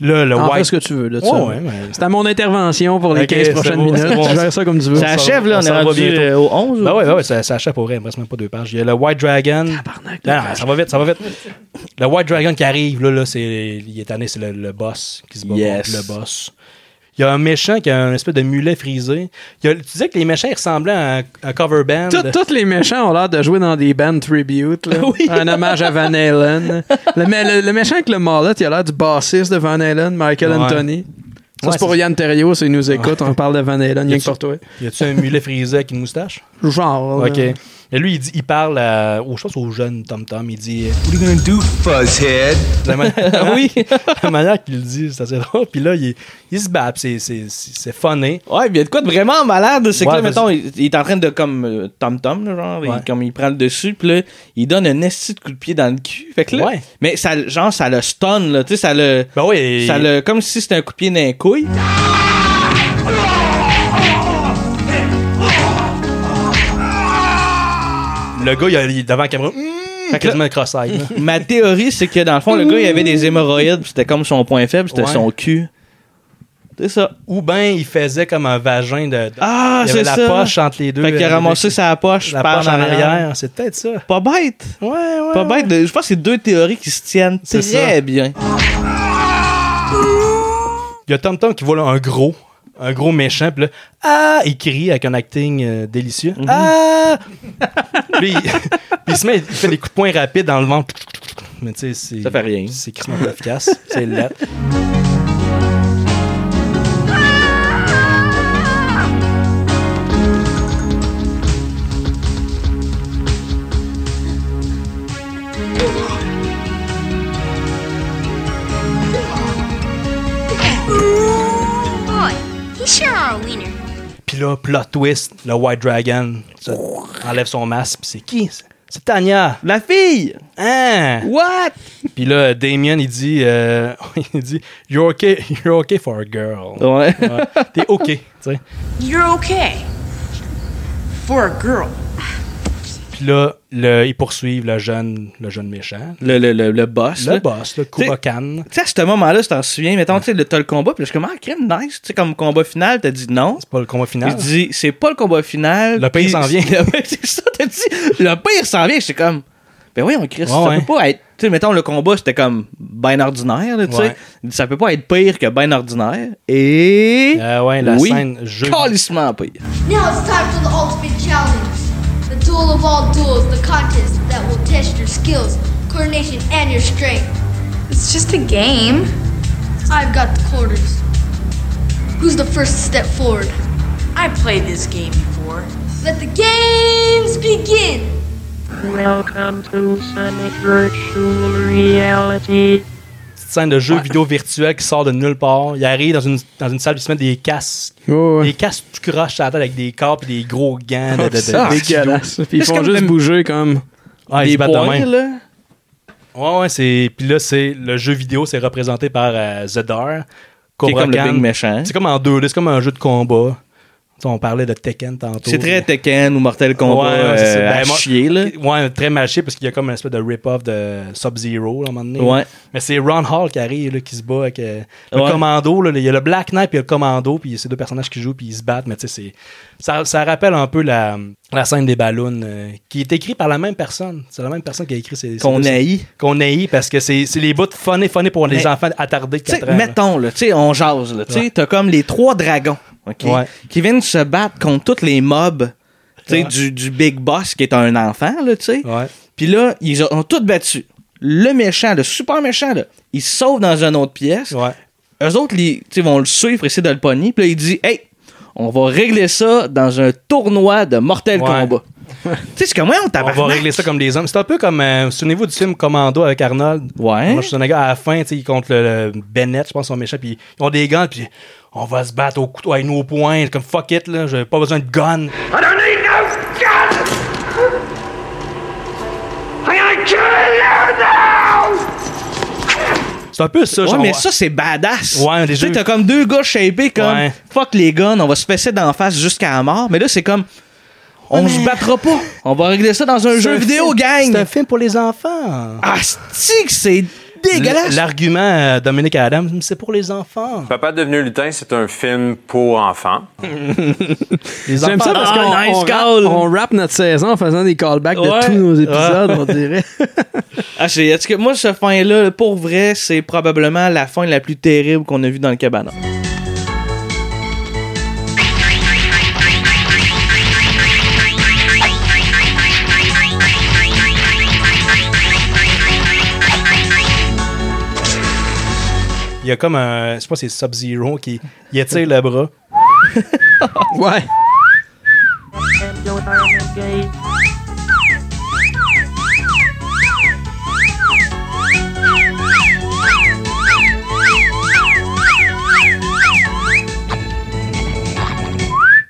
A: Là, le
D: En fais
A: White.
D: ce que tu veux, là, de
A: Ouais,
D: ça.
A: ouais, mais-
D: C'était mon intervention pour les
A: Ok,
D: 15
A: c'est
D: prochaines
A: beau,
D: minutes.
A: c'est bon.
D: tu gères ça comme tu veux.
C: Ça achève, là, on
A: s'en
C: est
A: va
C: rendu
A: bientôt.
C: euh, au 11.
A: Ben ouais, ben ouais, ça, ça achève pour vrai, il me reste même pas deux pages. Il y a le White Dragon. Non, non, ça va vite, ça va vite. Le White Dragon qui arrive, là, là, c'est, il est tanné, c'est le, le boss qui se bat
C: Yes.
A: contre le boss. Il y a un méchant qui a un espèce de mulet frisé. Il y a- tu disais que les méchants ils ressemblaient à un, un cover band.
D: Tout- Tous les méchants ont l'air de jouer dans des bands tribute. là. Un hommage à Van Halen. le, mais le, le méchant avec le mallet, il a l'air du bassiste de Van Halen, Michael
A: Ouais.
D: Anthony. Ça,
A: Ouais,
D: c'est pour
A: c'est-
D: Yann Terriot, s'il nous écoute. On parle de Van Halen, rien que
A: tu-
D: pour toi.
A: Y a-tu un mulet frisé avec une moustache?
D: Genre. là.
A: Ok. Et lui, il, dit, il parle à, aux choses au jeune Tom Tom. Il dit.
J: What are you gonna do, fuzzhead?
A: La manière, oui. la manière qu'il le dit, c'est assez drôle. Puis là, il, il se bat, puis c'est, c'est, c'est, c'est funny.
C: Ouais, il y a de quoi de vraiment malade. C'est
A: Ouais,
C: que
A: vas-y.
C: là, mettons, il, il est en train de comme euh, Tom Tom, là, genre,
A: Ouais.
C: il, comme il prend le dessus, puis là, il donne un esti de coup de pied dans le cul. Fait que là,
A: Ouais.
C: mais ça, genre, ça le stun, là, tu sais, ça le.
A: Ben oui.
C: Ça le, comme si c'était un coup de pied dans les couilles.
A: Le gars, il, a- il est devant la caméra. Fait que quasiment le cross-eye. là.
C: Ma théorie, c'est que dans le fond, le gars, il avait des hémorroïdes, puis c'était comme son point faible, c'était
A: Ouais.
C: son cul. C'est ça.
A: Ou bien, il faisait comme un vagin de. de-
C: Ah,
A: il y avait la
C: c'est ça.
A: poche entre les deux.
C: Fait qu'il a
A: euh,
C: ramassé sa poche,
A: la
C: par
A: poche en arrière. C'est peut-être ça.
C: Pas bête.
A: Ouais, ouais.
C: Pas bête. Je pense que c'est deux théories qui se tiennent
A: C'est
C: très
A: ça.
C: bien.
A: Il y a Tom Tom qui voit là, un gros, un gros méchant, puis là, ah, il crie avec un acting euh, délicieux.
C: Mhm.
A: Ah! puis, il, puis il se met, il fait des coups de poing rapides dans le ventre. Mais tu sais, c'est.
C: Ça fait rien.
A: C'est crissement pas efficace. c'est laid.
K: Boy, he sure are a wiener.
A: Puis là, plot twist, le White Dragon ça, enlève son masque, puis c'est qui? C'est- C'est Tanya!
C: La fille! Ah!
A: Hein?
C: What?
A: Puis là, Damien, il dit, euh, il dit, You're okay, you're okay for a girl.
C: Ouais.
A: Ouais. T'es okay, tu sais.
L: You're okay. For a girl.
A: Puis là, le, ils poursuivent le jeune, le jeune méchant.
C: Le, le, le, le boss.
A: Le
C: là.
A: boss, le Kubokan.
C: Tu sais, à ce moment-là, si t'en souviens, mettons, tu sais, le- t'as le combat, puis je suis comme, ah, crème, nice, tu sais, comme combat final, t'as dit non.
A: C'est pas le combat
C: Puis
A: final.
C: je dis, c'est pas le combat final.
A: Le pire
C: puis-
A: s'en vient.
C: c'est ça, t'as dit, le pire s'en vient, j'étais comme, ben oui, on crie, ça
A: Ouais, ouais.
C: peut pas être, tu sais, mettons, le combat, c'était comme ben ordinaire, là, tu sais.
A: Ouais.
C: Ça peut pas être pire que ben ordinaire. Et.
A: Euh, ouais, la
C: oui,
A: scène jeu.
C: calissement pire.
K: Now it's time for the ultimate challenge. The duel of all duels, the contest that will test your skills, coordination, and your strength.
H: It's just a game.
K: I've got the quarters. Who's the first to step forward?
L: I played this game before.
K: Let the games begin!
N: Welcome to Sonic Virtual Reality.
A: Petite scène de jeu vidéo virtuel qui sort de nulle part. Il arrive dans une, dans une salle, puis il se met des casques.
D: Ouais, ouais.
A: Des casques tout croches sur la tête avec des corps et des gros gants. De, de, de-
D: Ça,
A: de-
D: c'est dégueulasse. Puis ils
C: C'est
D: font
C: comme
D: juste
C: le-
D: bouger comme.
A: Ah, ils se
C: Des
A: battent de
C: points,
A: même.
C: là.
A: Ouais, ouais, c'est. Puis là, c'est. Le jeu vidéo, c'est représenté par euh, The Dar.
C: Qui est
A: Cobra
C: comme le
A: Khan.
C: big méchant.
A: C'est comme en 2D, c'est comme un jeu de combat. Tu sais, on parlait de Tekken tantôt.
C: C'est très Tekken ou Mortal Kombat
A: Ouais, ouais, c'est ça.
C: euh, à
A: Ben, moi-
C: chier, là.
A: Ouais, très mal chier parce qu'il y a comme un espèce de rip-off de Sub-Zero là, à un moment donné.
C: Ouais.
A: Mais c'est Ron Hall qui arrive, là, qui se bat avec euh, le
C: Ouais.
A: commando. là. Il y a le Black Knight puis il y a le commando, puis il y a ces deux personnages qui jouent, puis ils se battent. Mais tu sais, c'est- ça, ça rappelle un peu la, la scène des ballons euh, qui est écrite par la même personne. C'est la même personne qui a écrit ces. ces
C: Qu'on
A: deux-
C: haït.
A: Qu'on haït parce que c'est c'est les bouts funny, funny pour les
C: Mais-
A: enfants attardés de
C: Tu sais,
A: 4 ans. là.
C: mettons, là, tu sais, on jase, là, tu sais, t'as comme les trois dragons. ok?
A: Ouais.
C: qui viennent se battre contre tous les mobs tu sais,
A: Ouais.
C: du, du Big Boss qui est un enfant. Là, tu sais. Puis là, ils ont tous battu. Le méchant, le super méchant, là, il se sauve dans une autre pièce. Eux autres, les- tu sais, vont le suivre, essayer de le pogner. Puis là, il dit Hey, on va régler ça dans un tournoi de Mortel
A: Ouais.
C: Kombat. tu sais, c'est comme, on
A: On va régler ça comme des hommes. C'est un peu comme, euh, souvenez-vous du film Commando avec Arnold. Ouais. Moi, je suis un gars à la fin, tu sais, ils contre le, le Bennett, je pense, son méchant, puis ils ont des gants, puis on va se battre au couteau avec nos poings, comme fuck it, là, j'ai pas besoin de gun.
J: I don't need no gun! I gotta kill you now!
A: C'est un peu ça,
C: Ouais,
A: genre,
C: mais
A: ouais.
C: ça, c'est badass.
A: Ouais, des
C: Tu sais,
A: jeux-
C: t'as comme deux gars shapés comme
A: Ouais.
C: fuck les guns, on va se fesser d'en face jusqu'à la mort. Mais là, c'est comme on se battra pas. On va régler ça dans un
A: C'est
C: jeu
A: un
C: vidéo,
A: film-
C: gang.
A: c'est un film pour les enfants.
C: Ah, c'est-tu que c'est dégueulasse.
A: L'argument euh, Dominique Adams, c'est pour les enfants.
O: Papa devenu lutin, c'est un film pour enfants.
A: Les
D: J'aime ça parce qu'on
O: Ah, nice
D: on, ra-
O: call.
D: on rappe notre saison en faisant des callbacks
C: Ouais.
D: de tous nos épisodes,
C: Ouais.
D: on dirait.
C: Ah, c'est- en tout cas, moi, ce fin-là, pour vrai, c'est probablement la fin la plus terrible qu'on a vue dans le cabanon.
A: Il y a comme un. Je sais pas, c'est Sub-Zero qui il étire le bras.
D: ouais.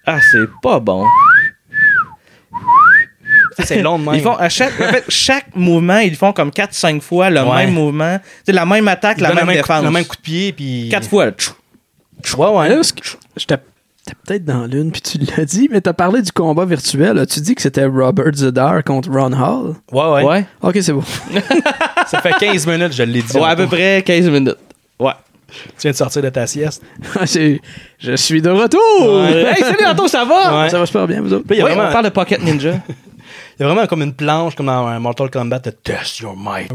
C: Ah, c'est pas bon.
A: Tu sais, c'est long de même.
C: Ils font à chaque, en fait, chaque mouvement, ils font comme 4-5 fois le
A: Ouais.
C: même mouvement. C'est la même attaque,
A: Il
C: la
A: donne
C: même,
A: le même coup-
C: défense.
A: le même coup de pied, puis.
C: 4 fois. là. Tchou.
A: Ouais, ouais.
D: Ah, Là, parce que j'étais t'étais peut-être dans l'une, puis tu l'as dit, mais t'as parlé du combat virtuel. as Tu dis que c'était Robert Zedar contre Ron Hall.
A: Ouais, ouais.
D: Ok, c'est bon.
A: Ça fait 15 minutes, je l'ai dit.
D: Ouais, à peu
C: près 15 minutes. Ouais.
A: Tu viens de sortir de ta sieste.
D: Ah, C'est- je suis de retour!
A: Ouais.
C: Hey, salut, Anto, ça va?
A: Ouais.
D: Ça va super bien, vous autres?
A: Puis il y a
C: Oui,
A: vraiment-
C: on parle de Pocket Ninja.
A: Il y a vraiment comme une planche, comme dans un Mortal Kombat, de Test Your Might.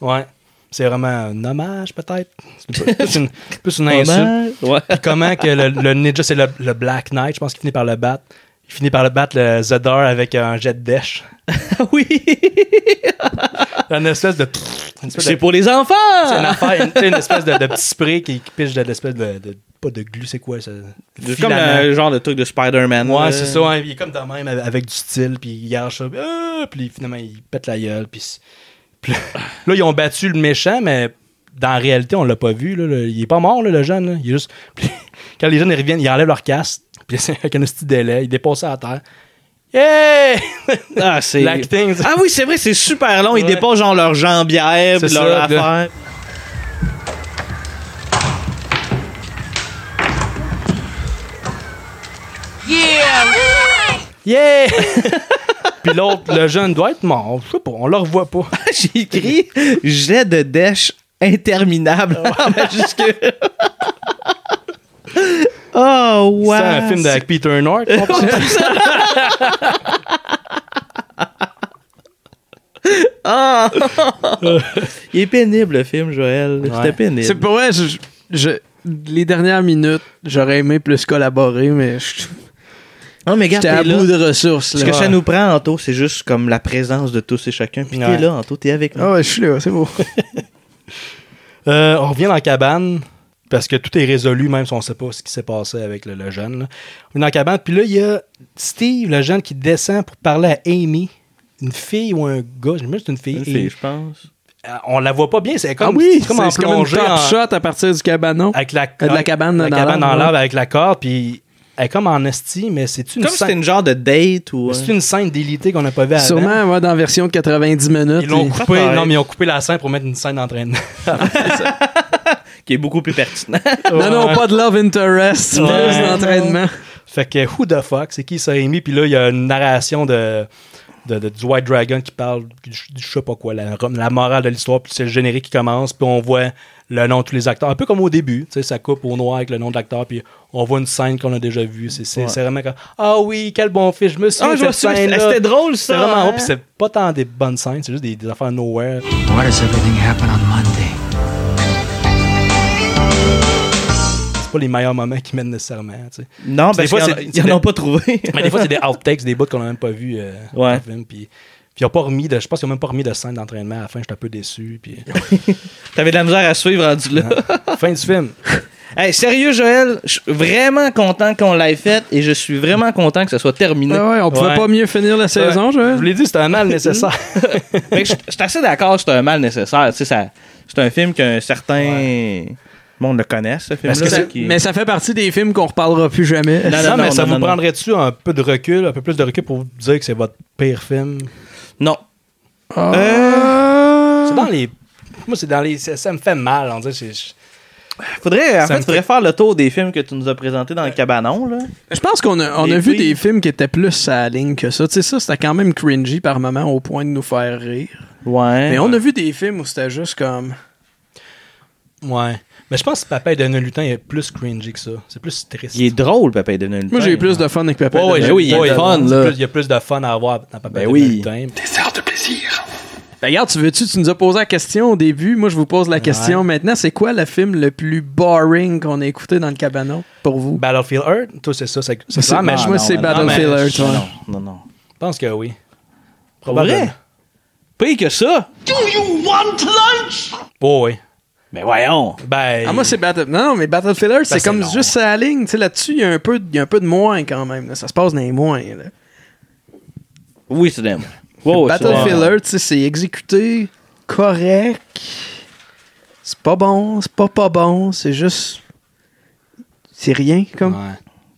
A: Ouais. C'est vraiment un hommage, peut-être. C'est plus une, plus une
C: Hommage,
A: insulte.
C: ouais.
A: Puis Comment que le, le ninja, c'est le, le Black Knight, je pense qu'il finit par le battre. Il finit par le battre le Zedar avec un jet de dèche.
C: Ah
A: oui! une espèce de. une espèce
C: C'est
A: de-
C: pour les enfants!
A: C'est une affaire, une, tu sais, une espèce de, de petit spray qui, qui piche de l'espèce de, de- Pas de glu, c'est quoi ça?
C: C'est comme le genre de truc de Spider-Man.
A: Ouais,
C: là.
A: c'est ça. hein. Il est comme de même avec- avec du style, puis il garde ça. puis, ah, puis finalement, il pète la gueule. Puis, c'est- puis là, là, ils ont battu le méchant, mais dans la réalité, on l'a pas vu. Là, le- il est pas mort, là, le jeune. là. Il est juste... puis quand les jeunes ils reviennent, ils enlèvent leur casque, puis c'est avec un petit délai, ils déposent ça à terre. Yeah!
C: Ah, c'est.
A: L'acting.
C: Ah oui, c'est vrai, c'est super long. Ils
A: Ouais.
C: déposent genre leur jambière,
A: C'est
C: puis leur
A: ça, puis là-
C: affaire.
J: Yeah!
A: Yeah! puis l'autre, le jeune doit être mort. Je sais pas, on le revoit pas.
C: J'ai écrit jet de dèche interminable. en majuscule. oh, wow!
A: C'est un film avec Peter North. on pense.
C: Ah! Il est pénible le film, Joël. C'était pénible.
D: C'est pour vrai, je- je- les dernières minutes, j'aurais aimé plus collaborer, mais je-
C: Non, Oh, mais regarde,
D: j'étais à
C: t'es là.
D: bout de ressources.
C: Ce
D: là.
C: que ça nous prend, Anto, c'est juste comme la présence de tous et chacun. Puis
A: Ouais.
C: t'es là, Anto, t'es avec nous.
D: Ah ouais, je suis là, c'est beau.
A: Euh, on revient dans la cabane parce que tout est résolu, même si on ne sait pas ce qui s'est passé avec le, le jeune. là. On est dans la cabane, puis là, il y a Steve, le jeune, qui descend pour parler à Amy. Une fille ou un gars, je me c'est une fille.
C: Une
A: Et-
C: fille, je pense.
A: euh, on la voit pas bien, c'est comme,
D: ah oui,
A: c'est comme en
D: c'est comme une
A: plongée.
D: top
A: en-
D: shot à partir du cabanon.
A: avec la,
D: de la cabane
A: la
D: dans
A: cabane
D: l'arbre,
A: dans
D: ouais.
A: l'arbre avec la corde, puis elle est comme en esti, mais c'est une
C: Comme si
A: scène-
C: c'était une genre de date ou. euh,
A: c'est une scène délitée qu'on n'a pas vue avant.
D: Sûrement, ouais, dans la version de 90 minutes.
A: Ah, ben. Ils l'ont
D: et-
A: coupé, non, mais ils ont coupé la scène pour mettre une scène d'entraînement.
C: Qui est beaucoup plus pertinent.
D: Non, non, pas de love interest,
A: Ouais.
D: plus d'entraînement.
A: Fait que who the fuck, c'est qui ça Amy? Puis là, il y a une narration de, de, de- du White Dragon qui parle du, du- je sais pas quoi, la, la morale de l'histoire, puis c'est le générique qui commence, puis on voit le nom de tous les acteurs. Un peu comme au début, tu sais, ça coupe au noir avec le nom de l'acteur, puis on voit une scène qu'on a déjà vue. C'est c'est-
C: Ouais.
A: c'est vraiment comme Ah oui, quel bon film, je me souviens
C: Ah,
A: de
C: je me
A: cette
C: souviens, c'était-
A: scène-là.
C: c'était drôle, ça,
A: C'est vraiment
C: hein?
A: bon, puis c'est pas tant des bonnes scènes, c'est juste des, des affaires nowhere.
M: Why does everything happen on Monday?
A: C'est pas les meilleurs moments qu'ils mènent nécessairement. tu sais.
C: Non,
A: Puis des
C: parce
A: fois,
C: qu'ils en-
A: c'est-
C: ils
A: c'est
C: en
A: des-
C: ont pas trouvé.
A: mais des fois, c'est des outtakes, des bouts qu'on a même pas vu euh, dans le film. Puis, puis ils ont pas remis de, je pense qu'ils ont même pas remis de scène d'entraînement. À la fin, j'étais un peu déçu. Puis...
C: T'avais de la misère à suivre rendu là.
A: fin du film.
C: Hey, sérieux, Joël, je suis vraiment content qu'on l'ait fait et je suis vraiment content que ça soit terminé.
D: Ah ouais, on pouvait pas mieux finir la saison, Joël.
A: Je vous l'ai dit, c'était un mal nécessaire.
C: Mais je je suis assez d'accord, c'est un mal nécessaire. Tu sais, ça- c'est un film qu'un certain monde le connaît, ce film-là.
D: Parce que ça-
C: qui-
D: Mais ça fait partie des films qu'on reparlera plus jamais.
A: Non, mais ça vous prendrait-tu un peu de recul, un peu plus de recul pour vous dire que c'est votre pire film?
C: Non.
A: C'est dans les. Moi, c'est dans les. Ça, ça me fait mal, on dirait. c'est- je-
C: Faudrait, en
A: Ça
C: fait,
A: me
C: faudrait faire le tour des films que tu nous as présentés dans le cabanon. Là.
D: Je pense qu'on a, on
C: Les
D: a vu
C: filles.
D: des films qui étaient plus à la ligne que ça. Tu sais, ça, c'était quand même cringy par moment au point de nous faire rire.
C: Ouais.
D: Mais on a vu des films où c'était juste comme.
A: Ouais. Mais je pense que Papa et Daniel Lutin est plus cringy que ça. C'est plus triste.
C: Il est drôle, Papa et Daniel Lutin.
D: Moi, j'ai eu plus de fun avec Papa.
A: Ouais, ouais,
C: Ben
A: j'ai-
C: oui, il y a
A: ouais,
C: du fun,
A: c'est
C: là.
A: plus- Il y a plus de fun à avoir dans Papa et Daniel
C: Ben oui.
A: Lutin.
J: Dessert de plaisir.
D: D'ailleurs, Ben, tu veux-tu, tu nous as posé la question au début. Moi, je vous pose la question maintenant. C'est quoi le film le plus boring qu'on a écouté dans le cabanon pour vous?
A: Battlefield Earth, toi, c'est ça. C'est c'est
D: C'est-
A: ça, mais
D: moi,
A: je
D: moi, c'est Battlefield Earth, ouais.
C: Non, non.
A: Je pense que oui.
C: Pour vrai? Pire que ça?
J: Do you want lunch?
A: Oh, oui.
C: Mais voyons.
A: Ben.
D: Ah, moi, c'est Battle... Non, non, mais Battlefield Earth,
A: Ça,
D: c'est comme
A: c'est long.
D: juste à la ligne. Tu sais, là-dessus, il y, a un peu de- il y a un peu de moins quand même. là. Ça se passe dans les moins. là.
C: Oui, c'est des Wow, c'est-
D: Battlefield
C: ouais.
D: Earth, tu sais, c'est exécuté correct. C'est pas bon, c'est pas pas bon, c'est juste. C'est rien, comme.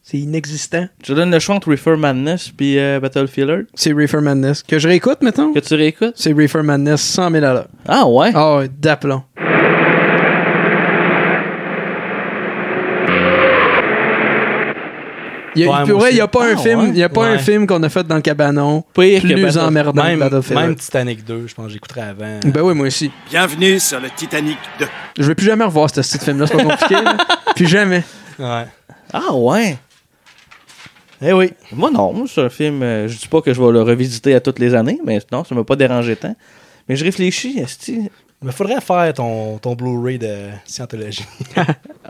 D: C'est inexistant.
C: Je te donne le choix entre Reefer Madness puis euh, Battlefield Earth.
D: C'est Reefer Madness. Que je réécoute, mettons?
C: Que tu réécoutes?
D: C'est Reefer Madness, 100 000
C: Ah ouais?
D: Ah ouais, d'aplomb. Il y a,
A: Ouais,
D: pour
A: moi
D: vrai,
A: aussi.
D: il y a pas un
A: Ah,
D: film,
A: ouais?
D: il y a pas un
A: Ouais.
D: film qu'on a fait dans le cabanon
C: Pire que
D: plus
C: Battle-
D: emmerdant que
A: même,
D: Battlefield.
A: même
D: Earth.
A: Titanic 2, je pense que j'écouterais avant.
D: Ben oui, moi aussi.
P: Bienvenue sur le Titanic 2.
D: Je vais plus jamais revoir ce petit film-là, c'est pas compliqué. là. Plus jamais.
A: Ouais.
C: Ah ouais?
A: Eh oui.
C: Moi non, moi, c'est un film, euh, je dis pas que je vais le revisiter à toutes les années, mais non, ça m'a pas dérangé tant. Mais je réfléchis, esti.
A: Mais faudrait faire ton, ton Blu-ray de Scientologie.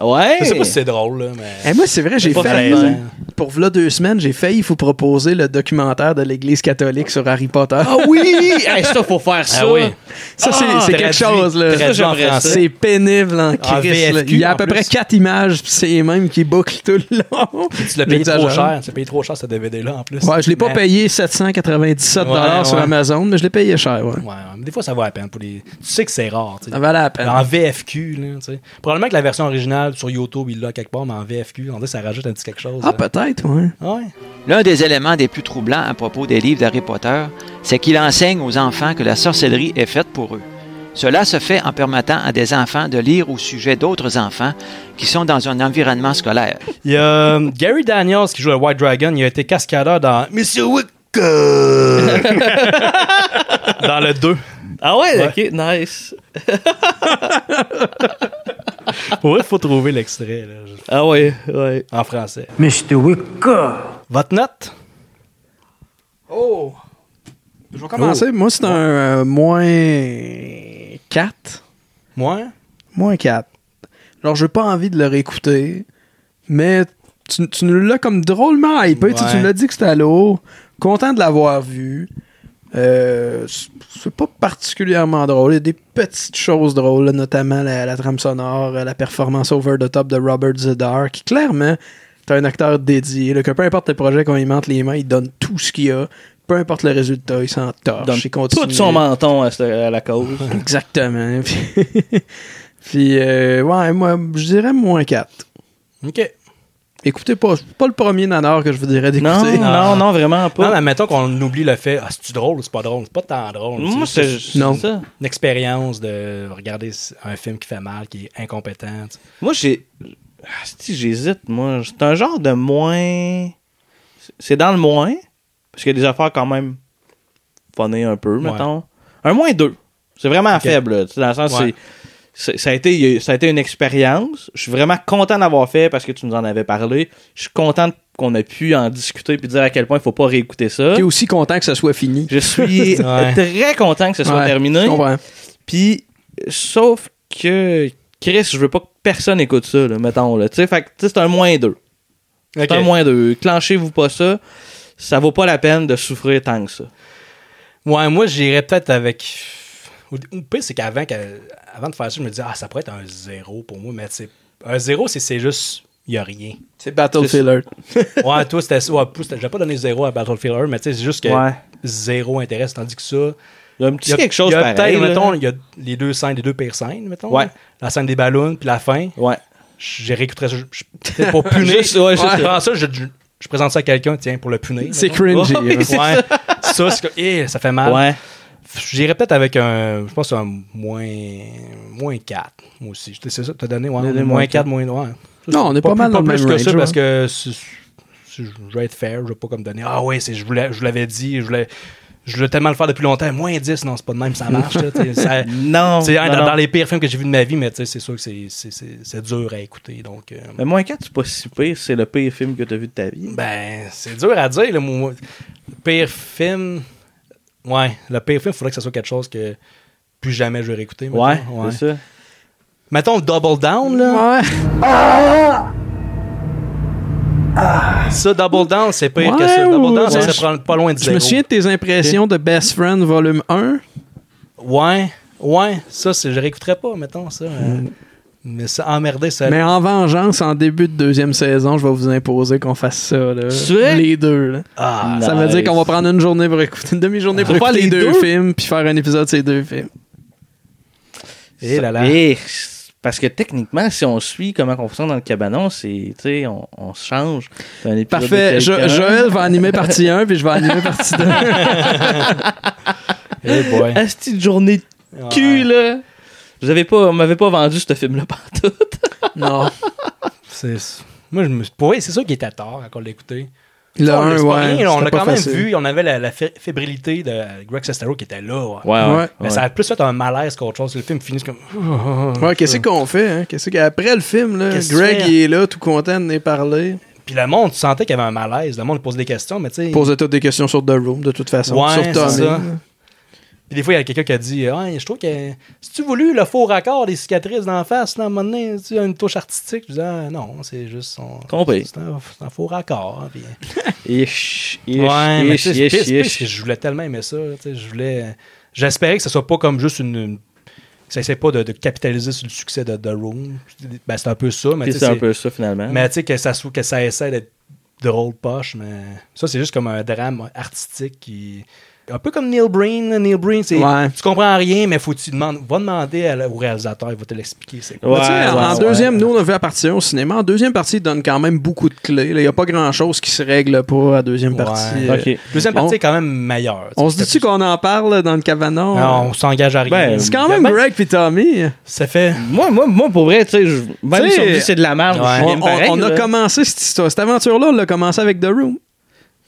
C: Ouais!
A: Je sais pas si c'est drôle, là, mais.
D: Eh, moi, c'est vrai, j'ai
A: pas
D: failli.
A: malaisant.
D: Pour v'là deux semaines, j'ai failli vous proposer le documentaire de l'Église catholique sur Harry Potter.
C: Ah oui! hey, ça, faut faire ça!
A: Ah oui.
D: Ça, c'est
C: Ah,
D: c'est quelque
C: traduit,
D: chose, là.
C: traduit en français.
D: C'est pénible en
A: En
D: crise. là.
A: VFQ,
D: Il y a à
A: en
D: peu
A: plus.
D: près quatre images, puis c'est les mêmes qui bouclent tout le long.
A: Tu l'as payé trop
D: J'exagère.
A: cher. Tu l'as payé trop cher, ce DVD-là, en plus.
D: Ouais, je l'ai pas
A: Mais-
D: payé 797 dollars
A: Ouais,
D: sur
A: ouais.
D: Amazon, mais je l'ai payé cher, ouais.
A: Ouais, ouais, mais des fois, ça vaut la peine. Pour les... Tu sais que c'est rare. tu sais.
D: Ça valait la peine.
A: En VFQ, là, tu sais. Probablement que la version originale sur YouTube, il l'a quelque part, mais en VFQ, on dirait que ça rajoute un petit quelque chose.
D: Ah,
A: là.
D: peut-être, ouais.
A: Ouais.
Q: L'un des éléments des plus troublants à propos des livres d'Harry Potter, c'est qu'il enseigne aux enfants que la sorcellerie est faite pour eux. Cela se fait en permettant à des enfants de lire au sujet d'autres enfants qui sont dans un environnement scolaire.
A: Il y a euh, Gary Daniels qui joue le White Dragon. Il a été cascadeur dans Monsieur Wick dans le 2.
C: Ah ouais,
A: Ouais.
C: ok, nice.
A: Ouais, faut trouver l'extrait là, je-
C: Ah ouais, ouais.
A: en français.
R: Mr. Wicker.
A: Votre note
D: Oh! Je vais commencer. Moi, Ah, c'est un euh, moins 4.
A: Moi
D: Moins 4. Alors, j'ai pas envie de le réécouter, mais tu, tu nous l'as comme drôlement hypé. Tu, sais, tu
A: Ouais.
D: l'as dit que c'était lourd. Content de l'avoir vu. Euh, c'est- c'est pas particulièrement drôle. Il y a des petites choses drôles, là, notamment la, la trame sonore, euh, la performance over the top de Robert Zedar, qui clairement est un acteur dédié. là, que peu importe le projet qu'on invente les mains, il donne tout ce qu'il a. Peu importe le résultat, il s'en
A: Ah,
C: Donne
D: torche. Il continue.
C: tout son menton à, ce- à la cause.
D: Exactement. Puis, puis, euh, ouais, moi, je dirais moins 4.
A: OK.
D: Écoutez pas, c'est pas le premier nanor que je vous dirais d'écouter.
C: non, non, non, vraiment
A: Non,
C: pas.
A: mais mettons qu'on oublie le fait, ah, c'est-tu drôle ou c'est pas drôle? C'est pas tant drôle. tu
C: Moi,
A: sais,
C: c'est
A: juste
C: c'est
D: Non.
C: ça.
A: une expérience de regarder un film qui fait mal, qui est incompétent. tu sais.
C: Moi, j'ai. Ah, si, J'hésite, moi. C'est un genre de moins. C'est dans le moins. Parce qu'il y a des affaires quand même funnées un peu,
A: Ouais.
C: mettons. Un moins deux. C'est vraiment faible. là. Tu sais, Dans le sens,
A: Ouais.
C: c'est. c'est- Ça a, été, il y a- ça a été une expérience. Je suis vraiment content d'avoir fait parce que tu nous en avais parlé. Je suis content qu'on ait pu en discuter puis dire à quel point il faut pas réécouter ça.
D: T'es aussi content que ça soit fini.
C: Je suis
A: Ouais.
C: très content que ce soit
D: Ouais,
C: terminé.
D: Je comprends.
C: Puis, sauf que, Chris, je veux pas personne écoute ça, là, mettons. Là. Tu sais, Fait que, tu sais, c'est un moins deux. C'est
A: Ok.
C: un moins deux. Clenchez-vous pas ça. Ça vaut pas la peine de souffrir tant que ça.
A: Ouais, moi, j'irais peut-être avec. Ou ou pire, c'est qu'avant qu'elle- avant de faire ça, je me disais, ah, ça pourrait être un zéro pour moi, mais c'est un zéro, c'est- c'est juste, il n'y a rien.
D: C'est Battlefield Earth.
A: ouais, toi, c'était ça. Ouais, plus, c'était- j'avais pas donné zéro à Battlefield 1, mais tu sais, c'est juste que
C: Ouais.
A: zéro intéresse, tandis que ça.
C: Il y a un petit quelque chose
A: Il y a
C: pareil,
A: peut-être,
C: là. hein?
A: mettons, il y a les deux scènes, les deux pires scènes, mettons.
C: Ouais.
A: là. La scène des ballons, puis la fin.
C: Ouais.
A: Je réécouterais ça. je- je- peut-être pour punir.
C: Juste, ouais, juste
A: Je
C: ça.
A: prends ça, je, je- je présente ça à quelqu'un, tiens, pour le punir.
D: C'est
A: mettons.
D: cringy,
A: Ouais,
D: hein.
A: c'est ça. ça, c'est que- eh, ça fait mal.
C: Ouais.
A: J'irais peut-être avec un, je pense, un moins, moins 4, moi aussi. C'est ça, t'as donné, ouais,
D: Donné
A: moins,
D: moins
A: 4, moins ouais.
D: Non, on est pas
A: plus-
D: mal dans le
A: plus
D: même
A: que ça,
D: range, hein.
A: parce
D: ouais.
A: que c'est- c'est- je vais être fair, je vais pas comme donner, ah ouais, c'est, je, voulais, je l'avais dit, je voulais, je voulais tellement le faire depuis longtemps, moins 10, non, c'est pas de même, ça marche. là, t'sais, ça-
C: Non,
A: C'est un
C: non,
A: dans,
C: non.
A: dans les pires films que j'ai vus de ma vie, mais t'sais, c'est sûr que c'est, c'est, c'est, c'est dur à écouter, donc... euh,
C: Mais moins 4, c'est pas si pire, c'est le pire film que t'as vu de ta vie.
A: Ben, c'est dur à dire. Le pire film. Ouais, le pire film, il faudrait que ce soit quelque chose que plus jamais je vais réécouter. mettons.
C: Ouais, c'est ça.
A: Mettons Double Down, là. Ça, Double Down, c'est pire que ça. Double Down, ça, ça prend pas loin de
D: Je
A: zéro.
D: me souviens de tes impressions de Best Friend volume 1.
A: Ouais, ouais, ça, c'est- je réécouterais pas, mettons, ça. euh, Mais ça, emmerdé, ça.
D: Mm. Mais en vengeance, en début de deuxième saison, je vais vous imposer qu'on fasse ça. Là.
C: C'est vrai?
D: Les deux. Là.
A: Ah,
D: Ça veut
C: nice.
D: dire qu'on va prendre une journée pour écouter, une demi-journée pour
C: Faut faire
D: écouter les
C: les
D: deux,
C: deux?
D: films, puis faire un épisode de ces deux films.
A: Eh là là.
C: Et- parce que techniquement, si on suit comment on fonctionne dans le cabanon, c'est, tu sais, on, on se change. C'est un épisode de
D: Parfait. Jo-
C: quelqu'un.
D: Joël va animer partie 1, puis je vais animer partie 2.
A: Eh boy.
C: Asti de journée de cul, là. Vous avez pas, on m'avait pas vendu ce film-là partout.
D: non.
A: C'est... Moi, je me... pour vrai, c'est ça qui était tard quand on l'a écouté.
D: Le
A: Ça, on-
D: un,
A: c'est pas
D: ouais,
A: rien, On
D: c'était
A: l'a
D: pas
A: quand même
D: facile.
A: vu, on avait la, la fé- fébrilité de Greg Sestero qui était là. ouais.
C: Ouais, ouais,
A: Mais
C: ouais.
A: ça a plus fait un malaise qu'autre chose. Le film finit comme.
D: Ouais, qu'est-ce qu'on fait? Hein? Qu'est-ce qu'après le film, là,
A: Qu'est-ce
D: Greg
A: que tu fais?
D: il est là, tout content de nous parler.
A: Puis le monde, tu sentais qu'il y avait un malaise. Le monde posait des questions, mais tu sais.
D: Il posait toutes des questions sur The Room, de toute façon.
A: Ouais,
D: sur Tommy.
A: c'est ça. Puis des fois, il y a quelqu'un qui a dit euh, Ouais, Je trouve que. Si tu voulu le faux raccord des cicatrices d'en face, là, à un moment donné, tu as une touche artistique. Je disais Ah, Non, c'est juste son.
C: Compris.
A: C'est un, c'est un faux raccord. hein, puis-
C: Ish, ish,
A: Ouais, mais
C: ish,
A: tu sais,
C: ish,
A: c'est pisse,
C: ish.
A: pisse, je voulais tellement aimer ça. tu sais, Je voulais. J'espérais que ce soit pas comme juste une. une- que Ça essaie pas de, de capitaliser sur le succès de The Room. Ben, c'est un peu ça, mais
C: Puis
A: tu sais,
C: c'est un
A: c'est-
C: peu ça,
D: Hein?
C: finalement.
A: Mais tu sais, que ça, sou- que ça essaie d'être drôle poche, mais ça, c'est juste comme un drame artistique qui. Un peu comme Neil Breen. là. Neil Breen, c'est.
D: Ouais.
A: Tu comprends rien, mais faut que tu demandes. Va demander à la- au réalisateur, il va te l'expliquer. c'est quoi.
C: Ouais,
D: Tu sais, en- en
C: ouais,
D: deuxième, nous, on a vu la partie 1 au cinéma. En deuxième partie, il donne quand même beaucoup de clés. là. Il n'y a pas grand-chose qui se règle pas à deuxième partie.
C: Ok.
D: Euh,
A: Deuxième partie
D: on-
A: est quand même meilleure.
D: On se dit-tu qu'on en parle dans le cabanon? Euh,
A: Non, on s'engage à rien.
C: Ben,
D: C'est quand même Greg puis Tommy.
A: Ça fait.
C: Moi, moi, moi, pour vrai, tu sais, je- même
D: Tu sais,
C: si on dit c'est de la merde,
A: ouais.
C: je
D: On,
C: l'aime pareil,
D: on- on a
C: là.
D: commencé cette histoire. Cette aventure-là, on l'a commencé avec The Room.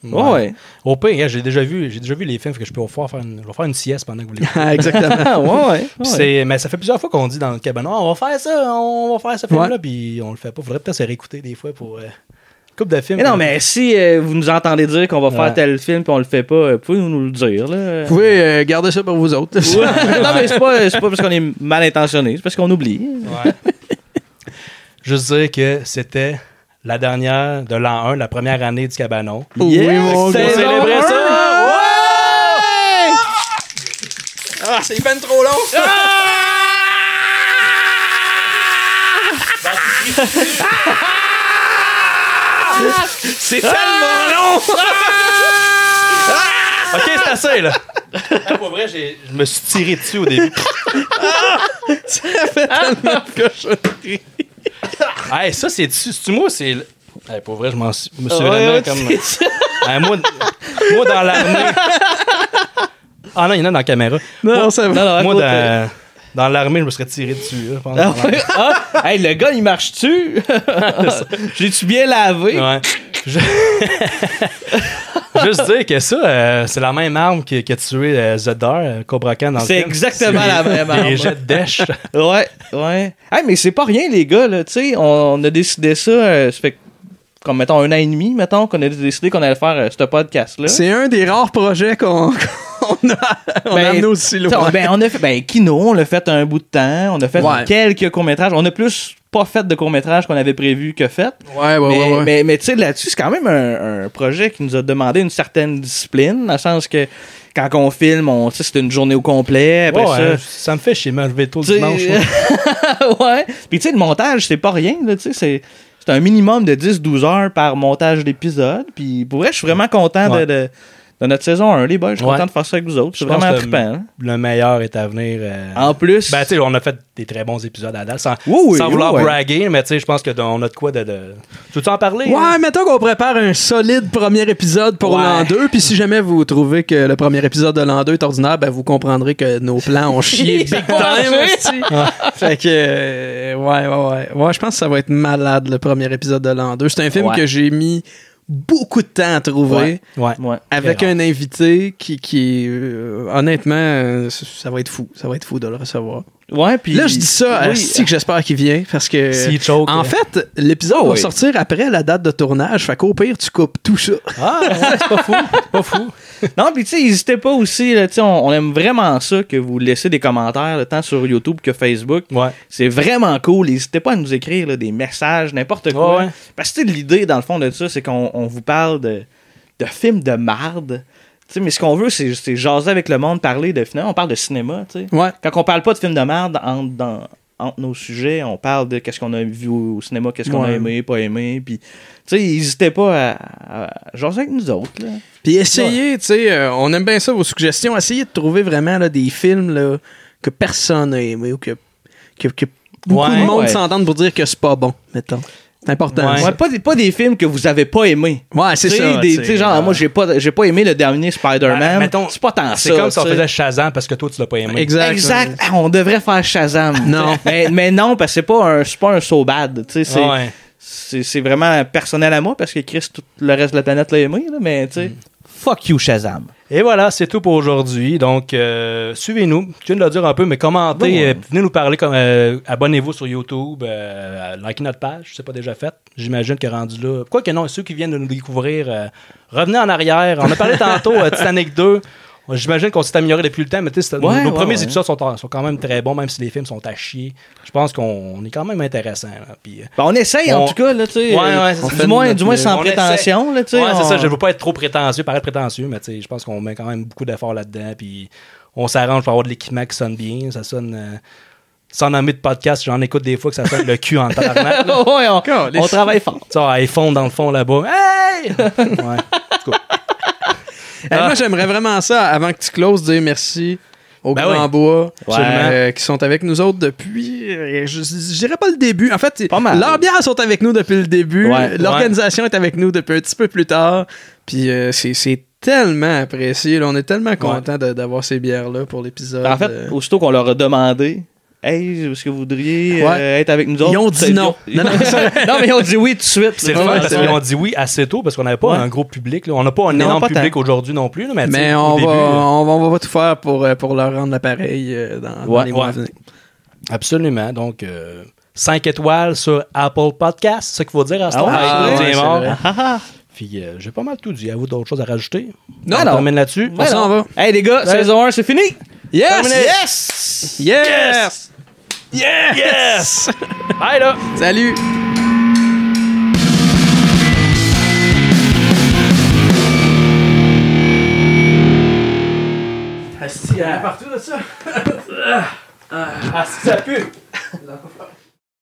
C: Ouais, ouais.
A: Au pire, regarde, j'ai déjà vu, j'ai déjà vu les films fait que je peux pouvoir faire une, je vais faire une sieste pendant que vous les. Puis
D: Ah, Exactement.
C: Ah, ouais, ouais. ouais.
A: c'est, mais ça fait plusieurs fois qu'on dit dans le cabanon, Ah, on va faire ça, on va faire ce film-là, puis on le fait pas. Faudrait peut-être se réécouter des fois pour euh, coupe de films.
C: Mais non, mais si euh, vous nous entendez dire qu'on va faire
A: Ouais.
C: tel film puis on le fait pas, euh, pouvez-nous nous le dire, là.
D: Vous pouvez euh, garder ça pour vous autres.
C: Ouais. non, mais c'est pas, c'est pas parce qu'on est mal intentionné, c'est parce qu'on oublie.
A: Ouais. Juste dire que c'était la dernière de l'an 1, la première année du cabanon.
D: Oui, mon
A: C'est
D: gars.
A: célébrer ça!
D: Ah, c'est ben trop long.
E: C'est tellement long!
A: Ok, c'est assez, là! Ah, pour vrai, j'ai- je me suis tiré dessus au début.
D: Ça fait tellement de cochonneries.
A: hey, ça, c'est dessus. C'est-tu moi, c'est. le- Hey, pour vrai, je m'en suis, je me suis
C: Ouais,
A: vraiment
C: ouais,
A: comme. Hey, Euh, moi, moi, dans l'armée. Ah non, il y en a dans la caméra.
D: Non, ça va.
A: moi,
C: écoute,
A: dans, dans l'armée, je me serais tiré dessus. là, je pense.
C: Ah, ouais. Ah, hey, le gars, il marche-tu? J'ai-tu bien lavé?
A: Ouais. Je- Juste dire que ça, euh, c'est la même arme qui, qui a tué euh, Zedder, euh, Cobra Khan dans le
C: C'est
A: film.
C: exactement la même arme.
A: Des jets de dèche.
C: Ouais, ouais. Hey, mais c'est pas rien, les gars, là. Tu sais, on, on a décidé ça, euh, ça fait que, comme, mettons, un an et demi, mettons, qu'on a décidé qu'on allait faire euh, ce podcast-là.
D: C'est un des rares projets qu'on qu'on a, on a
C: Ben,
D: amené aussi
C: T'sais,
D: loin.
C: on- ben, on a fait ben, Kino, on l'a fait un bout de temps, on a fait
D: Ouais.
C: quelques courts-métrages. On a plus pas fait de court-métrage qu'on avait prévu que fait.
D: Ouais, ouais,
C: mais,
D: ouais, ouais.
C: Mais, mais tu sais, là-dessus, c'est quand même un, un projet qui nous a demandé une certaine discipline, dans le sens que quand on filme, on, tu sais, c'est une journée au complet. Après
A: Ouais,
C: ça,
A: ouais, ça me fait chez me lever tôt le
C: Tu sais, euh,
A: dimanche. ouais.
C: ouais. Puis tu sais, le montage, c'est pas rien, là, tu sais, c'est... C'est un minimum de 10-12 heures par montage d'épisode. Puis pour vrai, je suis vraiment content de,
A: Ouais.
C: de, de notre saison 1, les boys. Je suis
A: Ouais.
C: content de faire ça avec vous autres.
A: Je
C: C'est
A: pense
C: vraiment
A: que
C: trippant. hein.
A: le, le meilleur est à venir. euh,
C: En plus.
A: Ben, tu sais, on a fait des très bons épisodes à date, sans,
C: Ah. Oui, oui,
A: sans vouloir
C: oui, ouais.
A: braguer, mais tu sais, je pense qu'on a de quoi de. de- Tu veux-tu en parler?
D: Ouais, mettons qu'on prépare un solide premier épisode pour
A: Ouais.
D: l'an 2, puis si jamais vous trouvez que le premier épisode de l'an 2 est ordinaire, ben vous comprendrez que nos plans ont chié big time. esti. fait que, euh, ouais, ouais, ouais. Ouais, je pense que ça va être malade le premier épisode de l'an 2. C'est un film
C: Ouais.
D: que j'ai mis beaucoup de temps à trouver.
C: Ouais.
A: Ouais.
C: Ouais.
D: Avec
A: Très
D: un invité qui, qui est, euh, honnêtement, euh, ça va être fou. Ça va être fou de le recevoir.
C: Ouais, puis
D: Là, je dis ça,
C: Oui.
D: si que j'espère qu'il vient, parce que...
A: S'il choke,
D: en
A: hein.
D: fait, l'épisode
C: Oh,
D: va
C: oui.
D: sortir après la date de tournage, fait qu'au pire, tu coupes tout ça.
A: Ah, ouais, c'est pas fou. c'est pas fou.
C: Non, puis tu sais, n'hésitez pas aussi. Là, tu sais, on, on aime vraiment ça que vous laissez des commentaires, là, tant sur YouTube que Facebook.
A: Ouais.
C: C'est vraiment cool. N'hésitez pas à nous écrire là, des messages, n'importe quoi.
A: Ouais, ouais.
C: Parce que tu sais, l'idée, dans le fond, de ça, c'est qu'on on vous parle de, de films de marde. Tu sais, mais ce qu'on veut, c'est c'est jaser avec le monde, parler de. Finalement, on parle de cinéma. tu sais.
D: Ouais.
C: Quand on parle pas de films de marde, entre, dans, entre nos sujets, on parle de qu'est-ce qu'on a vu au cinéma, qu'est-ce qu'on a
D: Ouais.
C: aimé, pas aimé. Puis, tu sais, n'hésitez pas à, à jaser avec nous autres. Là.
D: Puis essayez, tu sais, euh, on aime bien ça, vos suggestions, essayez de trouver vraiment là, des films là, que personne n'a aimé ou que, que, que beaucoup
A: Ouais,
D: de monde
C: ouais.
D: s'entende pour dire que c'est pas bon, mettons. C'est important.
A: Ouais.
D: ça.
C: Ouais, pas, des, pas des films que vous avez pas aimés.
D: Ouais, c'est
C: Tu sais,
D: ça.
C: des-
D: tu
C: tu
D: sais,
C: sais, genre,
D: euh,
C: moi, j'ai pas, j'ai pas aimé le dernier
A: Ben,
C: Spider-Man.
A: mettons,
C: c'est pas tant ça.
A: C'est comme si on
C: tu sais.
A: faisait Shazam parce que toi, tu l'as pas aimé.
D: Exact.
C: Exact. Ah, on devrait faire Shazam.
D: Non.
C: mais, mais non, parce que c'est pas un, c'est pas un so bad. tu sais, C'est,
A: Ouais.
C: c'est, c'est vraiment personnel à moi parce que Chris, tout le reste de la planète l'a aimé. là, mais tu sais,
A: Mm.
C: fuck you, Shazam.
A: Et voilà, c'est tout pour aujourd'hui. Donc, euh, suivez-nous. Je viens de le dire un peu, mais commentez,
C: Bon, ouais.
A: euh, venez nous parler. comme euh, Abonnez-vous sur YouTube, euh, likez notre page, c'est pas déjà fait. J'imagine que rendu là. Quoi que non, ceux qui viennent de nous découvrir, euh, revenez en arrière. On a parlé tantôt euh, Titanic 2. J'imagine qu'on s'est amélioré depuis le temps, mais tu sais, c'est- nos,
C: Ouais,
A: nos
C: ouais,
A: premiers
C: ouais.
A: épisodes sont, en- sont quand même très bons, même si les films sont à chier. Je pense qu'on on est quand même intéressant. là. Puis, euh,
C: Ben, on essaye
A: On-
C: en tout cas. Là, tu sais,
A: Ouais, ouais, c'est
C: euh,
A: ça.
C: du, moins, du moins sans
A: On
C: prétention. Là, tu sais,
A: Ouais, c'est
C: on-
A: ça. Je veux pas être trop prétentieux, paraître prétentieux, mais tu sais, je pense qu'on met quand même beaucoup d'efforts là-dedans. Puis on s'arrange pour avoir de l'équipement qui sonne bien. Ça sonne. euh, sans nommer de podcast, j'en écoute des fois que ça sonne le cul en tabarnak. là.
C: Ouais, on- on travaille fort.
A: Tu sais, iPhone dans le fond là-bas. Hey! Ouais.
D: Eh, Moi, j'aimerais vraiment ça, avant que tu closes, dire merci aux
A: Ben
D: Grands
A: oui.
D: Bois
A: Absolument.
D: euh, qui sont avec nous autres depuis, euh, je, je dirais pas le début. En fait,
C: Pas mal.
D: leurs bières sont avec nous depuis le début.
C: Ouais,
D: L'organisation est avec nous depuis un petit peu plus tard. Puis euh, c'est- c'est tellement apprécié. là. on est tellement content de- d'avoir ces bières-là pour l'épisode.
C: En fait,
D: Euh,
C: aussitôt qu'on leur a demandé, hey, est-ce que vous voudriez euh,
D: Ouais.
C: être avec nous autres?
D: Ils ont dit
C: Ils
D: non.
C: Non, mais ils ont dit oui tout de suite.
A: C'est le fun
D: Ouais,
A: parce
D: c'est
A: qu'ils
D: vrai.
A: ont dit oui assez tôt parce qu'on n'avait pas
C: Ouais.
A: un gros public. là. On n'a pas un
C: Non,
A: énorme
C: pas
A: public aujourd'hui non plus. là, mais tu sais,
D: mais
A: au
D: on,
A: début,
D: va,
A: là.
D: on, va, on va tout faire pour, euh, pour leur rendre l'appareil euh, dans, dans
A: Ouais,
D: les mois
A: ouais.
D: à venir.
A: Absolument. Donc, 5 étoiles sur Apple Podcast, c'est ce qu'il faut dire à ce
C: Ah ouais,
A: temps-là.
C: c'est vrai,
A: Bien
D: c'est
A: mort.
D: vrai.
C: Ah, ah, ah.
A: Puis euh, j'ai pas mal tout dit. À vous d'autres choses à rajouter?
C: Non,
A: on
C: non.
A: termine là-dessus.
D: On s'en va.
C: Hey les gars, saison 1, c'est fini!
D: Yes!
C: Terminé.
D: Yes! Yes! Yes! yes!
A: Bye là!
D: Salut!
A: Ah, si ça pue!